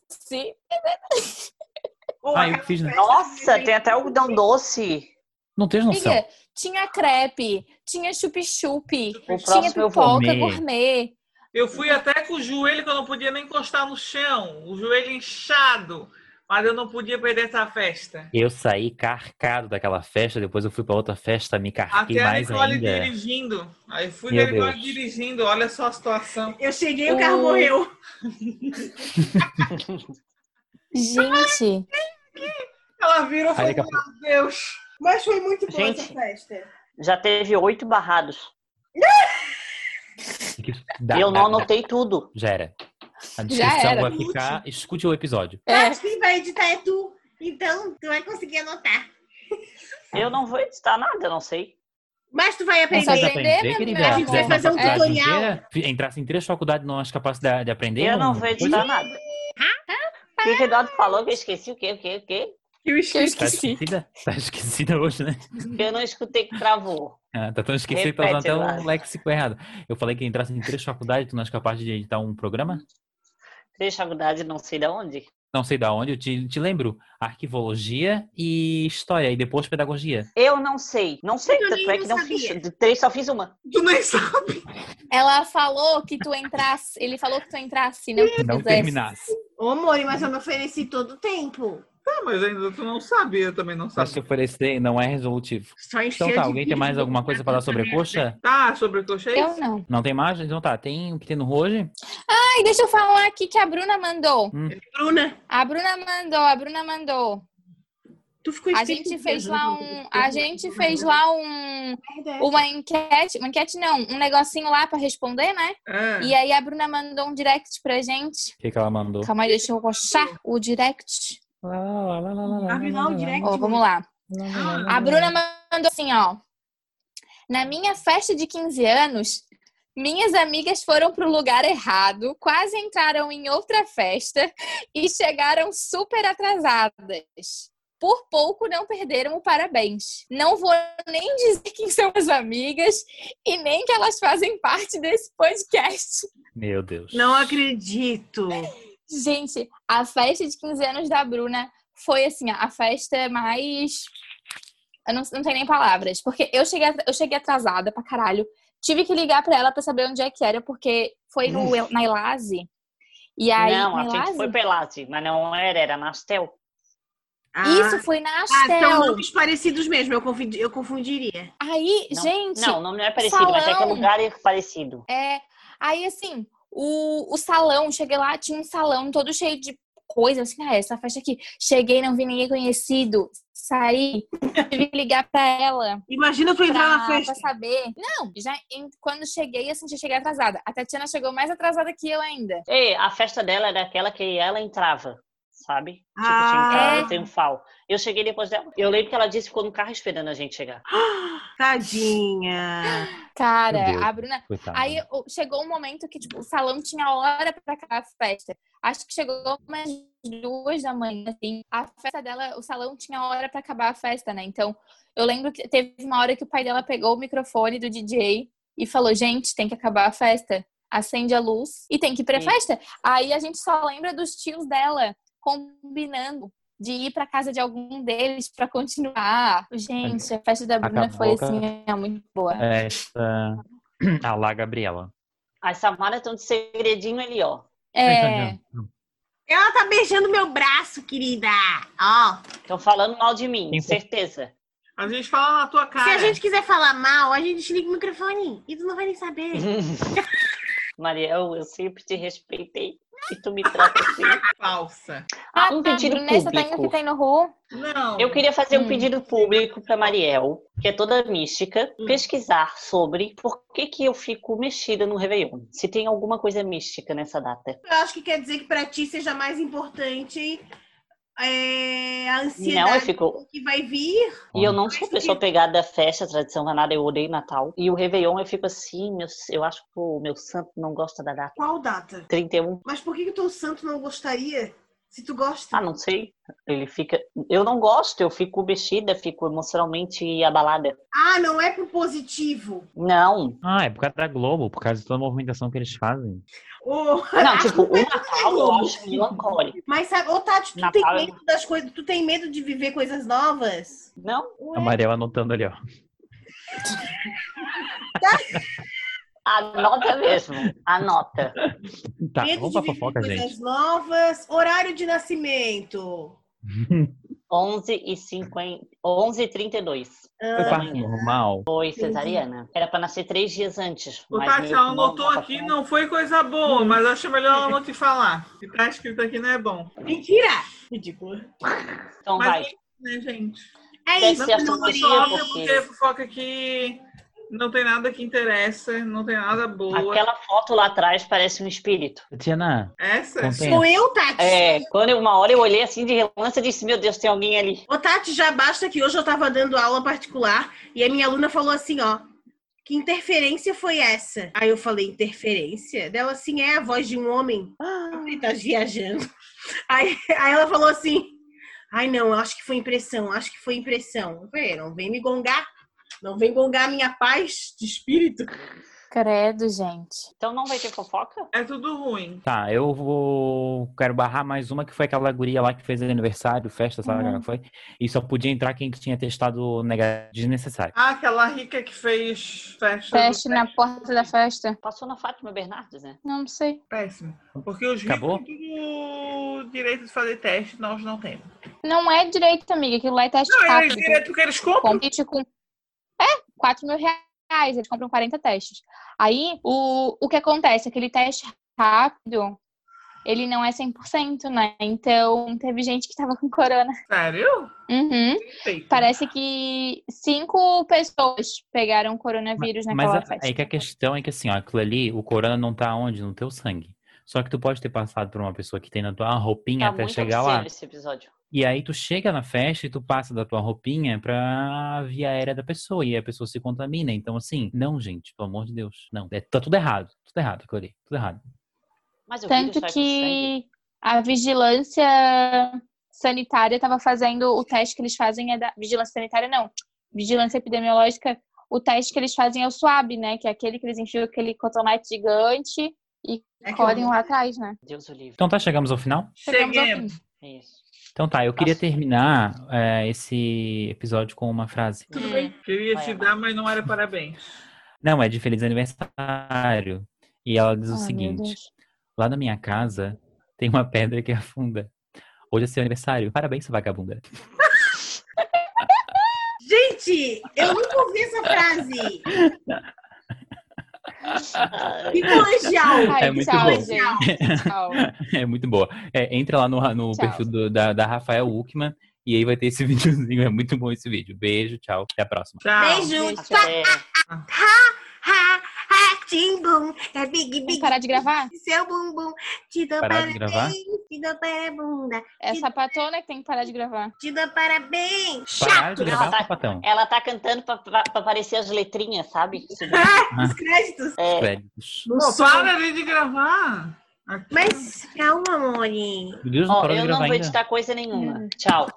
Ou Ah, eu aquela fiz, né? festa Nossa, de- tem até algodão doce. Não tens noção. Amiga, tinha crepe, tinha chup-chup, O tinha próximo eu vou. pipoca comer. gourmet. Eu fui até com o joelho que eu não podia nem encostar no chão, o joelho inchado. Mas eu não podia perder essa festa. Eu saí carcado daquela festa, depois eu fui pra outra festa, me carquei Até a mais Nicole ainda. dirigindo. Aí fui Meu da Nicole Deus. dirigindo, olha só a situação. Eu cheguei e o carro morreu. Gente, Ela virou e Aí falou, daqui a pouco- meu Deus. Mas foi muito boa Gente. essa festa. Já teve oito barrados. que dá- eu não dá- anotei tudo. Já era. A descrição era. vai ficar. Escute o episódio. é, Mas quem vai editar é tu. Então, tu vai conseguir anotar. Eu não vou editar nada, eu não sei. Mas tu vai É só aprender. aprender, né, querida? mulher? A gente vai Fizesse uma fazer um faculdade tutorial. inteira, fi- Entrasse em três faculdades, não acho capacidade de aprender. Eu não um- vou editar nada. O que que o Eduardo falou que eu esqueci? O quê? O quê? O quê? Que que eu eu esqueci. Tá esqueci. esquecida? Tá esquecida hoje, né? Que eu não escutei que travou. Ah, tá tão esquecida que tá usando Repete, até um Eduardo. léxico errado. Eu falei que entrasse em três faculdades, tu não és capaz de editar um programa? Três faculdades, não sei de onde. Não sei da onde, eu te, te lembro. Arquivologia e história, e depois pedagogia. Eu não sei. Não sei, Eu tanto nem é que não não fiz. sabia. De três só fiz uma. Tu nem sabe. Ela falou que tu entrasse. Ele falou que tu entrasse, não que tu Não fizesse. terminasse. Ô, Mori, mas eu me ofereci todo o tempo. Ah, mas ainda tu não sabia, eu também não Acho que sabia. oferecer não é resolutivo. Só encheu Então tá, de alguém tem mais vídeo. alguma coisa pra dar sobre a coxa? Tá, sobre o que eu achei? Eu não. Não tem mais? Então tá, tem o que tem no hoje? Ai, deixa eu falar aqui que a Bruna mandou. Bruna, A Bruna mandou, a Bruna mandou. tu ficou A gente fez lá um. A gente fez lá um, uma enquete. Uma enquete não, um negocinho lá pra responder, né? Ah, E aí a Bruna mandou um direct pra gente. O que, que ela mandou? Calma aí, deixa eu achar o direct. Lá, lá, lá, lá, lá, lá, Abre lá o direct. Ó, vamos lá. ah, A Bruna mandou assim, ó. Na minha festa de 15 anos, minhas amigas foram pro lugar errado, quase entraram em outra festa e chegaram super atrasadas. Por pouco não perderam o parabéns. Não vou nem dizer quem são as amigas e nem que elas fazem parte desse podcast. Meu Deus. Não acredito. Gente, a festa de 15 anos da Bruna foi assim, a festa mais. Eu não, não tenho nem palavras. Porque eu cheguei, atra- eu cheguei atrasada pra caralho. Tive que ligar pra ela pra saber onde é que era, porque foi no, El- na Elase. E aí. não, na a gente Elase? foi pelase, mas não era, era Nastel. Isso foi na Ah, então são Astel. nomes parecidos mesmo, eu, confundi- eu confundiria. aí, Não, gente. Não, o nome não é parecido, mas é que é Salão. lugar é parecido. É, aí assim, o, o salão, cheguei lá, tinha um salão todo cheio de coisa, assim, ah, essa festa aqui. Cheguei, não vi ninguém conhecido, saí, tive que ligar pra ela Imagina tu entrar na pra, festa. pra saber. Não, já em- quando cheguei, assim, já cheguei atrasada. A Tatiana chegou mais atrasada que eu ainda. Ei, É, a festa dela era aquela que ela entrava, sabe? Tipo, Ah. tinha entrada triunfal. Eu cheguei depois dela. Eu lembro que ela disse que ficou no carro esperando a gente chegar. Meu Tadinha. Deus. Cara, a Bruna. Coitada. Aí o- chegou um momento que tipo, o salão tinha hora pra acabar a festa. Acho que chegou umas duas da manhã, assim. A festa dela, o salão tinha hora pra acabar a festa, né? Então, eu lembro que teve uma hora que o pai dela pegou o microfone do DJ e falou: gente, tem que acabar a festa. Acende a luz e tem que ir pra Sim. festa. Aí a gente só lembra dos tios dela combinando de ir pra casa de algum deles pra continuar. Gente, a festa da Bruna foi Acabou com a- assim, é muito boa. Essa... A Lá Gabriela. As Samaras estão de segredinho ali, ó. então, É. Ela tá beijando meu braço, querida. Ó, Estão falando mal de mim, Sim. certeza. a gente fala na tua se cara. a gente quiser falar mal, a gente desliga o microfone e tu não vai nem saber. Mariel, eu sempre te respeitei e tu me trata assim. Falsa. Ah, Ah, um tá, pedido Brunessa tá indo que público. tem no Ru. Não. Eu queria fazer um Hum. pedido público para Mariel, que é toda mística, pesquisar sobre por que, que eu fico mexida no Réveillon. Se tem alguma coisa mística nessa data. Eu acho que quer dizer que pra ti seja mais importante é, a Não, eu ansiedade fico. que vai vir. E eu não sou pessoa pegada da festa, tradição nada, eu odeio Natal. E o Réveillon eu fico assim, meu- eu acho que o meu santo não gosta da data. Qual data? 31, Mas por que, que o teu santo não gostaria? Se tu gosta. ah, não sei. Ele fica. Eu não gosto, eu fico mexida, fico emocionalmente abalada. Ah, não é pro positivo. Não, Ah, é por causa da Globo, por causa de toda a movimentação que eles fazem. Ô, não, tipo, o Natal eu Globo. acho melancólico. mas sabe, ô Tati, tu Natal tem é- medo das coisas, tu tem medo de viver coisas novas? Não, Ué, A Mariela anotando ali, ó. É Anota mesmo, anota. Tá, medo vamos Tá, pra de viver fofoca, coisas gente. novas, horário de nascimento. 11 e 50, 11 e 32. Foi parto normal. Foi cesariana. Era pra nascer três dias antes. O mas Tati, meu ela irmão anotou tava aqui, com- não foi coisa boa, mas eu acho melhor ela não te falar. O que tá escrito aqui não é bom. Mentira! Ridículo. Então Mas vai. é isso, né, gente? É Deve isso, ser a Não, fofoca, Nuria. só óbvio, porque- porque a fofoca aqui não tem nada que interessa, não tem nada boa. Aquela foto lá atrás parece um espírito. Tiana, Essa? Não tem. Sou eu, Tati. É, quando eu- uma hora eu olhei assim de relance, eu disse, meu Deus, tem alguém ali. Ô, Tati, já basta que hoje eu tava dando aula particular e a minha aluna falou assim, ó. Que interferência foi essa? Aí eu falei, interferência? Dela assim, é a voz de um homem. Ah. Eu falei, tá viajando. Aí, aí ela falou assim, ai não, eu acho que foi impressão, acho que foi impressão. Eu falei, "É, não vem me gongar, não vem gongar a minha paz de espírito. Credo, gente. Então não vai ter fofoca? É tudo ruim. Tá, eu vou. Quero barrar mais uma que foi aquela guria lá que fez aniversário, festa, sabe Uhum. qual foi? E só podia entrar quem tinha testado negativo desnecessário. Ah, aquela rica que fez festa. do- Feste na porta da festa. Passou na Fátima Bernardes, né? Não sei. Péssimo. Porque os Acabou? ricos têm o direito de fazer teste, nós não temos. Não é direito, amiga. Aquilo lá é teste Não, eles rápido. direito que eles compram. Compete com. É, 4 mil reais. Eles compram 40 testes. Aí, o, o que acontece? Aquele teste rápido, ele não é 100%, né? Então, teve gente que tava com corona. Sério? Uhum. Perfeito. Parece que cinco pessoas pegaram coronavírus Mas naquela a- festa. aí que a questão é que assim, ó, aquilo ali, o corona não tá onde? No teu sangue. Só que tu pode ter passado por uma pessoa que tem na tua roupinha Tá até muito chegar obsceno lá. esse episódio. E aí tu chega na festa e tu passa da tua roupinha pra via aérea da pessoa. E a pessoa se contamina. Então, assim, não, gente, pelo amor de Deus. Não. É, tá tudo errado. Tudo errado, aquilo ali. Tudo errado. Mas o vírus Tanto sai com sangue. que a vigilância sanitária estava fazendo o teste que eles fazem é da vigilância sanitária não, vigilância epidemiológica. O teste que eles fazem é o SWAB, né? Que é aquele que eles enfiam aquele cotonete gigante e É que colhem eu- lá atrás, né? Deus o livre. Então tá, chegamos ao final? Chegamos ao Cheguemos. fim. É isso. Então tá, eu queria Nossa. terminar é, esse episódio com uma frase. Tudo Hum. bem. Queria Vai, te vai. dar, mas não era parabéns. Não, é de feliz aniversário. E ela diz o Ai, Ah, meu seguinte: Deus. Lá na minha casa tem uma pedra que afunda. Hoje é seu aniversário. Parabéns, sua vagabunda. Gente, eu nunca ouvi essa frase. Ah, Que colegial. Ai, É muito tchau, bom. gente. Tchau. É muito boa. É, entra lá no, no Tchau. perfil do- da, da Rafael Uckman e aí vai ter esse videozinho. É muito bom esse vídeo. Beijo, tchau. Até a próxima. Tchau. Beijo. até. Ha, ha, timbum. É big, Vamos big. parar de gravar? Seu bumbum. Te dou Parar de gravar? parabéns. Te dou parabunda. É sapatona que tem que parar de gravar. Te dou parabéns. Parar de Não, gravar, tá- sapatão. Ela tá cantando pra, pra, pra aparecer as letrinhas, sabe? Ah, os créditos. É, Créditos. Não Pô, sou. para ali de gravar. Aqui. Mas calma, amore. Meu Deus, não ó, parou de eu não gravar vou ainda. editar coisa nenhuma. Tchau.